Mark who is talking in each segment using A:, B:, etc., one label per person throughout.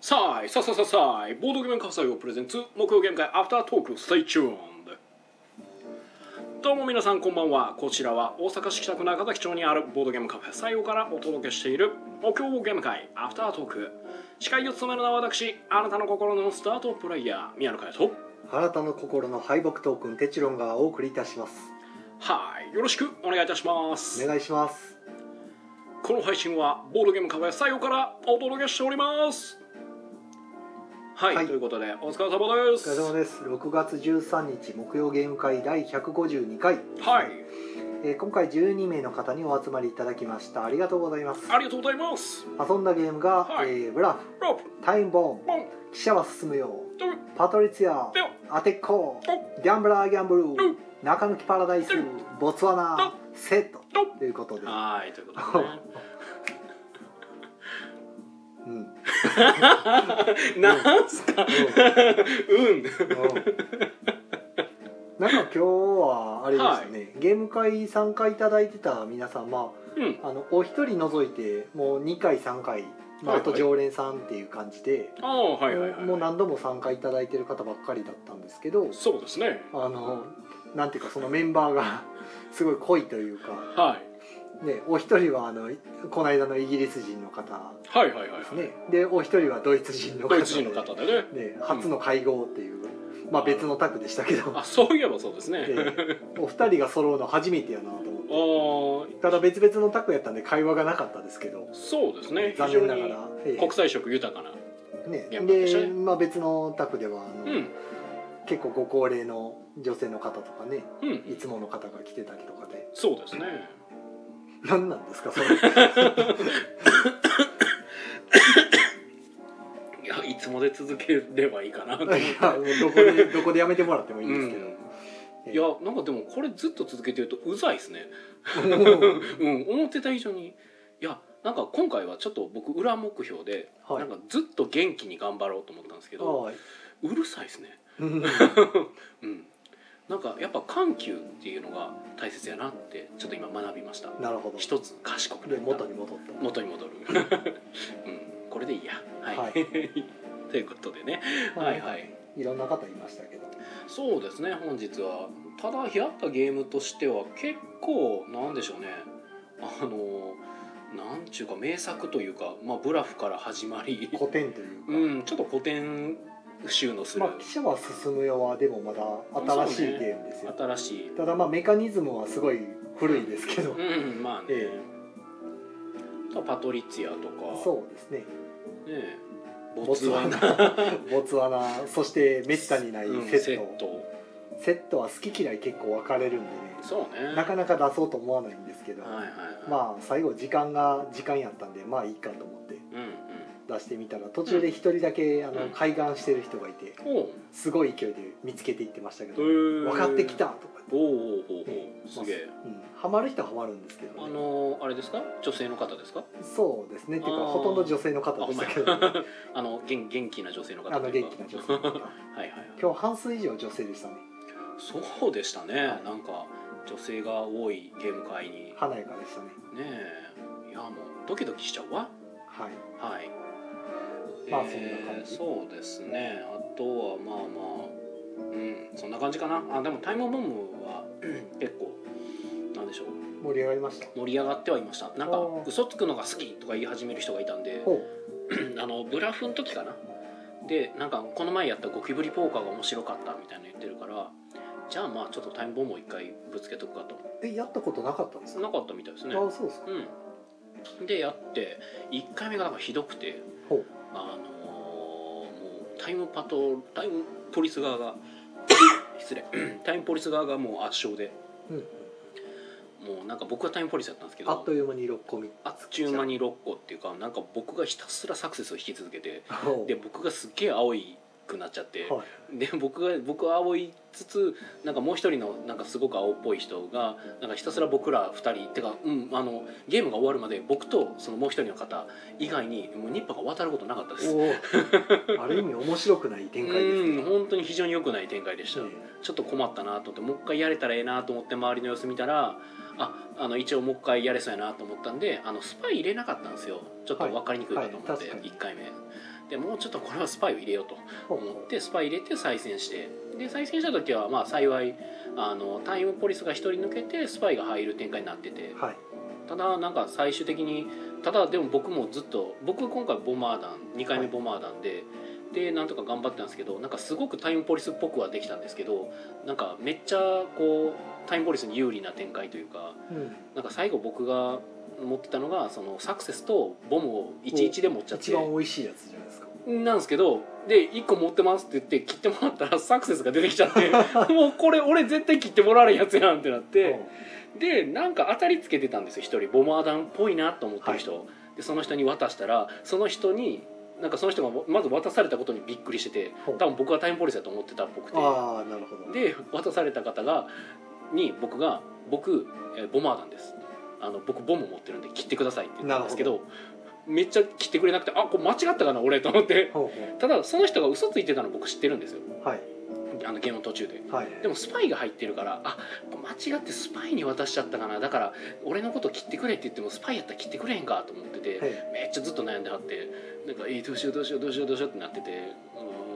A: さあいさあさあさあさあいボードゲームカフサイをプレゼンツ木曜ゲーム会アフタートークステイチューンどうも皆さんこんばんはこちらは大阪市北区中崎町にあるボードゲームカフェ西洋からお届けしている木曜ゲーム会アフタートーク司会を務めるのは私あなたの心のスタートプレイヤー宮野佳代と
B: あなたの心の敗北トークンテチロンがお送りいたします
A: はいよろしくお願いいたします
B: お願いします
A: この配信はボードゲームカフェ西洋からお届けしておりますはい、
B: はい
A: ということでお疲れ様で
B: お
A: す
B: 疲れ様です6月13日木曜ゲーム会第152回、
A: はい
B: えー今回12名の方にお集まりいただきましたありがとうございます
A: ありがとうございます
B: 遊んだゲームが、
A: はい
B: えーブラフ
A: ロープ
B: タイムボーン
A: ポン
B: 記者は進むよ
A: ドゥ
B: パトリツィア
A: では
B: アテッコ
A: ドゥ
B: ギャンブラーギャンブル
A: ドゥ
B: 中抜きパラダイス
A: ドゥ
B: ボツワナセット
A: ドゥ
B: ということで、
A: はいということでね
B: うん、うん
A: なんすかうん
B: なんか今日はあれですね、ゲーム会参加いただいてた皆さんま
A: うん
B: ああのお一人除いてもう2回3回、ま
A: はいはい
B: ああと常連さんっていう感じで、
A: ああはいはいはい
B: もう何度も参加いただいてる方ばっかりだったんですけど
A: そうですね
B: あのなんていうかそのメンバーが すごい濃いというか、
A: はい
B: ね、お一人はあのこの間のイギリス人の方
A: はいはいはい
B: で
A: は
B: す
A: い
B: ねでお一人はドイツ人の方
A: ド
B: で
A: イツ人の方でね
B: ね、初の会合っていう、まあ別の宅でしたけど
A: あそういえばそうですね
B: えーお二人が揃うの初めてやなと思って
A: ああ
B: ただ別々のタクやったんで会話がなかったですけど、
A: そうですね非
B: 残
A: 常
B: 念なが
A: に
B: ら、え
A: 国際色豊かな
B: ーね
A: 現場でしたね
B: で、まあ、別のタクではあの、
A: うん
B: 結構ご高齢の女性の方とかね
A: うん
B: いつもの方が来てたりとか で
A: そうですね
B: 何なんです かそれ
A: いやいつまで続ければいいかなと思って
B: いやもうどこでどこでやめてもらってもいいですけど、
A: うんいやなんかでもこれずっと続けてるとうざいですね
B: もう
A: うん思ってた以上にいやなんか今回はちょっと僕裏目標で、
B: はい
A: なんかずっと元気に頑張ろうと思ったんですけど
B: はいう
A: るさいですね
B: うん
A: うんなんかやっぱ緩急っていうのが大切やなってちょっと今学びました
B: なるほど
A: 一つ賢くな
B: で
A: った
B: 元に戻った
A: 元に戻 る、うん、これでいいやはい、
B: はい
A: ということでねはいはい
B: いろんな方いましたけど
A: そうですね本日はただやったゲームとしては結構なんでしょうねあのなんちゅうか名作というか、まあ、ブラフから始まり
B: 古典というか、
A: うんちょっと古典集のする
B: まあ記者は進むよはでもまだ新しいゲームですよ、
A: 新しい
B: ただまあメカニズムはすごい古いですけど、
A: うんまあね、
B: え
A: あとパトリツィアとか
B: そうですね
A: ねえボ
B: ボ
A: ツ
B: ツ
A: ワ
B: ワ
A: ナ
B: ナボツワナそしてめったにない
A: うん
B: セット,、
A: セ
B: セ
A: ッ
B: ット
A: ト
B: は好き嫌い結構分かれるんでね
A: そうね
B: なかなか出そうと思わないんですけど、
A: はいはいはい、あ、
B: まあ最後時間が時間やったんでまあいいかと思って
A: うん
B: 出してみたら途中で一人だけあ
A: う
B: の
A: ん
B: 開眼してる人がいて
A: うんおう
B: すごい勢いで見つけていってましたけど「
A: 分
B: 分かってきた」とか
A: おうおうおう
B: 言って
A: おうすげえ
B: まあうん、ハマる人はハマるんですけ
A: あ
B: ど、ね、
A: のーあれですか女性の方ですか
B: そうですねっていうか
A: あー
B: ほとんど女性の
A: あ
B: 方
A: ほ
B: で
A: ん
B: し
A: ま
B: た
A: や
B: けど、
A: あの元元気な女性の
B: あ
A: 方
B: の
A: とい
B: 元
A: うか
B: 気な女性の方
A: はいはいはい
B: 今日半数以上女性でしたね
A: そうでしたねなんか女性が多いゲーム会にね
B: 華やかでしたね
A: えいやもうドキドキしちゃうわ
B: はい
A: はい
B: まあ
A: えー
B: そんな感じ
A: そうですねあとはまあまあうんそんな感じかなあでもタイムボムは うん結構なんでしょう
B: 盛り上がりました
A: 盛り上がってはいましたなんか
B: あー
A: 嘘つくのが好きとか言い始める人がいたんで
B: ほう
A: あのブラフの時かなでなんかこの前やったゴキブリポーカーが面白かったみたいなの言ってるからじゃあまあちょっとタイムボムを一回ぶつけとくかと
B: えやったことなかったんですか
A: なかったみたいですね
B: あそうですか
A: うんでやって1回目がなんかひどくて
B: ほう
A: あのーもうタイムパトタイムポリス側が 失礼 タイムポリス側がもう圧勝で
B: うん
A: もうなんか僕はタイムポリスだったんですけど
B: あっという間に6個目
A: あっちゅう間に6個っていうかなんか僕がひたすらサクセスを引き続けて
B: ほう
A: で僕がすっげえ青いくなっちゃって、
B: はい
A: で僕が僕は青いつつなんかもう一人のなんかすごく青っぽい人がなんかひたすら僕ら二人てか、うん、あのゲームが終わるまで僕とそのもう一人の方以外にもうニッパが渡ることなかったです。
B: おお ある意味面白くない展開です
A: うん
B: ね
A: 本当に非常に良くない展開でした、
B: ね
A: ちょっと困ったなと思ってもう一回やれたらええなと思って周りの様子見たらああの一応もう一回やれそうやなと思ったんであのスパイ入れなかったんですよちょっと分かりにくいかと思って、
B: はいはい確かに
A: 1回目でもうちょっとこれはスパイを入れようと
B: ほう
A: 思
B: ほ
A: ってスパイ入れて再選してで再選した時はまあ幸いあのタイムポリスが1人抜けてスパイが入る展開になってて
B: うはい
A: ただなんか最終的にただでも僕もずっと僕今回ボマー団2回目ボマー団で、でなんとか頑張ってたんですけどなんかすごくタイムポリスっぽくはできたんですけどなんかめっちゃこうタイムポリスに有利な展開というか
B: うん
A: なんか最後僕が持ってたのがそのサクセスとボムを11で持っちゃって
B: 一番美味しいやつじゃないですか
A: なんですけどで1個持ってますって言って切ってもらったらサクセスが出てきちゃって もうこれ俺絶対切ってもらわれんやつやんってなって。でなんか当たりつけてたんですよ一人ボマー団っぽいなと思ってる人、でその人に渡したらその人になんかその人がまず渡されたことにびっくりしてて
B: ほう
A: 多分僕はタイムポリスだと思ってたっぽくて
B: ああなるほど
A: で渡された方がに僕が「僕、えーボマー団です」あの「僕ボム持ってるんで切ってください」って言ったんですけどめっちゃ切ってくれなくてあこれ間違ったかな俺と思って
B: ほうほ
A: ただその人が嘘ついてたの僕知ってるんですよ
B: うはい
A: あのゲームの途中で
B: はい
A: でもスパイが入ってるからあ間違ってスパイに渡しちゃったかなだから俺のこと切ってくれって言ってもスパイやったら切ってくれへんかと思ってて、
B: はい
A: めっちゃずっと悩んではってなんか、えーどうしようどうしようどうしようどうしようってなってて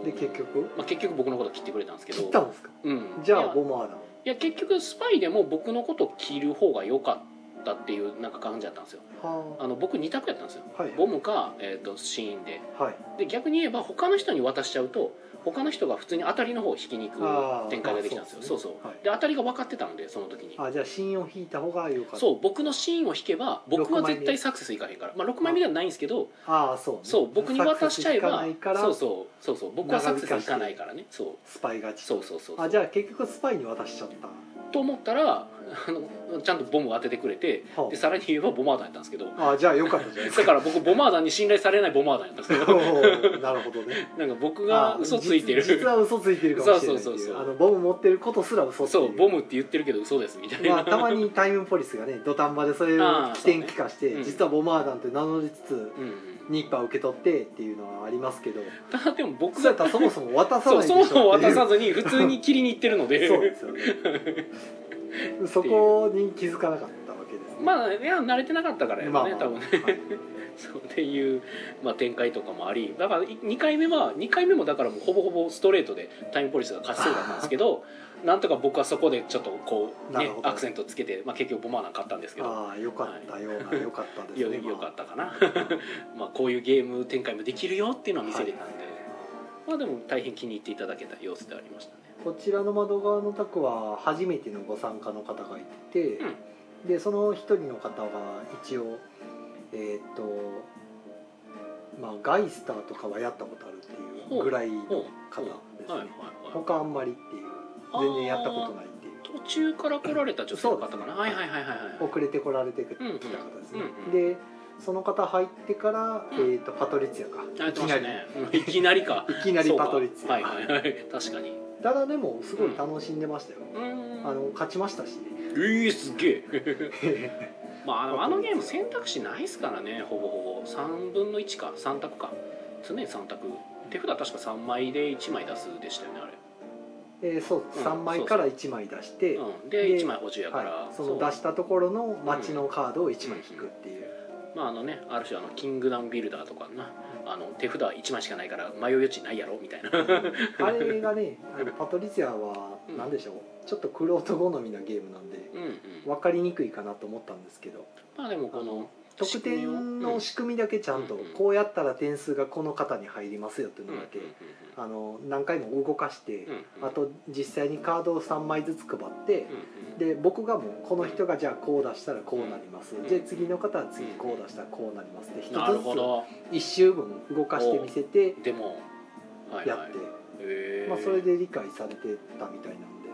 A: うーん
B: で結、局
A: まあ、結局僕のこと切ってくれたんですけど
B: 切ったんですか
A: うん、
B: じゃ
A: い
B: あ
A: や
B: ボマーだ
A: いや結局スパイでも僕のこと切る方が良かったっていうなんか感じだったんですよ
B: は
A: あの僕2択やったんですよ
B: あはい
A: ボムか、えー、とシーンで
B: はい
A: で逆に言えば他の人に渡しちゃうと他の人が普通に当たりの方を引きに行
B: あ
A: く
B: ー
A: 展開ができたんですよ
B: ま
A: そ
B: あそうう
A: そ
B: そううはい
A: で当たりが分かってたのでその時に
B: あじゃあ芯を引いた方が良かった
A: そう僕のシーンを引けば僕は絶対サクセスいかへんから、まあ、6枚目ではないんですけど
B: ああそうね
A: そう僕に渡しちゃえ
B: サ
A: ば
B: クセス引かないから
A: そうそうそうそう僕はサクセスいかないからねそう
B: スパイがち
A: そうそうそう
B: あじゃあ結局スパイに渡しちゃった
A: と思ったらあのちゃんとボムを当ててくれて
B: はあ
A: でさらに言えばボマーダンやったんですけど
B: あじゃあ良かったじゃないです
A: だから僕ボマーダンに信頼されないボマーダンやったんですけ
B: か お
A: ど
B: ーなるほどね
A: なんか僕が嘘ついてる
B: あ実実は嘘ついてるかもしれないって
A: そうそう
B: い
A: そう
B: う
A: そう
B: あのボム持ってることすら嘘ってい
A: そうボムって言ってるけど嘘ですみたいな、
B: まあ、たまにタイムポリスがね土壇場でそれ
A: あー
B: を起点機化して、
A: そうねうん
B: 実はボマーダンって名乗りつつ
A: うんうん
B: ニッパー受け取ってっていうのはありますけど
A: ただでも僕
B: そうや
A: が
B: ったらそもそも渡さ
A: そ
B: な
A: う
B: いでし
A: そ
B: ょ
A: もそも
B: ってい
A: 渡
B: う
A: さずに普通に切りに行ってるので
B: そうですよねそこに気づかなかったわけですね
A: まあいや慣れてなかったからやろね、多分ね
B: はい
A: そうっていう、まあ、展開とかもありだからい2回目は2回目もだからもうほぼほぼストレートでタイムポリスが勝ちそうだったんですけ どなんとか僕はそこでちょっとこう、
B: な
A: ね
B: るほ、ど
A: アクセントつけて、まあ、結局ボマーなんか勝ったんですけど。
B: ああよかったようなよかったです
A: よ
B: ね
A: よかったかな、
B: まあ
A: まあ、こういうゲーム展開もできるよっていうのは見せれたんで、まあでも大変気に入っていただけた様子ではありましたね
B: こちらの窓側の宅は初めてのご参加の方がいて、
A: うん
B: でその一人の方が一応えーっとまあガイスターとかはやったことあるっていうぐらいの
A: ほう
B: 方です
A: はいはい
B: ね
A: はい
B: 他あんまりっていう全然やったことないってい
A: 途
B: う
A: 中から来られた女性の方か
B: そう
A: な、
B: ですね
A: はいはいはいはいはい
B: 遅れてこられてきた
A: うんうん
B: 方です
A: う
B: ね、
A: んうん
B: でその方入ってから、
A: うん
B: えーっとパトリツィアか
A: あや
B: い
A: って
B: き
A: まし
B: な
A: た
B: り
A: ねうんいきなりか
B: いきなりパトリツ
A: そう
B: ィ
A: か
B: ア、
A: はいはいはい確かに
B: ただでもすごい楽しんでましたよ、
A: うーん
B: あの勝ちましたし
A: ええすげえまああのあのゲーム選択肢ないですからねほぼほぼ3分の1か3択か常に3択手札確か3枚で1枚出すでしたよねあれ、
B: えーそうです、
A: うん
B: 3枚から1枚出して、
A: うん、で
B: で
A: 1枚補充やから、
B: はい、その出したところの町のカードを1枚
A: うん
B: 引くっていう、
A: まああのねある種あのキングダムビルダーとかなあの手札1枚しかないから迷い余地ないやろみたいな
B: あれ がねあのパトリツィアは
A: うん
B: 何でしょう、ちょっとクロート好みなゲームなんで
A: うんうん
B: 分かりにくいかなと思ったんですけど
A: まあでもこの
B: 得点の
A: 仕
B: 仕組みだけちゃんと
A: うんうん
B: こうやったら点数がこの方に入りますよっていう
A: 組
B: の
A: みを
B: だけ、あの何回も動かして
A: うんうん、うんうん
B: あと実際にカードを3枚ずつ配って
A: う、んうん
B: で僕がもうこの人がじゃあこう出したらこうなります、
A: うん
B: で次の方は次こう出したらこうなりますって一つず
A: なるほど
B: つ1周分動かしてみせて
A: でもはい
B: や
A: は
B: っ
A: い
B: て、
A: へえ
B: まあ、それで理解されてたみたい なんで、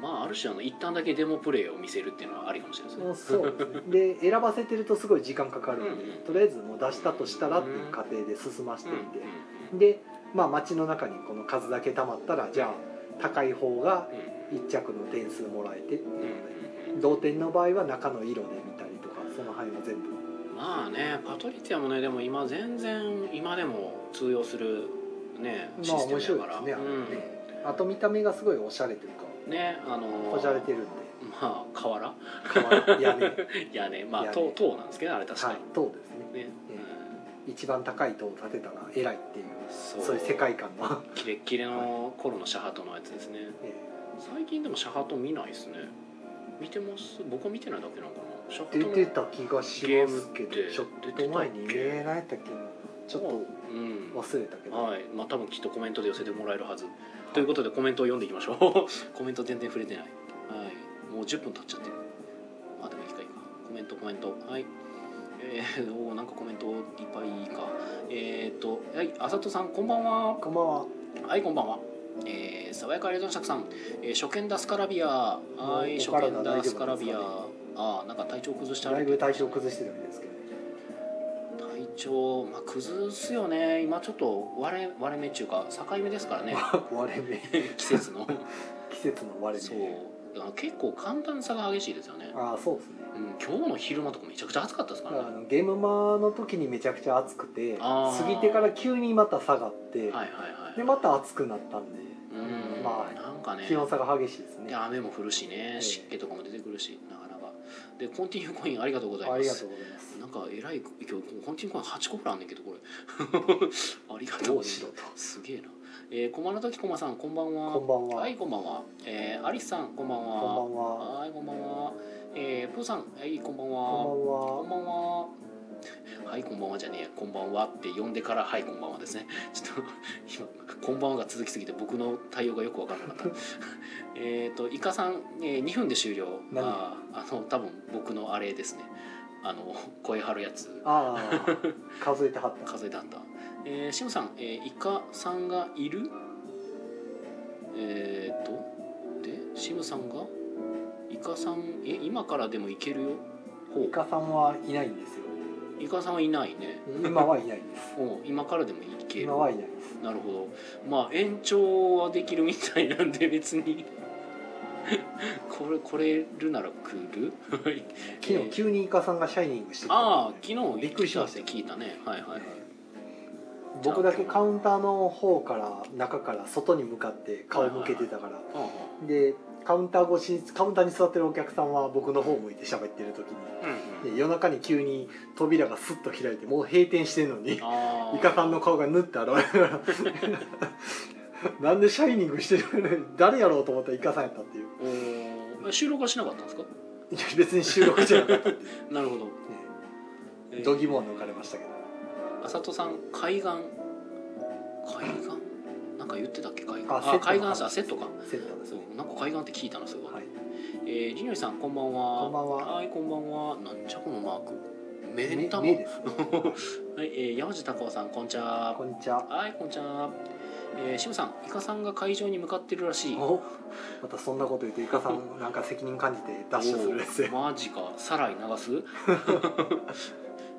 A: まあある種あの一旦だけデモプレイを見せるっていうのはありかもしれないですね
B: もうそうですねで選ばせてるとすごい時間かかるんで、
A: うん
B: とりあえずもう出したとしたらっていう過程で進ませていて、
A: う
B: でまあ街の中にこの数だけ溜まったらじゃあ高い方が
A: んうん
B: 1着の点数もらえてっていう
A: うんうんうん
B: ので
A: うん
B: 同点の場合は中の色で見たりとかその範囲も全部
A: まあねパトリティアもねでも今全然今でも通用するねシステムだから、
B: まあ面白いですねあれはね
A: う
B: あと見た目がすごいおしゃれというか
A: んねあのー
B: こじゃれてるんで
A: まあ瓦
B: 瓦屋根 はい
A: いやねまあ
B: 屋根
A: 塔塔なんですけどねあれ確かに、
B: 塔ですね
A: ね、
B: 一番高い塔を建てたら偉いっていう
A: そう
B: そういう世界観の、
A: キレッキレの頃のシャハトのやつですね
B: え
A: 最近でもシャハト見ないですね見てます僕は見てないだけなのかなシャハト
B: ー
A: の
B: 出てた気がしますけど
A: ゲームって
B: ちょっと前に
A: 出てたっけ
B: ね何やったっけなちょっ
A: うん
B: と忘れたけど、
A: はいまあ多分きっとコメントで寄せてもらえるはずということでコメントを読んでいきましょう コメント全然触れてないはいもう10分経っちゃってるまあでもいいかいいかコメントコメントはいえー、おーなんかコメントいっぱいいいかえー、っとはいあさとさんこんばんは
B: こんばんは
A: はいこんばんはえー、爽やかレドンシャクさん、えー、初見ダスカラビアは
B: もう
A: い
B: お
A: 初
B: 体
A: 見
B: 大丈夫
A: ダスカラビア
B: です
A: あーなんか体調崩してあ
B: だい
A: る
B: ぶ体調崩してるみたいですけど
A: 体調、まあ、崩すよね今ちょっと割れ割れ目っていうか境目ですからね
B: 割れ目
A: 季節 の
B: 季節の割れ
A: そう
B: 目
A: だから結構寒暖差が激しいですよね、
B: ああそうですね
A: うん、今日の昼間とかめちゃくちゃ暑かったですか
B: だ
A: ら
B: からあ
A: ね
B: のゲームマの時にめちゃくちゃ暑くて
A: あー
B: 過ぎてから急にまた下がって、
A: はいはい
B: で
A: はい
B: また暑くなったんで、
A: うん
B: まあ
A: なんかね
B: 気温差が激しいです
A: で
B: ねあ
A: 雨も降るしね
B: ええ
A: 湿気とかも出てくるしなかなかでコンティニューコインありがとうございます
B: りがとうございます
A: なんかえらい今日本人コイン8個ぐらいあんねんけどこれ ありがとう
B: ど
A: ご
B: う
A: ざ
B: し
A: い
B: ろ
A: ま
B: と
A: すすげえな、えー、駒の時駒さんこんばんは
B: こんばんは、
A: はいこんばんは、えー、アリスさんこんばん
B: こ
A: は
B: んばんは
A: はいこんばんは、えー、プーさんはいこんばん
B: こ
A: はこ
B: んばん
A: んば
B: は
A: んははいこんばんはじゃねえやこんばんはって呼んでからはいこんばんはですね ちょっと今こんばんはが続きすぎて僕の対応がよく分からなかった えっとイカさん、えー、2分で終了
B: 何
A: あーあの多分僕のあれですねあの声張るやつ
B: あ あ数えてはった
A: 数えたんだえー、シムさん、えー、イカさんがいるえー、っとでシムさんがイカさんえ今からでもいけるよほう
B: イカさんはいないんですよ
A: イカさんはいないね
B: 今はいないです
A: おう今からでもいける
B: 今はいないです
A: なるほどまあ延長はできるみたいなんで 別にこれこれるなら来る はい
B: 昨
A: えー
B: 日急にイカさんがシャイニングしてた
A: ああ昨日
B: びっくりしました
A: 聞いって聞いたねはいはいはい
B: 僕だけカウンターの方から中から外に向かって顔向けてたから、
A: ああ
B: でカウンター越しにカウンターに座ってるお客さんは僕の方向いて喋ってる時
A: ああうんう
B: に
A: ん
B: で夜中に急に扉がスッと開いてもう閉店してんのに
A: ああ
B: イカさんの顔がぬって現れるから なんでシャイニングしてる誰やろうと思ったらイカさんやったっていう
A: おーえ収録はしなかったんですか
B: いや別に収録じ ゃなかったっていう、
A: なるほど、え
B: ね、度肝を抜かれましたけど
A: あさとさん海岸海岸なんか言ってたっけ海岸
B: あ
A: あ
B: セットの
A: 海
B: 話
A: 岸あセットか
B: センターです
A: そ
B: ね
A: うなんか海岸って聞いたのすごい、
B: はい
A: えー、りのりさんこんばんは
B: こんばんはい
A: こんばんはなんじゃこのマーク
B: 目
A: 目ん玉
B: 目ですね
A: はい、えー、山地孝夫さんこんちゃ
B: こんにちは
A: はいこんちゃえー、しむさんイカさんが会場に向かってるらしい
B: おまたそんなこと言ってイカさんなんか責任感じてダッシュするんですよ
A: おーマジかサライ流す、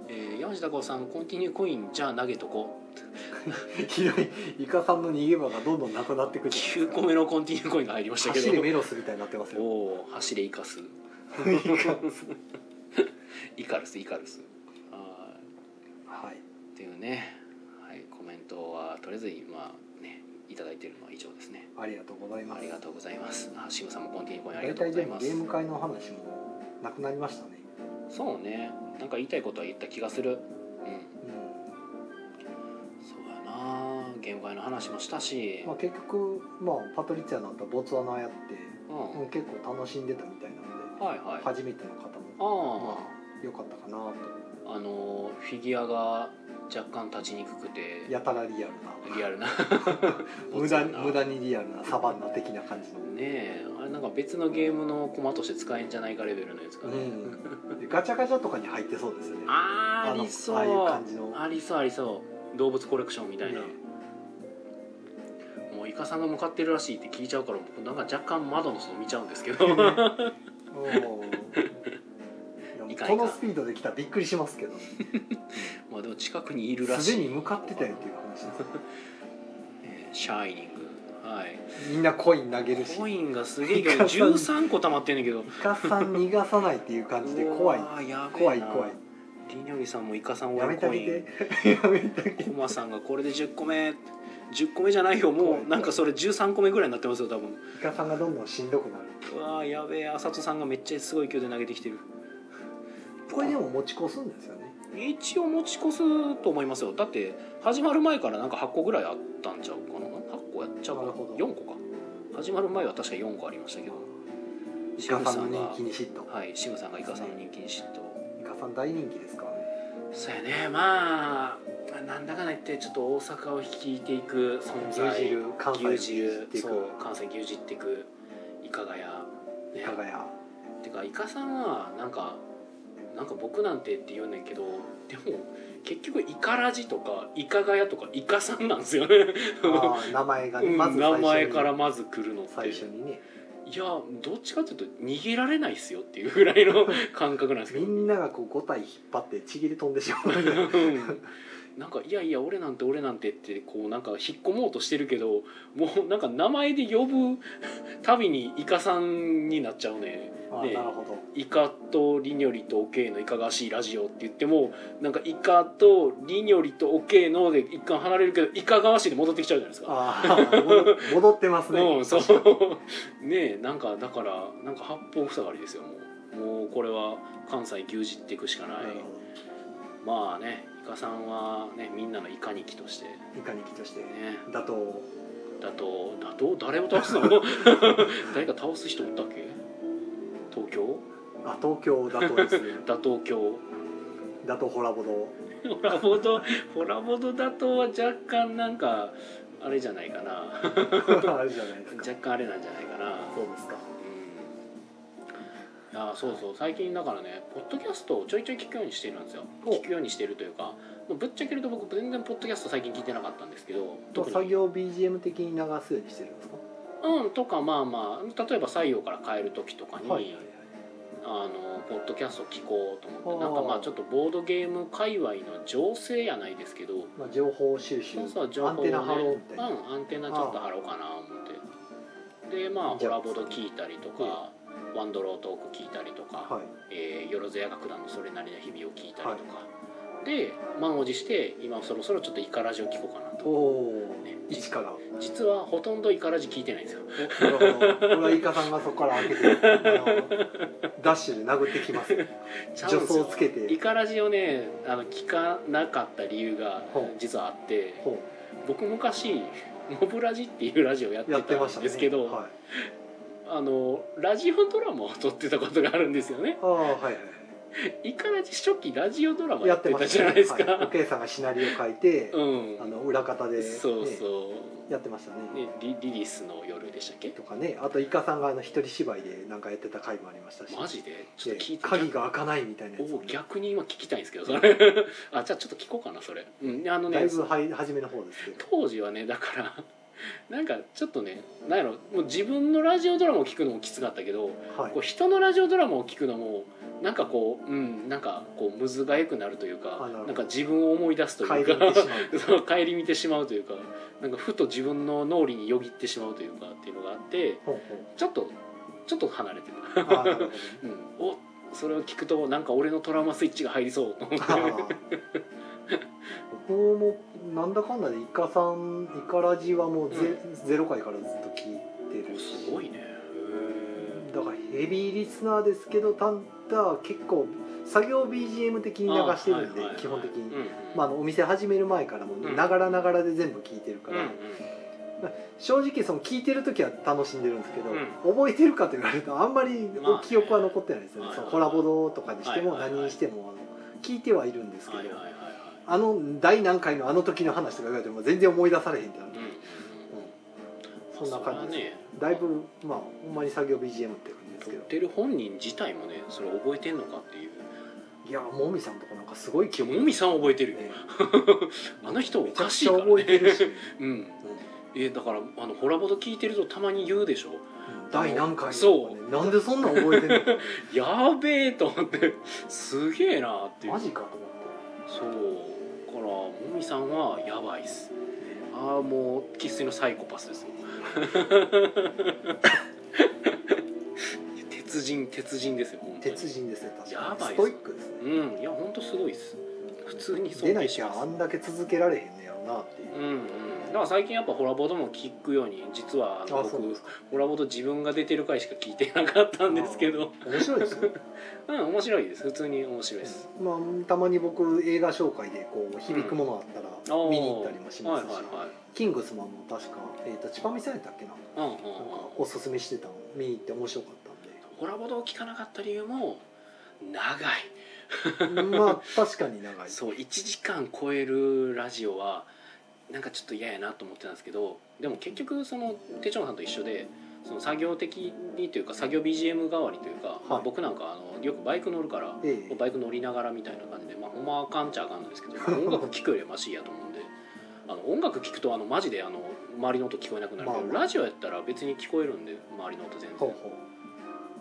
A: えー、山地孝夫さんコンティニューコインじゃあ投げとこ
B: ひどいイカさんの逃げ場がどんどんなくなってくるじゃない
A: 9個目のコンティニューコインが入りましたけど
B: 走れメロスみたいになってます
A: お
B: よ
A: おー走れイカス
B: イカ
A: イカルスイカルスは
B: は
A: ーい
B: い
A: っていうね、はい、コメントはとりあえず今ねいただいてるのは以上ですね
B: ありがとうございま
A: あ
B: す
A: りがとうございますあシムさんもコンティニューコインあり
B: 大
A: がとう
B: 体
A: ござ
B: で
A: い
B: も
A: ま
B: ゲー
A: す
B: ム会の話もなくなりましたね
A: そうねなんか言いたいことは言った気がするうん
B: う
A: そうやなゲーム会の話もしたし
B: ん、まあ、結局まあパトリッツィアなんかボツワナやって
A: うん
B: うん結構楽しんでたみたいなので
A: はいはいあ
B: 初めての方も
A: あ
B: 良かったかなと
A: あのーフィギュアが若干立ちにくくて
B: やたらリアル
A: リアルな
B: な無駄無駄にリアルなサバンナ的な感じの
A: ねえあれなんか別のゲームのコマとして使えんじゃないかレベルのやつかね、
B: うんでガチャガチャとかに入ってそうですよね
A: あーあ
B: の
A: りそう
B: ああいう
A: あ
B: 感じの
A: りそうありそう動物コレクションみたいな、
B: ね
A: もうイカさんが向かってるらしいって聞いちゃうから僕なんか若干窓の外見ちゃうんですけど
B: おーい
A: い
B: や
A: かん
B: このスピードで来たらびっくりしますけど
A: まあでも近くにいるら
B: す
A: し
B: で
A: い
B: に向かってたよっていう話で
A: えーシャイニングはい
B: すみんなコイン投げるし
A: コ
B: イ
A: インがすげえけど13個溜まってんねんけど
B: カさん逃がさないっていう感じで怖いう
A: わーやべえな
B: 怖い怖い
A: りにょりさんもイカさん
B: や
A: は
B: めてあ
A: コ
B: げ
A: イン
B: て やめてあげて
A: コマさんがこれで10個目10個目じゃないよもうなんかそれ13個目ぐらいになってますよ多分
B: イカさんがどんどんしんどくなる
A: うわーやべえあさとさんがめっちゃすごい勢いで投げてきてる
B: これでも持ち越すんですよね
A: 一応持ち越すと思いますよだって始まる前からなんか8個ぐらいあったんちゃうかな8個やっちゃうかな
B: なるほど
A: 4個か始まる前は確か4個ありましたけど
B: イ
A: シ
B: カ
A: ム
B: さ
A: さ
B: ん
A: ん
B: の
A: が
B: 人気に嫉妬
A: はいシムさんがイカさんの人気に嫉妬
B: イカさん大人気ですからね
A: そうやねまあなんだかんだ言ってちょっと大阪を率いていく存在
B: 牛汁関西を
A: 牛汁
B: 牛
A: そう
B: 耳
A: 関西牛耳っていくいかがや、ね、
B: 加賀屋
A: てかイカさんはなんかなんか僕なんてって言うねんけどでも結局イカラジとかイカガヤとかイカさんなんですよね
B: あー名前がね
A: うん
B: まず
A: 名
B: 最初に
A: 前からまず来るのって
B: 最初にね
A: いやどっちかっていうと逃げられないっすよっていうぐらい の感覚なんですけ
B: み
A: ど
B: んながこう5体引っ張ってちぎり飛んでしまう
A: うんなんか「いやいや俺なんて俺なんて」ってこうなんか引っ込もうとしてるけどもうなんか名前で呼ぶたびにイカさんになっちゃうね
B: あー
A: ね
B: なるほど
A: イカとリニョリとオケイのいかがわしいラジオって言ってもなんかイカとリニョリとオケイので一貫離れるけどいかがわしいで戻ってきちゃうじゃないですか。
B: ああ戻戻ってますね、
A: うん、そう
B: 確かに
A: ねえなんかだからなんか八方塞がりですよもうもうこれは関西牛耳っていくしかない
B: なるほ
A: まあねイカさんはねみんなのイカニキとしてね
B: どいかに気としてだと
A: だとだと誰を倒すの 誰か倒す人おったっけ東京
B: あ東京だとですね
A: 打倒京
B: だとホラボド
A: ホラボドホラボド打倒は若干なんかあれじゃないかな
B: あれじゃないですか
A: 若干あれなんじゃないかな
B: そうですか
A: うんあそうそう最近だからねポッドキャストをちょいちょい聞くようにしてるんですよ
B: お
A: 聞くようにしてるというかもうぶっちゃけると僕全然ポッドキャスト最近聞いてなかったんですけど
B: と
A: 特に
B: 作業 BGM 的に流すようにしてるんですか
A: うんとかまあまあ例えば採用から変える時とかに、あのポッドキャスト聞こうと思ってな
B: あー
A: んかまあちょっとボードゲーム界隈の情勢やないですけど
B: まあ、情報収集
A: そうそう情
B: ア
A: 報を
B: ン
A: ね
B: テナ張ろうみたいな、
A: うんアンテナちょっと張ろうかな思ってでまあホラボド聞いたりとかワンドロートーク聞いたりとか、
B: はい
A: えーよろずや楽団のそれなりの日々を聞いたりとか、で満を持して今そろそろちょっとイカラジを聞こうかなと
B: おお
A: ね
B: 一から
A: 実はほとんどイカラジ聞いてないんですよ
B: おなるほどこれはイカさんがそこから開けてあのダッシュで殴ってき ますよ
A: ちゃうんですよ
B: 助走つけて
A: イカラジをねあの聞かなかった理由が
B: ほう
A: 実はあって
B: ほ
A: 僕昔モブラジっていうラジオやっ
B: う
A: て
B: やってまし
A: た
B: た
A: んで
B: ね
A: すけど、
B: はい、
A: あのラジオドラマを撮ってたことがあるんですよね
B: ああはいはい
A: イカラジ初期ラジオドラマ
B: や
A: や
B: っ
A: ってて
B: ま
A: た
B: した
A: じゃないですか、
B: はい、おけいさんがシナリオ書いて、
A: うん
B: あの裏方で、ね、
A: そうそう、
B: やってましたね
A: ね、リリリスの夜でしたっけ
B: とかねあとイカさんがあの一人芝居でなんかやってた回もありましたし
A: マジでちょっと聞い
B: で
A: て
B: 鍵が開かないみたいなやつ、
A: お逆に今聞きたいんですけどそれあじゃあちょっと聞こうかなそれ、うん、あの
B: だい
A: ね
B: ぶはい初めの方ですけど
A: 当時はねだからなんかちょっとねなんやろもう自分のラジオドラマを聞くのもきつかったけど
B: はい
A: こう人のラジオドラマを聞くのもなんかこううんなんかこうむずがゆくなるという
B: あ
A: か
B: なるほど
A: なんか自分を思い出すと
B: 帰
A: い
B: り
A: う
B: て
A: か
B: しま う
A: そう顧みてしまうというかなんかふと自分の脳裏によぎってしまうというかっていうのがあって
B: ほう
A: ちょっとちょっと離れてた。
B: ほうああなる ほどね
A: うん、おそれを聞くとなんか俺のトラウマスイッチが入りそうと思っ
B: あ
A: て
B: あ僕もなんだかんだでイカさんイカラジはもうゼ,、ゼロ回からずっと聞いてるし
A: すごいね
B: だからヘビーリスナーですけどただ結構作業 BGM 的に流してるんで基本的に、まあ、あのお店始める前からも
A: うん
B: ながらながらで全部聞いてる
A: う
B: か
A: んうん
B: ら、正直その聞いてる時は楽しんでるんですけど、
A: う
B: 覚えてるかと言われるとあんまり
A: まあね
B: 記憶は残ってないですよね、
A: はい
B: そ
A: はい
B: のホラボドとかにしても
A: はいはいはい
B: 何にしてもあの聞いてはいるんですけど、
A: はいはいはいはい
B: あの第何回のあの時の話とか言われても全然思い出されへんってなる、
A: うんうん
B: うんそんな感じです、
A: それはね
B: だいぶまあほんまに作業 BGM って感じです
A: 撮
B: け
A: っ
B: ど
A: てる本人自体もねそれ覚えてんのかっていう
B: いやもみさんとかなんかすごい記
A: 今
B: 憶
A: 日もみさん覚えてるよ
B: ね
A: あの人お
B: めちゃ
A: か
B: く
A: しい
B: ちゃ
A: から
B: 覚えて
A: ね
B: るし、
A: うん
B: うん
A: えだからあのホラボド聞いてるとたまに言うでしょ
B: 第何回と
A: そ
B: かねなんでそんなん覚えてんのか
A: やべえと思ってすげえなっていう
B: マジかと思って。
A: そうだからもみさんはやばいっすああもう生粋のサイコパス ですよ鉄人鉄人ですよ本当に
B: 鉄人ですね確
A: や
B: か
A: ばい
B: にス
A: っす
B: トイックですね
A: うんいや本当すごいっす普通に
B: 出
A: 尊
B: ない
A: 敬し
B: し
A: ます
B: あんだけ続けられへんねやろなっていう
A: うんうんだから最近やっぱホラボードも聞くように実はあの
B: あそう
A: 僕
B: ですか
A: ホラボード自分が出てる回しか聞いてなかったんですけど
B: 面白いですよ、
A: うん面白いです普通に面白いです、
B: まあ、たまに僕映画紹介でこう響くものあった
A: あー
B: ら見に行ったりもしますし、
A: はいはいはい
B: キングスマンも確か、えー、と千葉美さんやったっけなな
A: うんうんうん
B: んかおすすめしてたの見に行って面白かっ
A: ホラボードを聞かなかった理由も長い
B: たんでまあ確かに長い
A: そう1時間超えるラジオはなんかちょっと嫌やなと思ってたんですけどでも結局その手帳さんと一緒でその作業的にというか作業 BGM 代わりというか、まあ僕なんかあのよくバイク乗るから
B: ええ
A: バイク乗りながらみたいな感じで、まあ、ほんまあかんちゃあかんなんですけど、まあ音楽聴くよりはマシやと思うんで。あの音楽聴くとあのマジであの周りの音聞こえなくなるけど、
B: まあまあ
A: ラジオやったら別に聞こえるんで周りの音全
B: ほう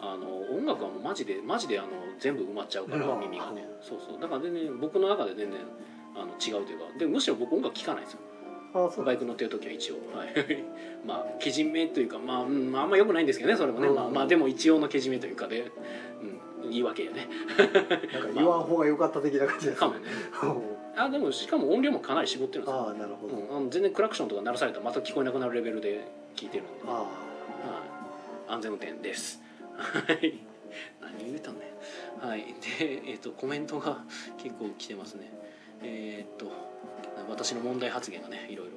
A: 然
B: ほ
A: あの音楽はもうマジでマジであの全部埋まっちゃうから
B: まあ
A: 耳がね
B: はい
A: そうそうだから全然僕の中で全然あの違うというかでむしろ僕音楽聴かないんですよ
B: うああそう
A: バイク乗ってる時は一応、はい まあけじめというか、まあうん、まああんまよくないんですけどねそれもね、
B: うん
A: まあ、まあでも一応のけじめというかで、うん、言い訳やね
B: なんか言わん方が良かった的な感じです
A: かもね あでもしかも音量もかなり絞ってるんですよ、
B: ああなるほど、
A: うん、あの全然クラクションとか鳴らされたらまた聞こえなくなるレベルで聞いてるんで、はい、
B: あ
A: 安全運転ですはい 何言うたんねんはいでえっ、とコメントが結構来てますねえっ、と私の問題発言がねいろいろ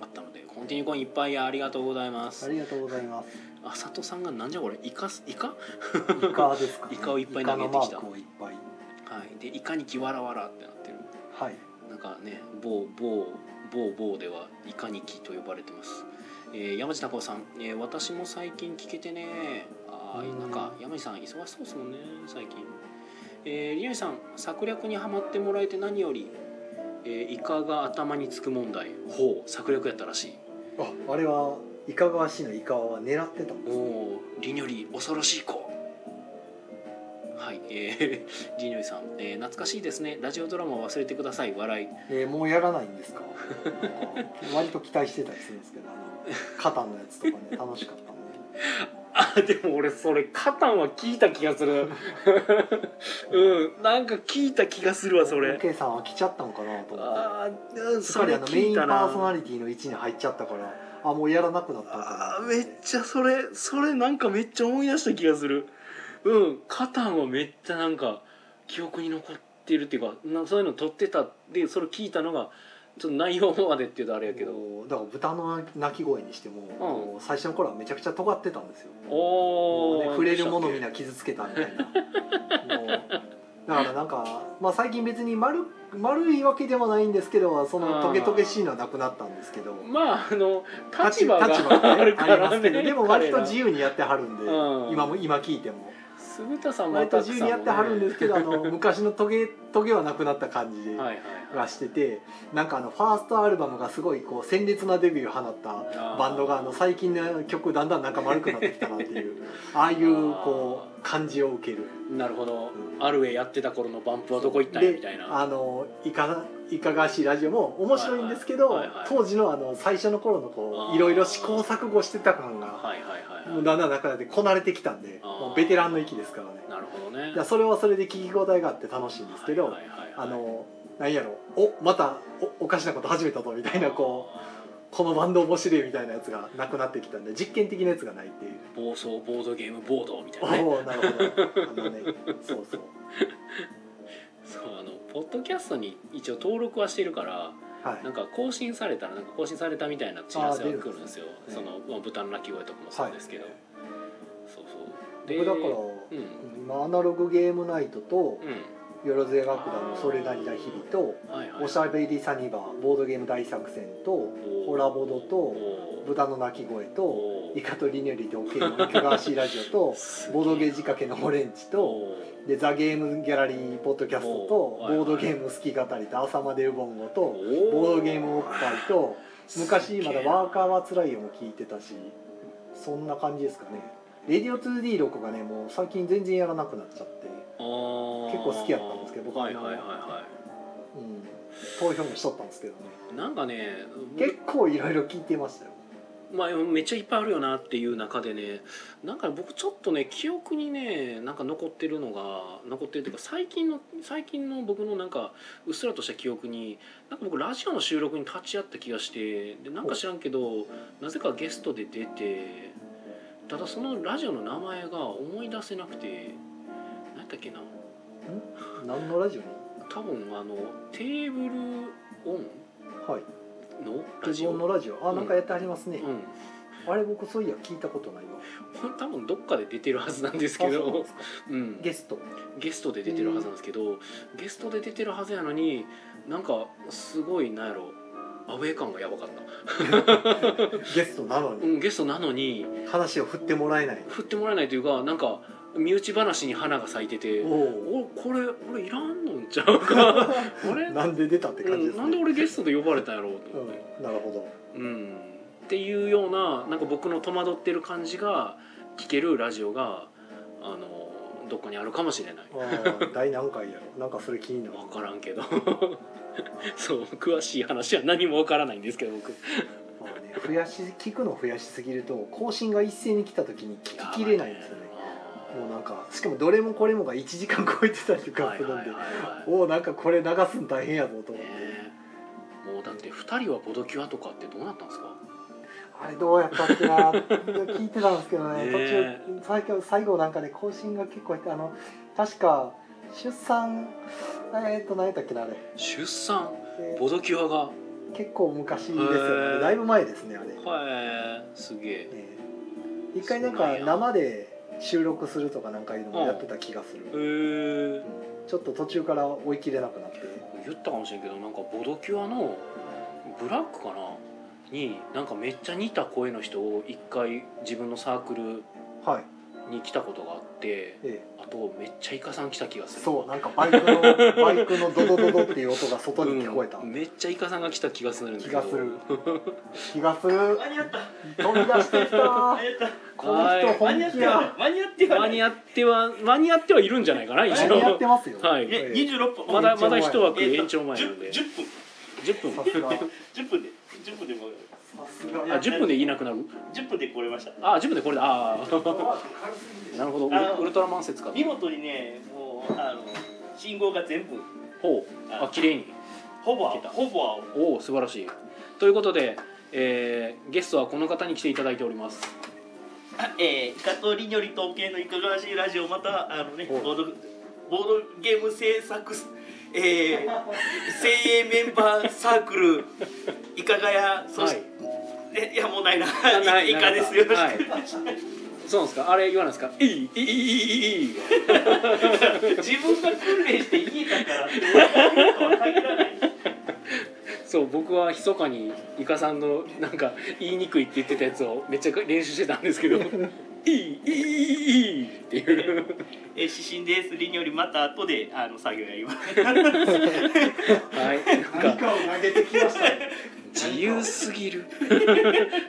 A: あったのでコンティニューコインいっぱいありがとうございま
B: ああ
A: す
B: りがとうございます
A: あさとさんがなんじゃこれイカイカ
B: イカですか、
A: イカをいっぱい投げてきた
B: イカのマークをいっぱい
A: はいでイカにギワラワラってなってる
B: はい
A: なんかね某某某某ではイカニキと呼ばれてます、えー、山地孝夫さん、えー私も最近聞けてねあー
B: うん
A: なんか山地さん忙しそうですもんね最近えー、りのりさん策略にはまってもらえて何より、えー、イカが頭につく問題ほう策略やったらしい
B: ああれはいかがわしいのイカは狙ってたん
A: お
B: ですね
A: おーりのり恐ろしい子はいえー、 りのりさん、えー懐かしいですねラジオドラマ忘れてください笑い
B: えーもうやらないんですか割と期待してたりするんですけどあのカタンのやつと かね楽しかったんで
A: あでも俺それカタンは聞いた気がする うんなんか聞いた気がするわそれ
B: OK さん飽きちゃったのかなと思っ
A: あーうん
B: てすっか
A: そ
B: り
A: れ
B: あのメイ
A: 聞
B: ン
A: い
B: パ
A: た
B: ーソナ
A: な
B: リティの位置に入っちゃったからあもうやらなくなったの
A: あ
B: か
A: ー
B: な
A: めっちゃそれそれなんかめっちゃ思い出した気がするうんカタンはめっちゃなんか記憶に残ってるっていうかなそういうの撮ってたでそれ聞いたのがちょっと内容までっていうとあれやけど
B: もうだから豚の鳴き声にしても,、もう最初の頃はめちゃくちゃ尖ってたんですよ
A: お
B: もう
A: お、
B: ね、触れるものみんな傷つけたみたいなもうだからなんか、まあ、最近別に丸丸いわけでもないんですけどその
A: あー
B: トゲトゲしいのはなくなったんですけど
A: まああの立場
B: 立場
A: があるから
B: あります
A: ね
B: けどでも割と
A: 彼ら
B: 自由にやってはるんで、
A: うん
B: 今も今聞いても
A: 鈴田さんも
B: 割と自由にやってはるんですけど、あ
A: は
B: の 昔のトゲトゲはなくなった感じ
A: いはい
B: がしててなんかあのファーストアルバムがすごいこう鮮烈なデビューを放った
A: あー
B: バンドがあの最近の曲だんだんなんか丸くなってきたなって いうああいうこう感じを受ける
A: なるほど、
B: う
A: アルエやってた頃のバンプはどこ行ったんや
B: で
A: みたいな
B: あのいかいかがわしいラジオも面白いんですけど、
A: はいはいはいはい
B: 当時のあの最初の頃のこ
A: あー
B: ういろいろ試行錯誤してた感が
A: はいはいはい
B: も
A: は
B: う
A: い
B: だんだんなくなってこなれてきたんで
A: あー
B: もうベテランの域ですからね
A: なるほどね
B: いやそれはそれで聞き応えがあって楽しいんですけど、
A: はいはいはいはい
B: あのなんやろおまたおおかしなこと始めたぞみたいなこうこのバンド面白いみたいなやつがなくなってきたんで実験的なやつがないっていう。
A: 暴走ボードゲームボードみたい
B: お
A: なね
B: おーなるほどあのねそうそう
A: そうあのポッドキャストに一応登録はしてるから
B: はい
A: なんか更新されたらなんか更新されたみたいな知らせは来るんですよ
B: あー出
A: そ
B: るんですね
A: の、まあ、豚の鳴き声とかもそうですけど、
B: はい
A: そうそう
B: 僕だから、
A: うん
B: 今アナログゲームナイトと
A: う
B: よろずや楽団のそれなりな日々と
A: んはいはい
B: おしゃべりサニバーボードゲーム大作戦と
A: お
B: ホラボドと
A: お
B: 豚の鳴き声と
A: お
B: イカとリニュリとオケのいかがわしいラジオ と
A: すげえ
B: ボードゲー仕掛けのオレンジと
A: お
B: でザ・ゲームギャラリーポッドキャストと
A: お
B: ボ
A: はいはい
B: ードゲーム好き語りと朝までウボンゴ
A: お
B: とボードゲームおっぱいと昔まだワーカーはつらいよも聞いてたしそんな感じですかねレディオ 2D6 がねもう最近全然やらなくなっちゃって、
A: 結
B: 結構好きやったんですけど僕は
A: はいはいはいは
B: うん、投票もしとったんですけどね
A: いなんかね
B: 結構いろいろ聞いてましたよ
A: まあ、めっちゃいっぱいあるよなっていう中でねなんか僕ちょっとね記憶にねなんか残ってるのが残ってるというか最近の最近の僕のなんかうっすらとした記憶になんか僕ラジオの収録に立ち会った気がしてでなんか知らんけどなぜかゲストで出てただそのラジオの名前が思い出せなくて何やったっけな
B: 何のラジオに
A: 多分あのテーブルオン
B: はい
A: のラジ
B: 自
A: オ
B: 分のラジオあ
A: うん
B: なんかやってありますね、
A: うん
B: あれ僕そういや聞いたことないわ
A: これ多分どっかで出てるはずなんですけ
B: あそうなん
A: ど
B: ですか
A: うん
B: ゲスト
A: ゲストで出てるはずなんですけどゲストで出てるはずやのになんかすごいなんやろアウェー感がやばかった、
B: ゲストなの
A: う
B: に
A: ん、ゲストなのに
B: 話を振ってもらえない
A: 振ってもらえないというかなんか身内話に花が咲いてて
B: おお
A: おこれ俺いらんのんちゃうかあれ
B: なんで出たって感じです
A: うん
B: ね
A: なんで俺ゲストで呼ばれたんやろうと思って。
B: うんなるほど
A: うん、っていうようななんか僕の戸惑ってる感じが聞けるラジオがあのどっかにあるかもしれない
B: あー大何回やろなんかそれ気になる
A: 分からんけど そう詳しい話は何も分からないんですけど僕
B: まあね、増やし聞くの増やしすぎると更新が一斉に来た時に聞ききれないんですよねもうなんかしかもどれもこれもが1時間超えてたりと
A: やば
B: か
A: い
B: す
A: ね
B: るんで、
A: はいはいはいはい
B: おおなんかこれ流すの大変やぞと思って、
A: ねえもうだって2人はボドキュアとかってどうなったんですか
B: あれどうやったっけな聞いてたんですけどね
A: ね
B: 途中最後最後なんかね更新が結構やってあの確か出産えー、っと何やったっけなあれ、
A: 出産
B: えー
A: ボドキュアが
B: 結構昔ですよね
A: へー
B: だいぶ前ですねあれ、
A: はいすげえ
B: えー一回なんか
A: そうなんや
B: 生で収録するとかなんかいうのもやってた気がする、
A: へえ
B: ちょっと途中から追い切れなくなって
A: 言ったかもしれんけどなんかボドキュアのブラックかなになんかめっちゃ似た声の人を一回自分のサークル
B: はい
A: に来たことがあって
B: え
A: あとめっちゃイカさん来た気が
B: え
A: する
B: そうなんかバイクのバイクのドドドドっていう音が外に聞こえた、
A: うんめっちゃイカさんが来た気がするんだけ
B: 気
A: ど
B: がする気がする
C: 間に合った
B: 飛び出してきた
C: 間に合った
B: この人
C: 間に合
B: 本
C: って
B: 気
C: は
B: や
C: 間に合っては
A: 間に合っては間に合ってはいるんじゃないかな一
B: 間
A: 応
B: に合ってますよ
A: はい
C: え二十六分
A: まだまだ一枠
C: え
A: 延長前なんで
C: 十分
A: 10分
B: さすが
C: 十分で十分でも
B: さすが
A: あ10分でいなくなる
C: 十分で来れました
A: あ10分でこれだあー なるほどウ
C: あの
A: ルウルトラマン説か
C: 見事にねもうあの信号が全部
A: ほうあ綺麗に
C: ほぼ青ほぼ青
A: おお素晴らしいということで、えーゲストはこの方に来ていただいております
C: あえーイカとりにょり統計のいかがわしいラジオまたあのね
B: お
C: ボードボードゲーム制作えー、精鋭メンバーサークルいかがやそして、えいやもうないな
A: ない
C: いいかですよろしく、
A: はいそうなんですかあれ言わないですかいいいいいいいいいい
C: 自分が訓練して言えたからって俺が言うとは限らない
A: そう僕は密かにイカさんのなんか言いにくいって言ってたやつをめっちゃ練習してたんですけ どいいいいいいいいっていう
C: えー指針ですりによりまた後であの作業や ります
A: はいなんか
B: を投げてき ました
A: 自由すぎ る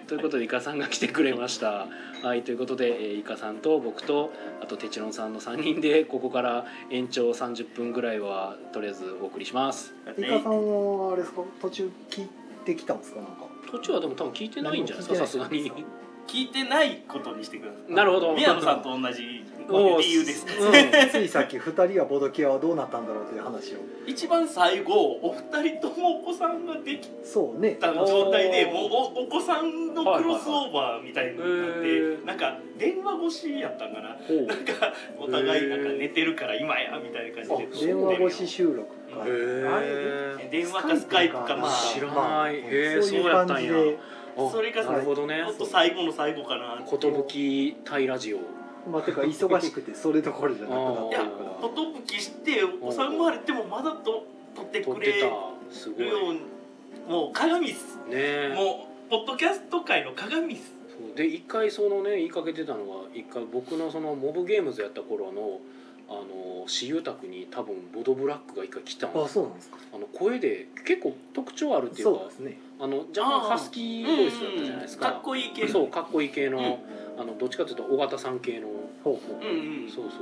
A: ということでイカさんが来てくれましたはいということで、えーイカさんと僕とあとテチロンさんの3人でここから延長30分ぐらいはとりあえずお送りします
B: イカさんはあれですか途中聞いてきたんですかなんか
A: 途中はでも多分聞いてないんじゃないですかさすがに
C: 聞いてないことにしてください
A: なるほど
C: 宮野さんと同じ
A: おー
C: 理由です
A: うん
B: ついさっき2人はボドキアはどうなったんだろうという話を
C: 一番最後お二人ともお子さんができ
B: そうね
C: た状態で
A: おー
C: もうおお子さんのクロスオーバーみたいになって、
A: はいはいはいへー
C: なんか電話越しやったんかな
A: ほう
C: なんかお互いなんか寝てるから今やみたいな感じで
B: 電話越し収録か
C: へ
A: ー
B: あれね
C: 電話かスカイプかまあ
A: 知らない
B: まあ
A: へー
B: そういう
A: そうやっ
B: 感
A: たん
B: じ
A: や
B: で
A: あ
C: それが
A: なるほどね
C: ちょっと最後の最後かな
A: 寿対ラジオ
B: まあてか忙しくてそれどころじゃなくなっ
C: い
B: て
C: や
B: るから
C: ととぶきしてお子さん生まれてもまだと取って
A: 撮
C: く
A: っ
C: れ
A: て
C: るよ
A: たすごいうね
C: にもう鏡っす
A: え
C: もうポッドキャスト界の鏡っす
A: そうで一回そのね言いかけてたのが一回僕のそのモブゲームズやった頃のあの私有宅に多分ボドブラックが一回来たんで
B: あ
A: す
B: そうなんですか
A: あの声で結構特徴あるっていう
B: そう
A: か
B: ですね
A: あの若干ハスキーボイスだったじゃないですか
C: うんかっこいい系
A: そうかっこいい系の,、
C: うん
A: あのどっちかというと尾形さん系の
B: ほうほう
C: うんうん
A: そうそう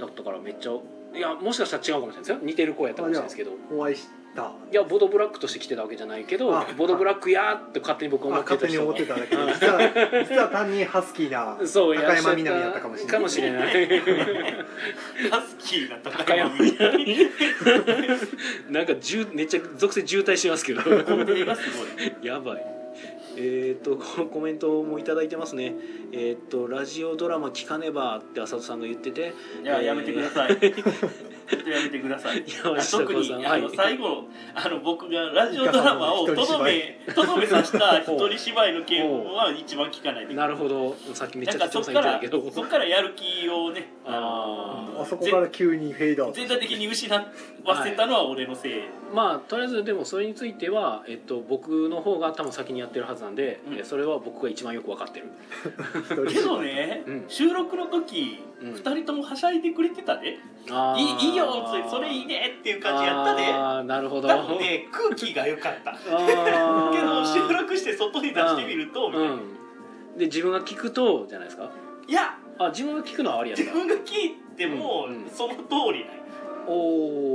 A: だったからめっちゃいやもしかしたら違うかもしれないですよ似てる声やったかもしれないですけど
B: お会いした
A: いやボードブラックとして来てたわけじゃないけど
B: あ
A: ボードブラックやーって勝手に僕は
B: ま
A: 思
B: あ
A: って
B: 勝
A: た
B: 手に
A: 人
B: 思
A: が
B: ってただけで実は実は単にハスキーな
A: そう
B: 高山みなみだったかもしれない
A: かもしれない
C: ハスキーな高
A: 高
C: 山
A: 山
C: み
A: み
C: な み
A: なみなんかじゅめっちゃ属性渋滞してますけど
C: コメントがすごい
A: やばいえー、とこのコメントもいただいてますねえっ、とラジオドラマ聞かねばって浅戸さんが言ってて
C: いや、
A: えー
C: やめてください。ちょっとやめてください。
A: 山下
C: 特
A: 幸三
C: に
A: さん
C: あの
A: はい
C: 最後のあの僕がラジオドラマを
B: 一
C: と
B: 人
C: ど
B: 芝居
C: めとどめさした一人芝居の件は一番聞かないで。
A: なるほどさっきめっ
C: な
A: ち
C: ん
A: ゃ
C: か
A: 哲夫
C: そっ
A: さん言
C: か
A: って
C: ら
A: たけど
C: そっからやる気をね、
A: あ
B: あそこから急にフェードアウト
C: 全体的に失わせたのは俺のせい。
A: まあとりあえずでもそれについては、えっと、僕の方が多分先にやってるはずなんで、
C: うん
A: えそれは僕が一番よく分かってる
B: 一人
C: けどね、
A: うん
C: 収録の時
A: うん
C: 二人ともはしゃいでくれてたで、
A: あ
C: いいいいよそれいいねっていう感じやったで
A: あーなるほど
C: 多分ね空気が良かった
A: あー
C: けど収録して外に出してみるとみたいな、
A: うんで自分が聞くとじゃないですか
C: いや
A: あ自分が聞くのはありやった
C: 自分が聞いても
A: うんうん
C: その通りない、
A: お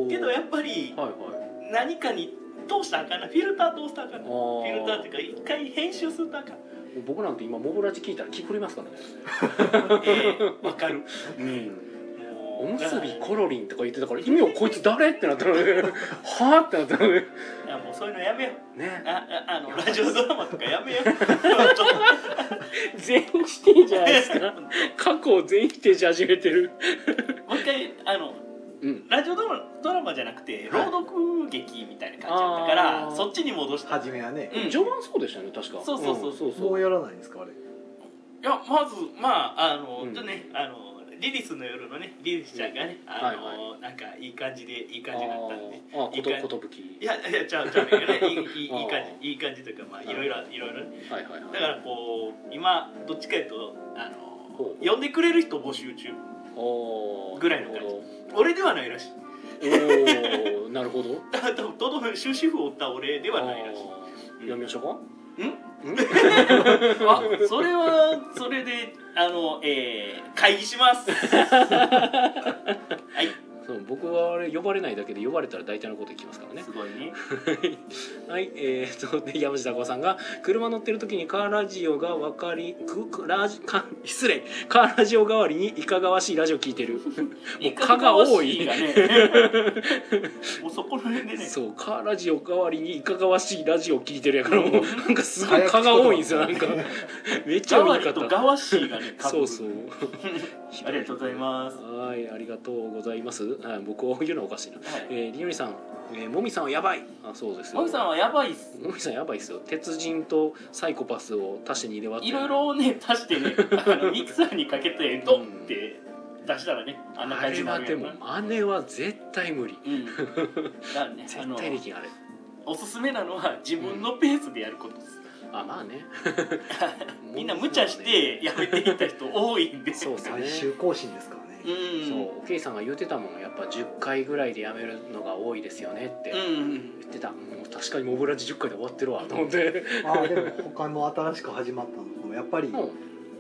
A: お
C: けどやっぱり
A: はいはい
C: 何かに通したらあかんなフィルター通したらあかん
A: あ
C: な
A: ー
C: フィルターっていうか一回編集するとあかん
A: 僕なんて今モブラジ聞いたら聞くりますからね
C: ええわかる
A: うん
C: も
A: お
C: う
A: むすびコロリンとか言ってたから意味をこいつ誰ってなったのではあってなったので
C: いやもうそういうのやめよう
A: ね
C: あああのラジオドラマとかやめよう本当
A: 全否定じゃないですか 過去を全否定し始めてる
C: もう一回あの
A: うん
C: ラジオドラマドラマじゃなくて朗読劇みたいな感じだったか
A: あ
C: ら
A: ー
C: そっちに戻したい
B: 初めはね
C: うん
A: 序盤そうでしたよね確か
C: そうそうそうそ
A: ん
B: もうやらないんですかあれ
C: やまずまああの、
A: うん
C: ちょっとねあのリリスの夜のねリリスちゃんがね、あの、
A: はい
C: なんかいい感じでいい
A: あ
C: 感じだったんで
A: ーあ
C: い
A: こ
C: い
A: と
C: 感じ
A: ことぶ
C: い
A: き
C: やいやちゃうちゃうねいいいいいい
A: あー
C: 感じいい感じというかまあいろいろいろいろね
A: はいはい
C: だ
A: は
C: か
A: い
C: らこう今どっちかいうとあの
A: ほう
C: 呼んでくれる人募集中
A: おー
C: ぐらいの感じ
A: なる
C: 俺ではないら しい
A: ほどおーなるほど
C: だから多分とどめ終止符を打った俺ではないらしい
A: あー読みましょうか
C: ん あそれはそれであのえー、会議します はい
A: そう僕はあれ呼ばれないだけで呼ばれたら大体のこと聞きますからね
C: すごいね
A: はいえー、とで山下孝さんが車乗ってる時にカーラジオがわかりくくラジか失礼カーラジオ代わりにいかがわしいラジオ聞いて るもう蚊が多い
C: いかがわしが ねもうそこら辺でね
A: そうカーラジオ代わりにいかがわしいラジオ聞いてるやから もうなんかすごい蚊が多いんですよなんかめっちゃ
C: ガ
A: 多
C: ワ
A: いか
C: リ
A: った
C: とガワシーがね
A: そうそう
C: ありがとうございます
A: はいありがとうございますはい僕を言うのはおかしいな
C: はい
A: えー、りのりさん、えー、もみさんはやばいあそうですよ
C: マミさんはやばいっす
A: もみさんやばいっすよ鉄人とサイコパスを足して2で割って
C: いろいろね足してねあのミキサーにかけてドンって出したらねあんな
A: あ
C: 感じ
A: れ
C: にな
A: は
C: る
A: で
C: やろ
A: も
C: な
A: 真似は絶対無理
C: うんだから ねあ
A: 絶
C: の
A: 対できんあれ
C: おすすめなのは自分のペースでやることです
A: あまあね
C: みんな無茶してやめていった人多いんで
A: そうです
B: 最
A: ね
B: 終更新ですから
C: う
B: ね
C: ん
A: そうおけいさんが言ってたもんやっぱ10回ぐらいでやめるのが多いですよねって
C: うん
A: 言ってた、もう確かにモブラジ10回で終わってるわと思って、
B: あーでも他の新しく始まったのもやっぱり
A: も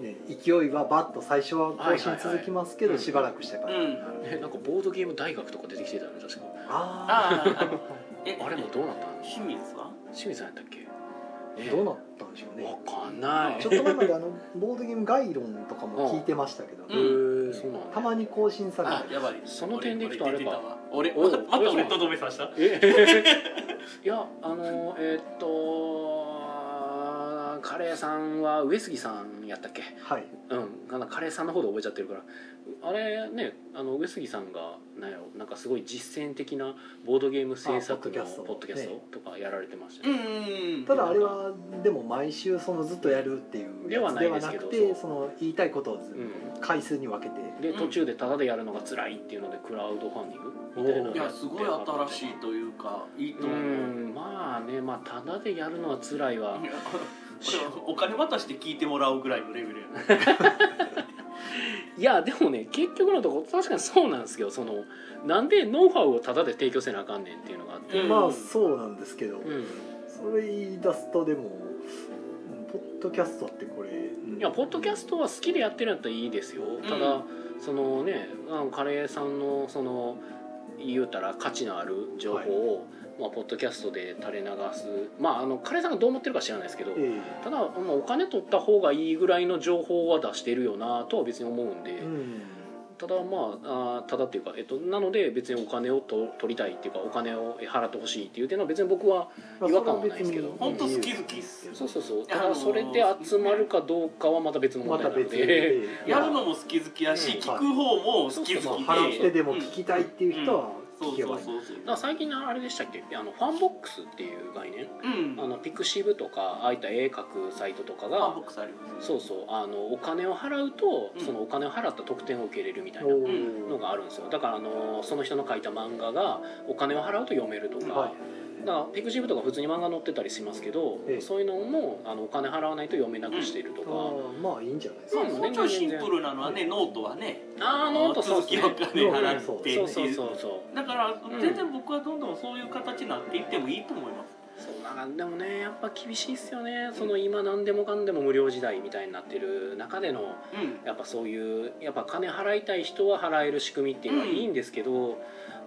B: ね勢いはバッと最初は更新続きますけ
A: はいはい
B: ど
A: はい
B: しばらくしてから
C: うん
A: うねなんかボードゲーム大学とか出てきてたよね確か
B: あ
C: あーあのえ
A: あれもどうなったの
C: 清水は
A: 清水さんやったっけ
B: あどうなったんでしょうね
A: わかんない
B: ちょっと前まであのボードゲーム概論とかも聞いてましたけど
A: へ
C: う
A: え
C: ん
A: そうなんだ
B: たまに更新され
C: あ
B: たり
C: やばい
A: その点でいくとあれか
C: 俺
A: お
C: 俺出てたわ俺ままた俺とどめさした
A: え いやあのえーっとカレーさんは上杉さんやったっけ
B: はい
A: うんなんかカレーさんの方で覚えちゃってるからあれねあの上杉さんがなんやろなんかすごい実践的なボードゲーム制
B: あ
A: 作
B: ポッドキ
A: の
B: ャスト
A: ポッドキャストとかやられてました
C: うん
A: ね、
C: うん
B: ただあれはでも毎週そのずっとやるっていう
A: で
B: や
A: は
B: つ
A: ない
B: では
A: です
B: な
A: け
B: く
A: ど
B: てその言いたいことをず
A: う
B: 回数に分けて
A: ん、で
C: うん
A: 途中でタダでやるのが辛いっていうのでクラウドファンディングみたいなの
B: お
C: い
B: ー
C: やすごい新しいというかいいと
A: う
C: 思うん
A: まあねまあタダでやるのは辛いわ
C: いやお金渡して聞いてもらうぐらいのレベルやね
A: いやでもね結局のとこ確かにそうなんですよそのなんでノウハウをタダで提供せなあかんねんっていうのがあって、
C: うん
B: まあそうなんですけど
A: う
B: それ言い出すとでもうんポッドキャストってこれ
A: ん、いやポッドキャストは好きでやってるんだったらいいですよただ、
C: うん
A: そのねあのカレーさんのその言うたら価値のある情報をまあ、ポッドキャストで垂れ流すまああの彼さんがどう思ってるか知らないですけど、
B: え
A: ただ、まあ、お金取った方がいいぐらいの情報は出してるよなとは別に思うんで、
B: えうん
A: ただまああーただっていうか、えっと、なので別にお金をと取りたいっていうかお金を払ってほしいっていう点は別に僕は
B: まあ
A: 違和感はないですけど
B: それは別に
C: 本当好き好きっすよ
A: そうそうそう
C: あ
A: た
C: のー
A: だそれで集まるかどうかはまた別の問
B: ま
A: 題な
B: た
A: の
B: 別
A: で、
B: にええ
C: やるのも好き好きやし、
A: うん
C: 聞く方も好き好き
A: まあ
B: 払ってでも
C: うん
B: 聞きたいっていう人は
C: そ
B: 聞
C: うそ
B: け
C: う
B: ばいい、
C: そうそう
A: だから最近のあれでしたっけあのファンボックスっていう概念
C: うん
A: あのピクシブとかああいった絵描くサイトとか
C: まあ
A: が
C: ボックスあります
A: そうそうあのお金を払うと
C: うん
A: そのお金を払った特典を受けれるみたいな
B: お
A: の
B: ー
A: があるんですよだからあのその人の書いた漫画がお金を払うと読めるとか、
B: はい
A: だからピクシブとか普通に漫画載ってたりしますけど、
B: ええ
A: そういうのもあのお金払わないと読めなくしていると
B: あ
A: か、
B: ーまあいいんじゃないです
A: う
B: か
A: ん
C: まあもうちょいシンプルなのはね、ノートはね
A: ああノートそう
C: 続
A: です
C: き
A: ね
C: をお金払ってっていう
A: そうそうそうそう
C: だから
A: うん
C: 全然僕はどんどんそういう形になっていってもいいと思いま
A: そうなんかでもねやっぱ厳しいっすよねその今何でもかんでも無料時代みたいになってる中での
C: すうん
A: やっぱそういうやっぱ金払いたい人は払える仕組みっていうのはいいんですけど、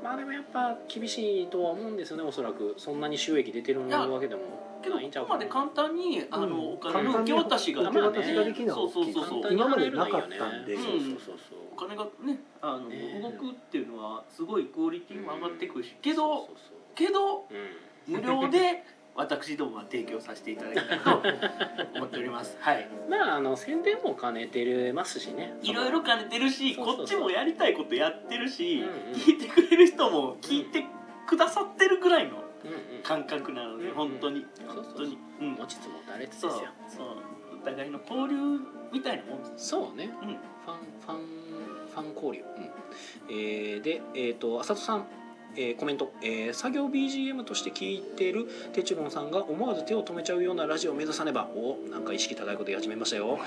A: まあでもやっぱ厳しいとは思うんですよねおそらくそんなに収益出てるわけでも
C: けど
A: ないんちゃ
C: こ
A: うか
C: こま
A: な
C: で簡単にあの、
B: うん
C: お金の受け渡しが
B: 簡単に受け渡しができるのは
C: そうそうそう
A: 簡
C: そう
A: 単に払えるのはいいよね
B: 今までなかったんで
A: そうそうそうそう、
C: お金がねあの
A: ね
C: 動くっていうのはすごいクオリティも上がってくるしけ
A: そう
C: ど
A: そうそう
C: けど
A: う
C: 無料で私どもは提供させていただきたいと 思っておりますはい
A: ん、まああの宣伝も兼ねてれますしね
C: いろいろ兼ねてるし
A: そうそうそう
C: こっちもやりたいことやってるし、
A: うんうん
C: 聞いてくれる人も聞いてくださってるぐらいの
A: うんうん
C: 感覚なので、
A: うん
C: 本当に
A: そうそう
C: 本当にうん
A: 持ちつ持たれつです
C: そう
A: よ
C: そうお互いの交流みたいなもんです
A: そうね、
C: うん
A: ファンファンファン交流、うんえーでえっ、と浅戸さんえーコメント、えー作業 BGM として聴いてるテチロンさんが思わず手を止めちゃうようなラジオを目指さねばおなんか意識高いこと言い始めましたよ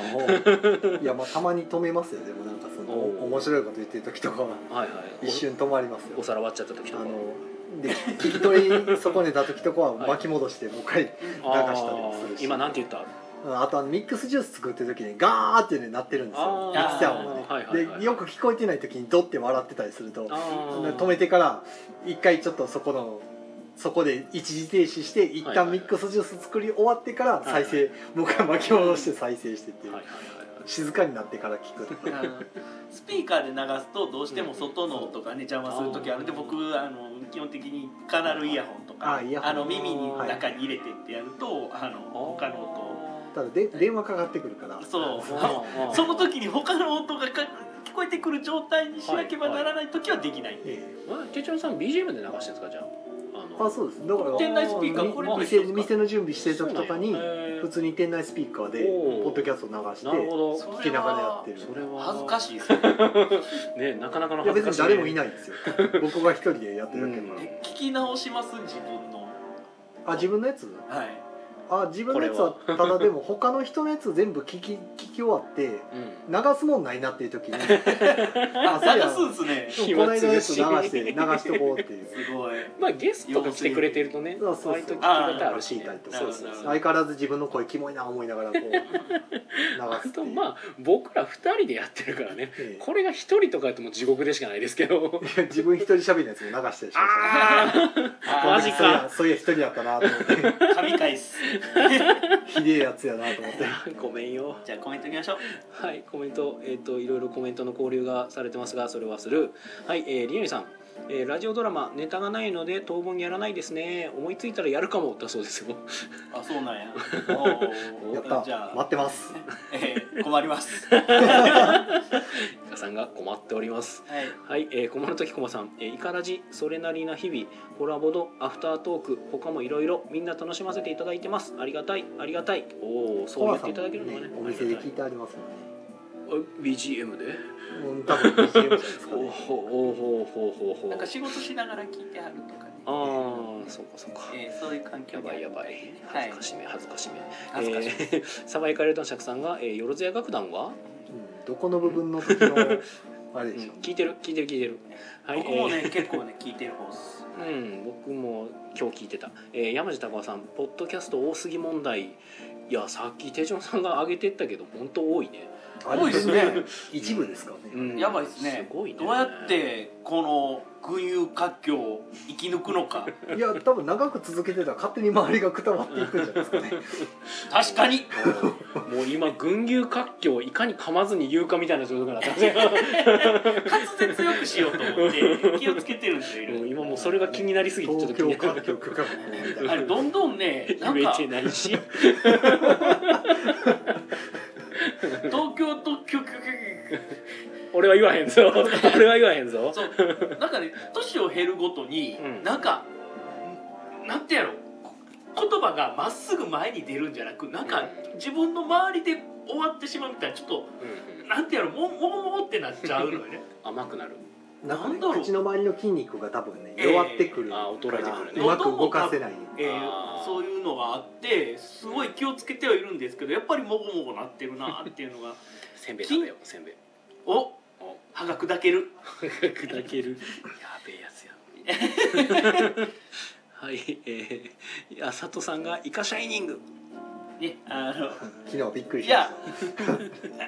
B: いやまあたまに止めますよでもなんかその
A: おー
B: 面白いこと言ってる時とかは
A: はいはい
B: 一瞬止まります
A: おお
B: よ
A: 皿割っちゃった時と
B: あ
A: か
B: ので聞き取り損ねた時とかは
A: はい
B: 巻き戻してもう一回
A: あ
B: 流したりもする
A: ー
B: し
A: 今なんて言った
B: うんあとあのミックスジュース作ってる時にガーってね鳴ってるんですよミ
C: あー
B: キサー音
A: はい
B: が
A: はい
B: ね
A: はい
B: でよく聞こえてない時にドッて笑ってたりすると止
A: 止
B: めてから一回ちょっとそこのそこで一時停止して一
A: はいはい
B: 旦ミックスジュース作り終わってから再
A: は
B: 生もう一回巻き戻して再生してってい
A: は
B: う
A: いはいはい
B: 静かになってから聞くとか
C: あのスピーカーで流すとどうしても外の音がね邪魔する時あるんで僕あの基本的にカナルイヤホンとか
B: あイヤホン
C: あの耳に中に入れてってやるとあの他の音
B: ただで電話かかってくるから
C: そう
A: あー
C: その時に他の音がか聞こえてくる状態にしなければならない時はできないん で、
B: え
A: あテチロンさん BGM で流してるんですかじゃあ
B: えあそうですだから
C: 店内スピーカーこれと一
B: 店
C: 緒ですか
B: 店の準備してる時とかに
A: そうなんやへー
B: 普通に店内スピーカーで
A: おー
B: ポッドキャスト流して
A: なるほど
B: 聞きながらやってる
A: それは
C: 恥ずかしい ですよ
A: ねなかなかの
B: いや
A: 恥ず
B: 別
A: か
B: に
A: しいね
B: 誰もいないんですよ僕が一人でやってるだけだか
A: うん
C: ね聞き直します自分の
B: らあ自分のやつ
C: はい
B: あ自分のやつはただでも他の人のやつ全部聞き聞き終わって
A: うん
B: 流すもんないなっていう 時にそう
C: あ
B: や
C: 探すんですね
B: でもこの間のやつ流して流しとこうっていう
C: すごい
A: まあゲストが来てくれてるとね
B: そうそうそう
A: 割と聞き方あるし
B: あー聞いたりとか
A: そうそう
C: なるほ
A: そ
C: ど
A: う
B: 相変わらず自分の声キモいな思いながらこう
A: あ
B: 流すって
A: と
B: いう
A: まあ僕ら2人でやってるからね
B: ええ
A: これが1人とかやってもう地獄でしかないですけど
B: いや自分一人喋るやつも流したりしました
A: あ
B: この
A: マジ
B: 時そうい
A: か
B: やそういや一人やったなと思って
C: 神回っす
B: ひでえやつやなと思って
A: ー ごめんよ
C: じゃあコメントいきましょう
A: はいコメントえっ、といろいろコメントの交流がされてますがそれはするはいえー、りのりさんえーラジオドラマネタがないので当分やらないですね思いついたらやるかもだそうですよ
C: あそうなんやおー
B: やった
C: じゃあ
B: 待ってます
C: えー困ります
A: イカさんが困っております
C: はい
A: はい、えー、駒の時駒さん、えー、イカラジそれなりな日々コラボドアフタートーク他もいろいろみんな楽しませていただいてますありがたいありがたいおおそう言っていただけるのがね
B: お店で
A: あ
B: 聞
A: り
B: い
A: が
B: てありますもんね
A: たいあ BGM で
B: うん多分 BGM じゃないですか
A: おお
B: ね
A: ほうほうほうほうほ
C: なんか
A: う
C: 仕事しながら聞いてはるとかね
A: ああそうかそうか、
C: えーそういう環
A: や
C: 境にあ
A: ばい
C: る
A: や
C: み
A: ば
C: た
A: い
C: ねは
A: 恥
C: い
A: ずかしめ恥ずかしめ、
C: 恥ずかしい
A: えー、サバイカルトンシャクさんが、えー、よろずや楽団は、
B: うんどこの部分の時のあれ
A: うん
B: でしょう、
A: 聞いてる聞いてる聞いてるはい
C: 僕も
A: えー
C: ね結構ね聞いてる方っす
A: うん、僕も今日聞いてた、えー山地孝さん「ポッドキャスト多すぎ問題」いやさっき手順さんが挙げてったけど本当多いね
C: 多いですね
B: 一部ですかね、
A: うん
C: やばいですね
D: すごいね
C: どうやってこの群雄割拠を生き抜くのか
B: いや多分長く続けてたら勝手に周りがくたばっていくんじゃないですかね
C: 確かに
A: もう今群雄割拠をいかに噛まずに言うかみたいな状況になってます ね
C: 滑舌よくしようと思って気をつけてるんですよいろい
A: も
C: ろ
A: う今もうそれが気になりすぎてちょっ
B: 東
A: と気に
B: 京
A: な
B: か
A: る
B: 東京か
C: あれどんどんねなん
A: 言え
C: か
A: てないし
C: 東京ときょきょきょ
A: 俺は言わへん ぞ俺は言わへんぞ
C: そうなんかね年を減るごとに、
A: うん
C: なんかなんてやろこ言葉がまっすぐ前に出るんじゃなくなんか自分の周りで終わってしまうみたいなちょっと
A: うんうん
C: なんてやろももももってなっちゃうのよね
A: 甘くなる
B: なんか
C: なん
B: ね
C: だろう
B: 口の周りの筋肉が多分ね
C: ええ
B: 弱ってくるか
A: あー衰えて
B: ら
A: くる
B: う
A: ね
B: まく動かせない
C: えー
A: あー
C: そういうのがあってすごい気をつけてはいるんですけどやっぱりもごもごなってるなって いうのが
A: せんべい食べようせんべい
C: お
A: お
C: 歯が砕ける
A: 砕けるやべえやつやはいえー、あ佐藤さんが「イカシャイニング
C: ねあの
B: 昨日びっくり
C: い
B: しまし
C: や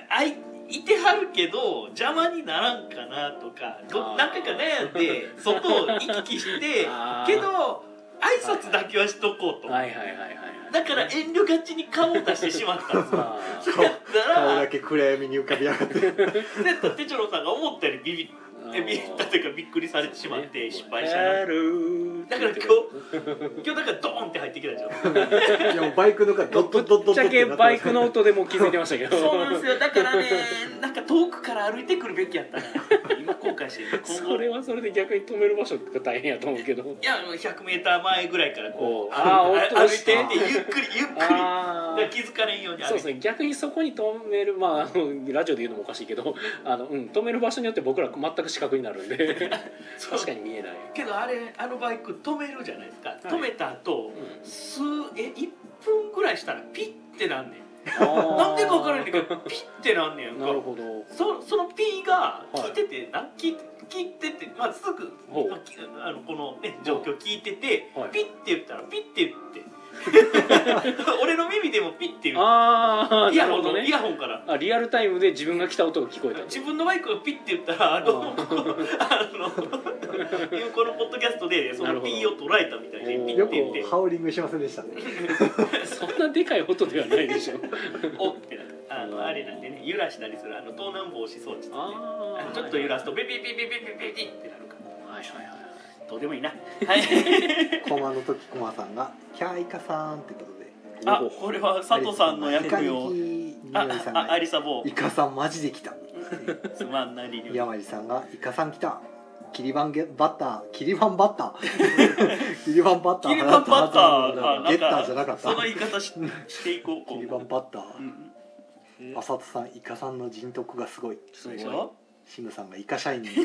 C: あいいてはるけど邪魔にならんかなとか
A: あ
C: ど
A: ー
C: 何回か悩ん でそこを行き来して
A: あー
C: けど挨拶だけはしとこう」と、
A: はいはいはいはいはい
C: だから遠慮がちに顔を出してしまったんです よ
A: あ
C: そ
A: ー
C: うやった
B: た顔
C: ら
B: だけ暗闇に浮かび上がって
C: だったら哲郎さんが思ったよりビビ
A: あ
C: ビビったというかびっくりされてしまって失敗したな
A: なる
C: だから今日 今日だからドーンって入ってきたでしょ
B: いやもうバイクのがドッドッドッ
A: ぶ
B: ド
A: っ
B: ッ
A: ちゃけバイクの音でも気づいてましたけど
C: そうなんですよだからねなんか遠くから歩いてくるべきやったな今後悔してる今後
A: それはそれで逆に止める場所が大変やと思うけど
C: いや 100m 前ぐらいからこう
A: あー
C: 歩
A: 落と
C: 歩い
A: した
C: てってゆっくりゆっくりだか
A: あ
C: ら
A: あ
C: 気づかれんように
A: そうで
C: 歩い
A: す
C: て
A: ね逆にそこに止めるまああのラジオで言うのもおかしいけどあの、うん、止める場所によって僕ら全く視覚になるんで
C: そう
A: 確かに見えない
C: けどあれあのバイク止めるじゃないですか
A: い
C: 止めた後
A: うん
C: 数え1分ぐらいしたらピッてなんねんな
A: なん
C: でか分からんねんけどピッてなんねん
A: なる
C: か
A: ほど
C: そそのピーが聞いてて、な聞いて聞いてて、まあ、すぐ
A: ほう
C: まあきあのこの、ね、状況聞いてて、
A: はい
C: ピッて言ったらピッて言って 俺の耳でもピッて言う
A: ああ
C: イ
A: な
C: ヤ
A: る
C: ホ
A: ほ
C: ンの、
A: ど
C: イ
A: ね
C: ヤホンから
A: あリアルタイムで自分が来た音が聞こえた
C: 自分のマイクがピッて言ったらあのあの今このポッドキャストでそ
A: な
C: の
A: るほ
C: ピ
A: ど
C: ーを捉えたみたいで
A: おー
C: ピッ
B: よ
C: て言って
B: くハウリングしませんでしたね
A: そんなでかい音ではないでしょ
C: おってなあのあれなんでね揺らしたりするあの盗難防止装置ってね
A: あー
C: ちょっと揺らすとビビビビビビビビってなるから
A: はいはいはい
C: どうでもいいなはい
B: コマの時コマさんが「キャーイカさん」ってことで
C: あこれは佐藤さんの役目を
B: イカ
C: あ
B: においさん
C: ああ
B: が
C: りさ
B: 「
C: ぼ
B: イカさんマジで来た」
C: うつまんなりに
B: 山地さんが「イカさん来た」キリバンゲバッター、キリバンバッタ ー、キリバンバッター、
C: キリバンバッターあ
B: ゲ
C: なん
B: ッターじゃなか
C: か
B: った
C: その。言い方ししていこ う
B: キ
C: 今
B: リバ
C: 後
B: ンバッタ
C: う
B: ー、
C: ん
B: 浅田さん、イカさんの人徳がすごい。
C: そうでしょ
B: シムさんがイカ社員に、シ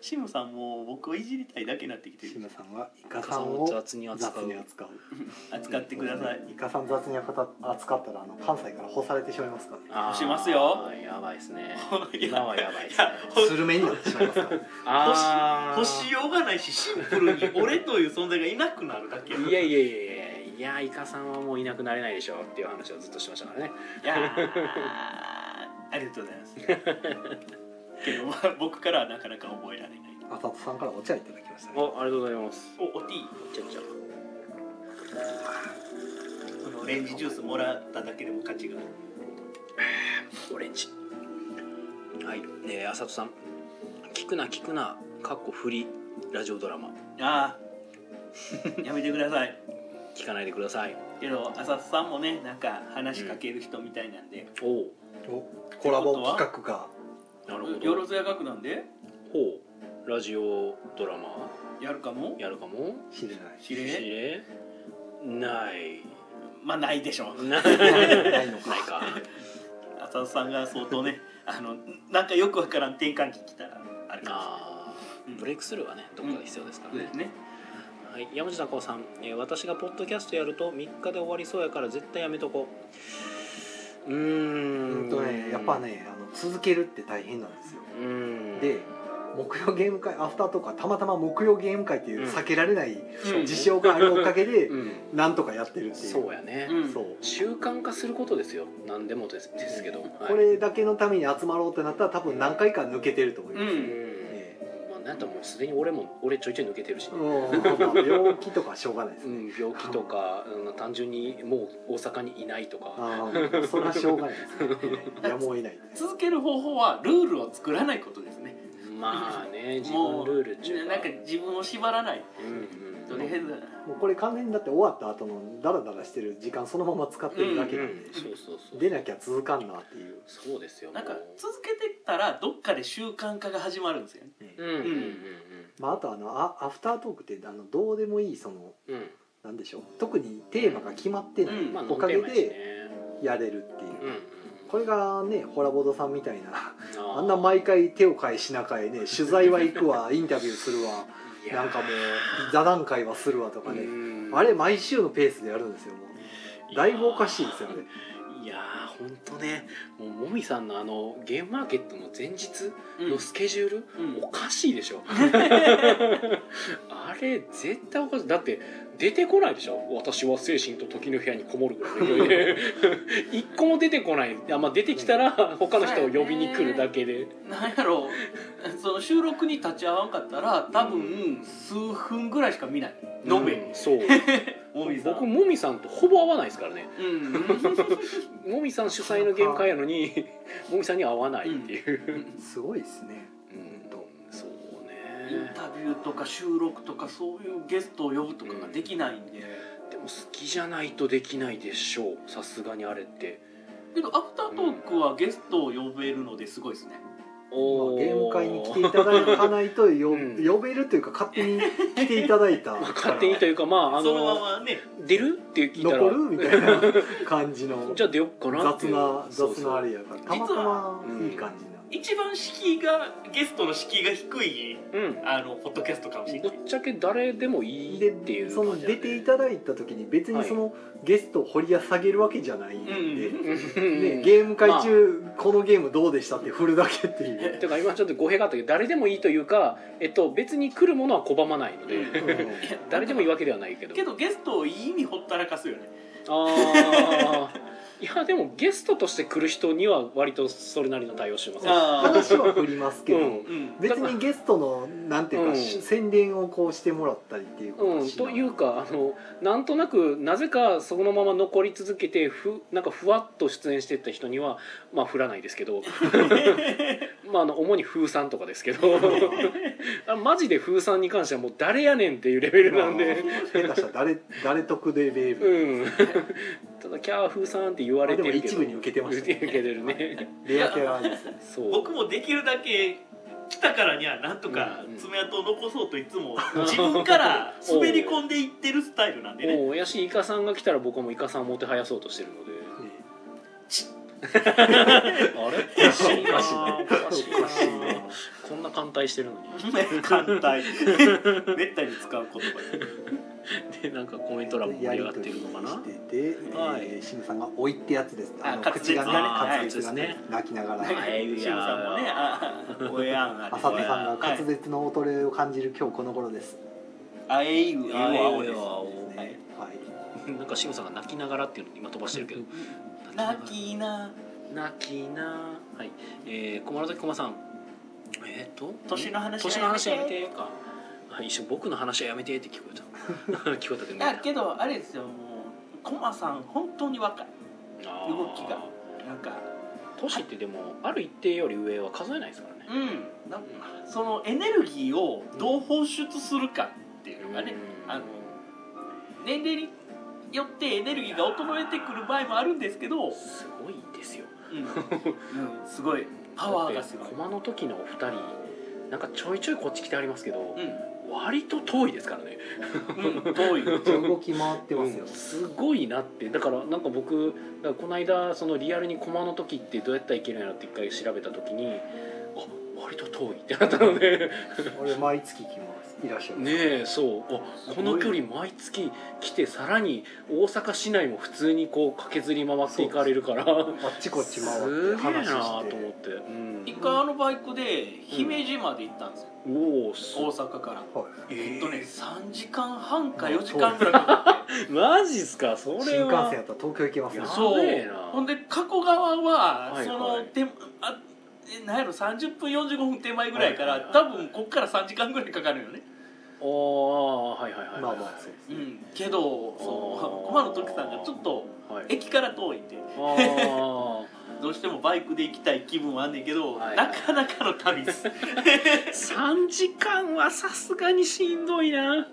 C: シムさんも僕をいじりたいだけになってきてる
B: ムさんがイカさんを雑
A: に
B: に扱う。
C: 扱ってください
B: イカさん雑に扱ったら、あの関西から干されてしまいますからね。
A: あー
C: しますよ
A: やばいですね
C: いや
A: 今はやば いで
C: い
A: すね
C: や
B: スルメになってしまいますから。
A: あー
C: 欲しようがないしシンプルに俺という存在がいなくなるだけ
A: いやいやいやいやいやイカさんはもういなくなれないでしょうっていう話をずっとしてましたからね
C: いやーありがとうございますけど、まあ、僕からはなかなか覚えられない
B: 浅田さんからお茶いただきましたね。
A: おありがとうございます
C: おおティー
A: ちゃちゃ
C: このオレンジジュースもらっただけでも価値がある
A: オレンジはいえー、浅戸さん「聞くな聞くな」かっこ振りラジオドラマ
C: ああやめてください
A: 聞かないでください
C: けど浅津さんもねなんか話しかける人みたいなんで、
A: おお
B: おコラボ企画が。
A: なるほ
C: よ
A: ど
C: ろずや楽団で
A: ほうラジオドラマ
C: やるかも
A: やるかも
B: 知れな
C: 知れ
A: れ ない
C: まあないでしょう
A: ない
B: い。ないのか
A: ない。か
C: 浅津さんが相当ねあのなんかよくわからん転換期来たらあれか
A: あーブレイクスルーはねどこかで必要ですか
C: も
A: ら
C: し
A: ね、
C: れないね
A: はい、山下孝さん、えー私がポッドキャストやると3日で終わりそうやから絶対やめとこううー
B: うん
A: ん
B: とね、やっぱね、あの続けるって大変なんですよ。
A: うーん
B: で木曜ゲーム会アフターとかたまたま木曜ゲーム会っていう避けられない
C: うん
B: 事象があるおかげで
A: うん、
B: なんとかやってるっていう
A: そうやね、
C: うん
B: そう
A: 習慣化することですよ何でもですですけど、はい
B: これだけのために集まろうってなったら多分何回か抜けてると思います、
C: う
A: うんん、
B: え え
A: まあ、なんかもうすでに俺も俺ちょいちょい抜けてるし、
B: うんまあまあ病気とかしょうがないです
A: う
B: ね、
A: ん、病気とか、うん、単純にもう大阪にいないとか
B: ああそれはしょうがない ですねやむを得ない
C: 続ける方法はルールを作らないことですね
A: まあ ね自
C: も
A: 分
C: う
A: ルールっちゅう
C: なんか自分を縛らない
A: うん
C: と
A: うん
C: りあえず
B: もうこれ完全にだって終わった後のダラダラしてる時間そのまま使ってるだけ
A: う
B: なんで、
A: んそうそうそう
B: 出なきゃ続かんなっていう
A: そうですよ
C: なんか
A: もう
C: 続けてったらどっかで習慣化が始まるんですよね
A: うんうんうん
B: まあ、あとあのあアフタートークってあのどうでもいいその
A: うん
B: なんでしょう特にテーマが決まってない、
C: うん
A: うんまあ
B: おかげ
A: ノンテーマやしね
B: でやれるっていう、
A: うんうん
B: これがねホラボドさんみたいな
A: あ
B: あんな毎回手を変え品変えね取材は行 くわインタビューするわ
A: いや
B: なんかもう座談会はするわとかね、
A: うん
B: あれ毎週のペースでやるんですよもうだいぶおかしいですよね
A: いやーほんとねもうもみさんのあのゲームマーケットの前日
C: うん
A: のスケジュール、
C: うん
A: おかしいで しょあれ絶対おかしいだって出てこないでしょ私は精神と時の部屋にこもるぐらいの勢 いで一個も出てこないあ、まあ、出てきたら他の人を呼びに来るだけで
C: なんやろう その収録に立ち会わんかったら多分数分ぐらいしか見ない飲め
A: うんそう
C: もみさん
A: 僕もみさんとほぼ会わないですからね
C: うん
A: もみさん主催のゲーム会やのにもみさんには会わないっていう、
B: すごいですね
A: うん
B: と
A: そう
C: イン
A: ね
C: タビューとか収録とかそういうゲストを呼ぶとかができないんで、
A: でも好きじゃないとできないでしょうさすがにあれって
C: けどアフタートークはゲストを呼べるのですごいですね、
B: まあゲーム会に来てい
A: た
B: ただかないとよ、
A: うん
B: 呼べるというか勝手に来ていただいた
A: 勝手にというかまああ
C: そのま
A: の
C: まね
A: 出るって聞いたら
B: 残るみたいな感 じの
A: じゃあ出よっかなって
B: 雑
A: いう
B: な
A: そう
B: 雑
A: そう
B: なあれやからたまたまいい感じな、
C: 一番敷居がゲストの敷居が低い
A: うん
C: あのポッドキャストかもしれな
A: ぶ
C: い
A: っちゃけ誰でもいいっていう
B: でその
A: 感じだね
B: 出ていただいた時に別にそのゲストを掘り下げるわけじゃないんで、
C: うん
A: うん
B: ね、ゲーム会中、このゲームどうでしたって振るだけっていう
A: ていうか今ちょっと語弊があったけど誰でもいいというか、えっと、別に来るものは拒まないので、
C: うん
B: う
A: 誰でもいいわけではないけど
C: けどゲストをいい意味ほったらかすよね
A: あー いやでもゲストとして来る人には割とそれなりの対応してます
B: ん
C: あ
B: 話は振りますけど、
A: うん
C: うん
B: 別にゲストのなんていうか、
A: うん
B: 宣伝をこうしてもらったりっていうことは
A: うん、
B: しな
A: というかあのなんとなくなぜかそのまま残り続けてふなんかふわっと出演してった人にはまあ振らないですけど まああの主に風さんとかですけど あマジで風さんに関してはもう誰やねんっていうレベルなんで、
B: 下手したら誰誰得でレール、
A: うん、 ただ「キャー風さん」って言わ
B: あ
A: れて
B: れでも
A: るけ
B: 一
A: ど
B: 部に受けてました、
A: 受け
B: ね、
A: てるね
B: レアキャラですね
A: そう
C: 僕もできるだけ来たからにはなんとか爪痕を残そうといつ も自分から滑り込んでいってるスタイルなんでね
A: もうやしイカさんが来たら僕はもうイカさんをもてはやそうとしてるのであれおかしいなおかしい
B: おかしいな
A: なこんな艦隊してるのに
C: 簡単 めったに使う言葉で
A: でなんかコメント欄も盛り上がってるのかな
B: やりとりしてて、
A: はい
B: えー、シムさんが「おい」ってやつです
C: あ
B: の
C: 滑舌
B: 口がね
C: あー
B: 滑舌が
A: はい
B: ね泣きながら
A: はい
C: シムさんもねああおやんあ
B: あさてさんが
C: はい
B: 滑舌の衰えを感じる今日この頃です、
C: あえいうあえうあおです
B: ね
C: は
B: は
C: い
B: い
A: なんかシムさんが泣きながらっていうの今飛ばしてるけど
C: 泣きな
A: 泣きなはいえー、小丸崎駒さんえっ、と
C: 年の話
A: 年
C: は
A: の話やめてかあ一緒僕の話はやめてって聞こえ た聞こえたけど
C: だけどあれですよもうコマさん本当に若い
A: あー
C: 動きがなんか
A: 年ってでもある一定より上は数えないですからね
C: うんなんかそのエネルギーをどう放出するかっていうのがね
A: うん
C: あの年齢によってエネルギーが衰えてくる場合もあるんですけど、うん
A: すごいですよ
C: うんすごいパワーがすごい
A: だって、駒の時のお二人なんかちょいちょいこっち来てありますけど
C: う、ん
A: 割と遠いですからね
C: うん、遠い
B: めっちゃ動き回ってますよ、
A: うんすごいなってだからなんか僕だからこの間そのリアルに駒の時ってどうやったらいけるんやろって一回調べた時にあ割と遠いってなったので
B: 俺毎月来ますいらっしゃる、
A: ねえそうあこの距離毎月来てさらに大阪市内も普通にこう駆けずり回っていかれるから
B: あっちこっち
A: す
B: 回
A: げ
B: っ
A: え
B: て話
A: な
B: し
A: と思ってて、うん
C: 一回あのバイクで姫路まで行ったんですよ、
A: おおす
C: 大阪から
B: はい
C: え
A: え
C: っとね3時間半か4時
B: そう
C: 間ぐらいかかっ
A: マジっすかそれは
B: 新幹線やったら東京行けますね
C: て
A: や
C: そ
A: べえ
C: う
A: な
C: ほんで加古川は、
A: はい
C: その
A: はい
C: 手あえなんやろ30分45分手前ぐらいから、
A: はいはいはい
C: 多分こっから3時間ぐらいかかるよね、
A: ああはいはいはい
B: まあまあそうで
C: う
B: すね、
C: ん、けどそ
A: あー
C: う駒野時さんがちょっと
A: はい
C: 駅から遠いんで
A: ああ
C: どうしてもバイクで行きたい気分はあんねんけど、
A: はい
C: なかなかの旅です
A: 3時間はさすがにしんどいな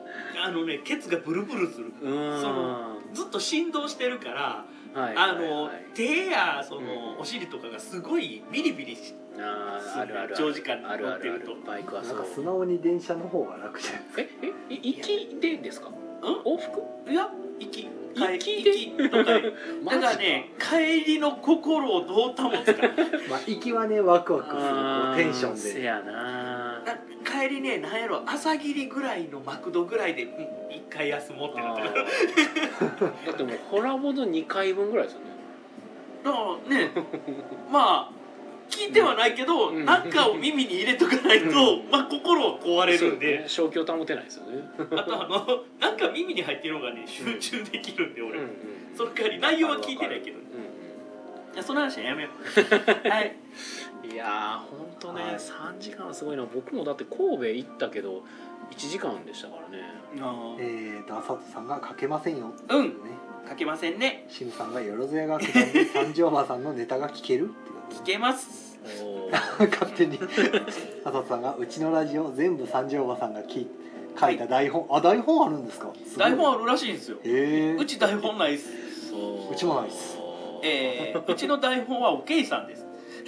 C: あのねケツがブルブルする
A: うーん
C: そのずっと振動してるから
A: はい
C: あの手やそ
A: うん
C: のお尻とかがすごいビリビリし
A: あーあるある
C: 長時間乗
A: あるあ
C: って
A: るあ
C: る
A: る
C: と
A: バイクは
B: な
A: そ
B: んか素
A: う
B: 直に電車の方が楽じゃないですか
A: ええい行きでですか往復
C: いや息
A: 行き
C: 帰
A: で
C: り息とかで
A: マ
C: だ
A: ジ
C: からね帰りの心をどう保つか
B: まあ行きはねワクワクするこ
A: あ
B: う
A: ー
B: テンション
A: せ
B: で
A: やな
C: な帰りねなんやろ朝霧ぐらいのマクドぐらいでうん一回休もうってな
A: あ
C: ってる
A: ーだってもうコラボの2回分ぐらいですよね
C: だからね まあ聞いてはないけど、
A: うん
C: なんかを耳に入れとかないと、
A: うん
C: まあ、心は壊れるんで、
A: そうね、消去保てないですよね
C: あとあのなんか耳に入ってるのがね集中できるんで
A: うん
C: 俺、
A: うん
C: その代わり内容は聞いてないけど、ね、
A: う
C: いやその話はやめよ うはい
A: んうんいやーほんとね、
B: はい
A: 3時間はすごいな僕もだって神戸行ったけど1時間でしたから ね
B: えーと朝とさんが書けませんよ、ね、
C: うん書けませんね
B: シムさんがよろずやが下り三条馬さんのネタが聞けるって
C: 聞けます
A: おー
B: 勝手 に朝とさんがうちのラジオ全部三条馬さんがき書いた台本、あ台本あるんですかすごい
C: 台本あるらしいんですよ
B: えー、
C: うち台本ないです
A: そう
B: うちもないっす
C: え ー、うちの台本はおけいさんです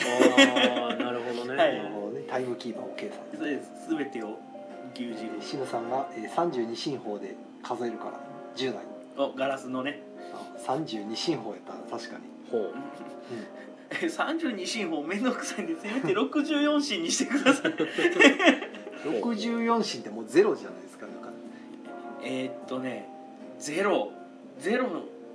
A: ああなるほど ね、
C: はい
B: なるほどねタイムキーパー OK さん
C: そうです全てを牛耳る
B: シムさんが、えー、32進法で数えるから10代
C: おガラスのね
B: あ32進法やったら確かに、
A: ほ
B: う
C: え32進法めんどくさいんでせめて64進にしてください
B: ん、
A: ほう
B: 64進ってもうゼロじゃないですかなんか
C: えーっとねゼロゼロ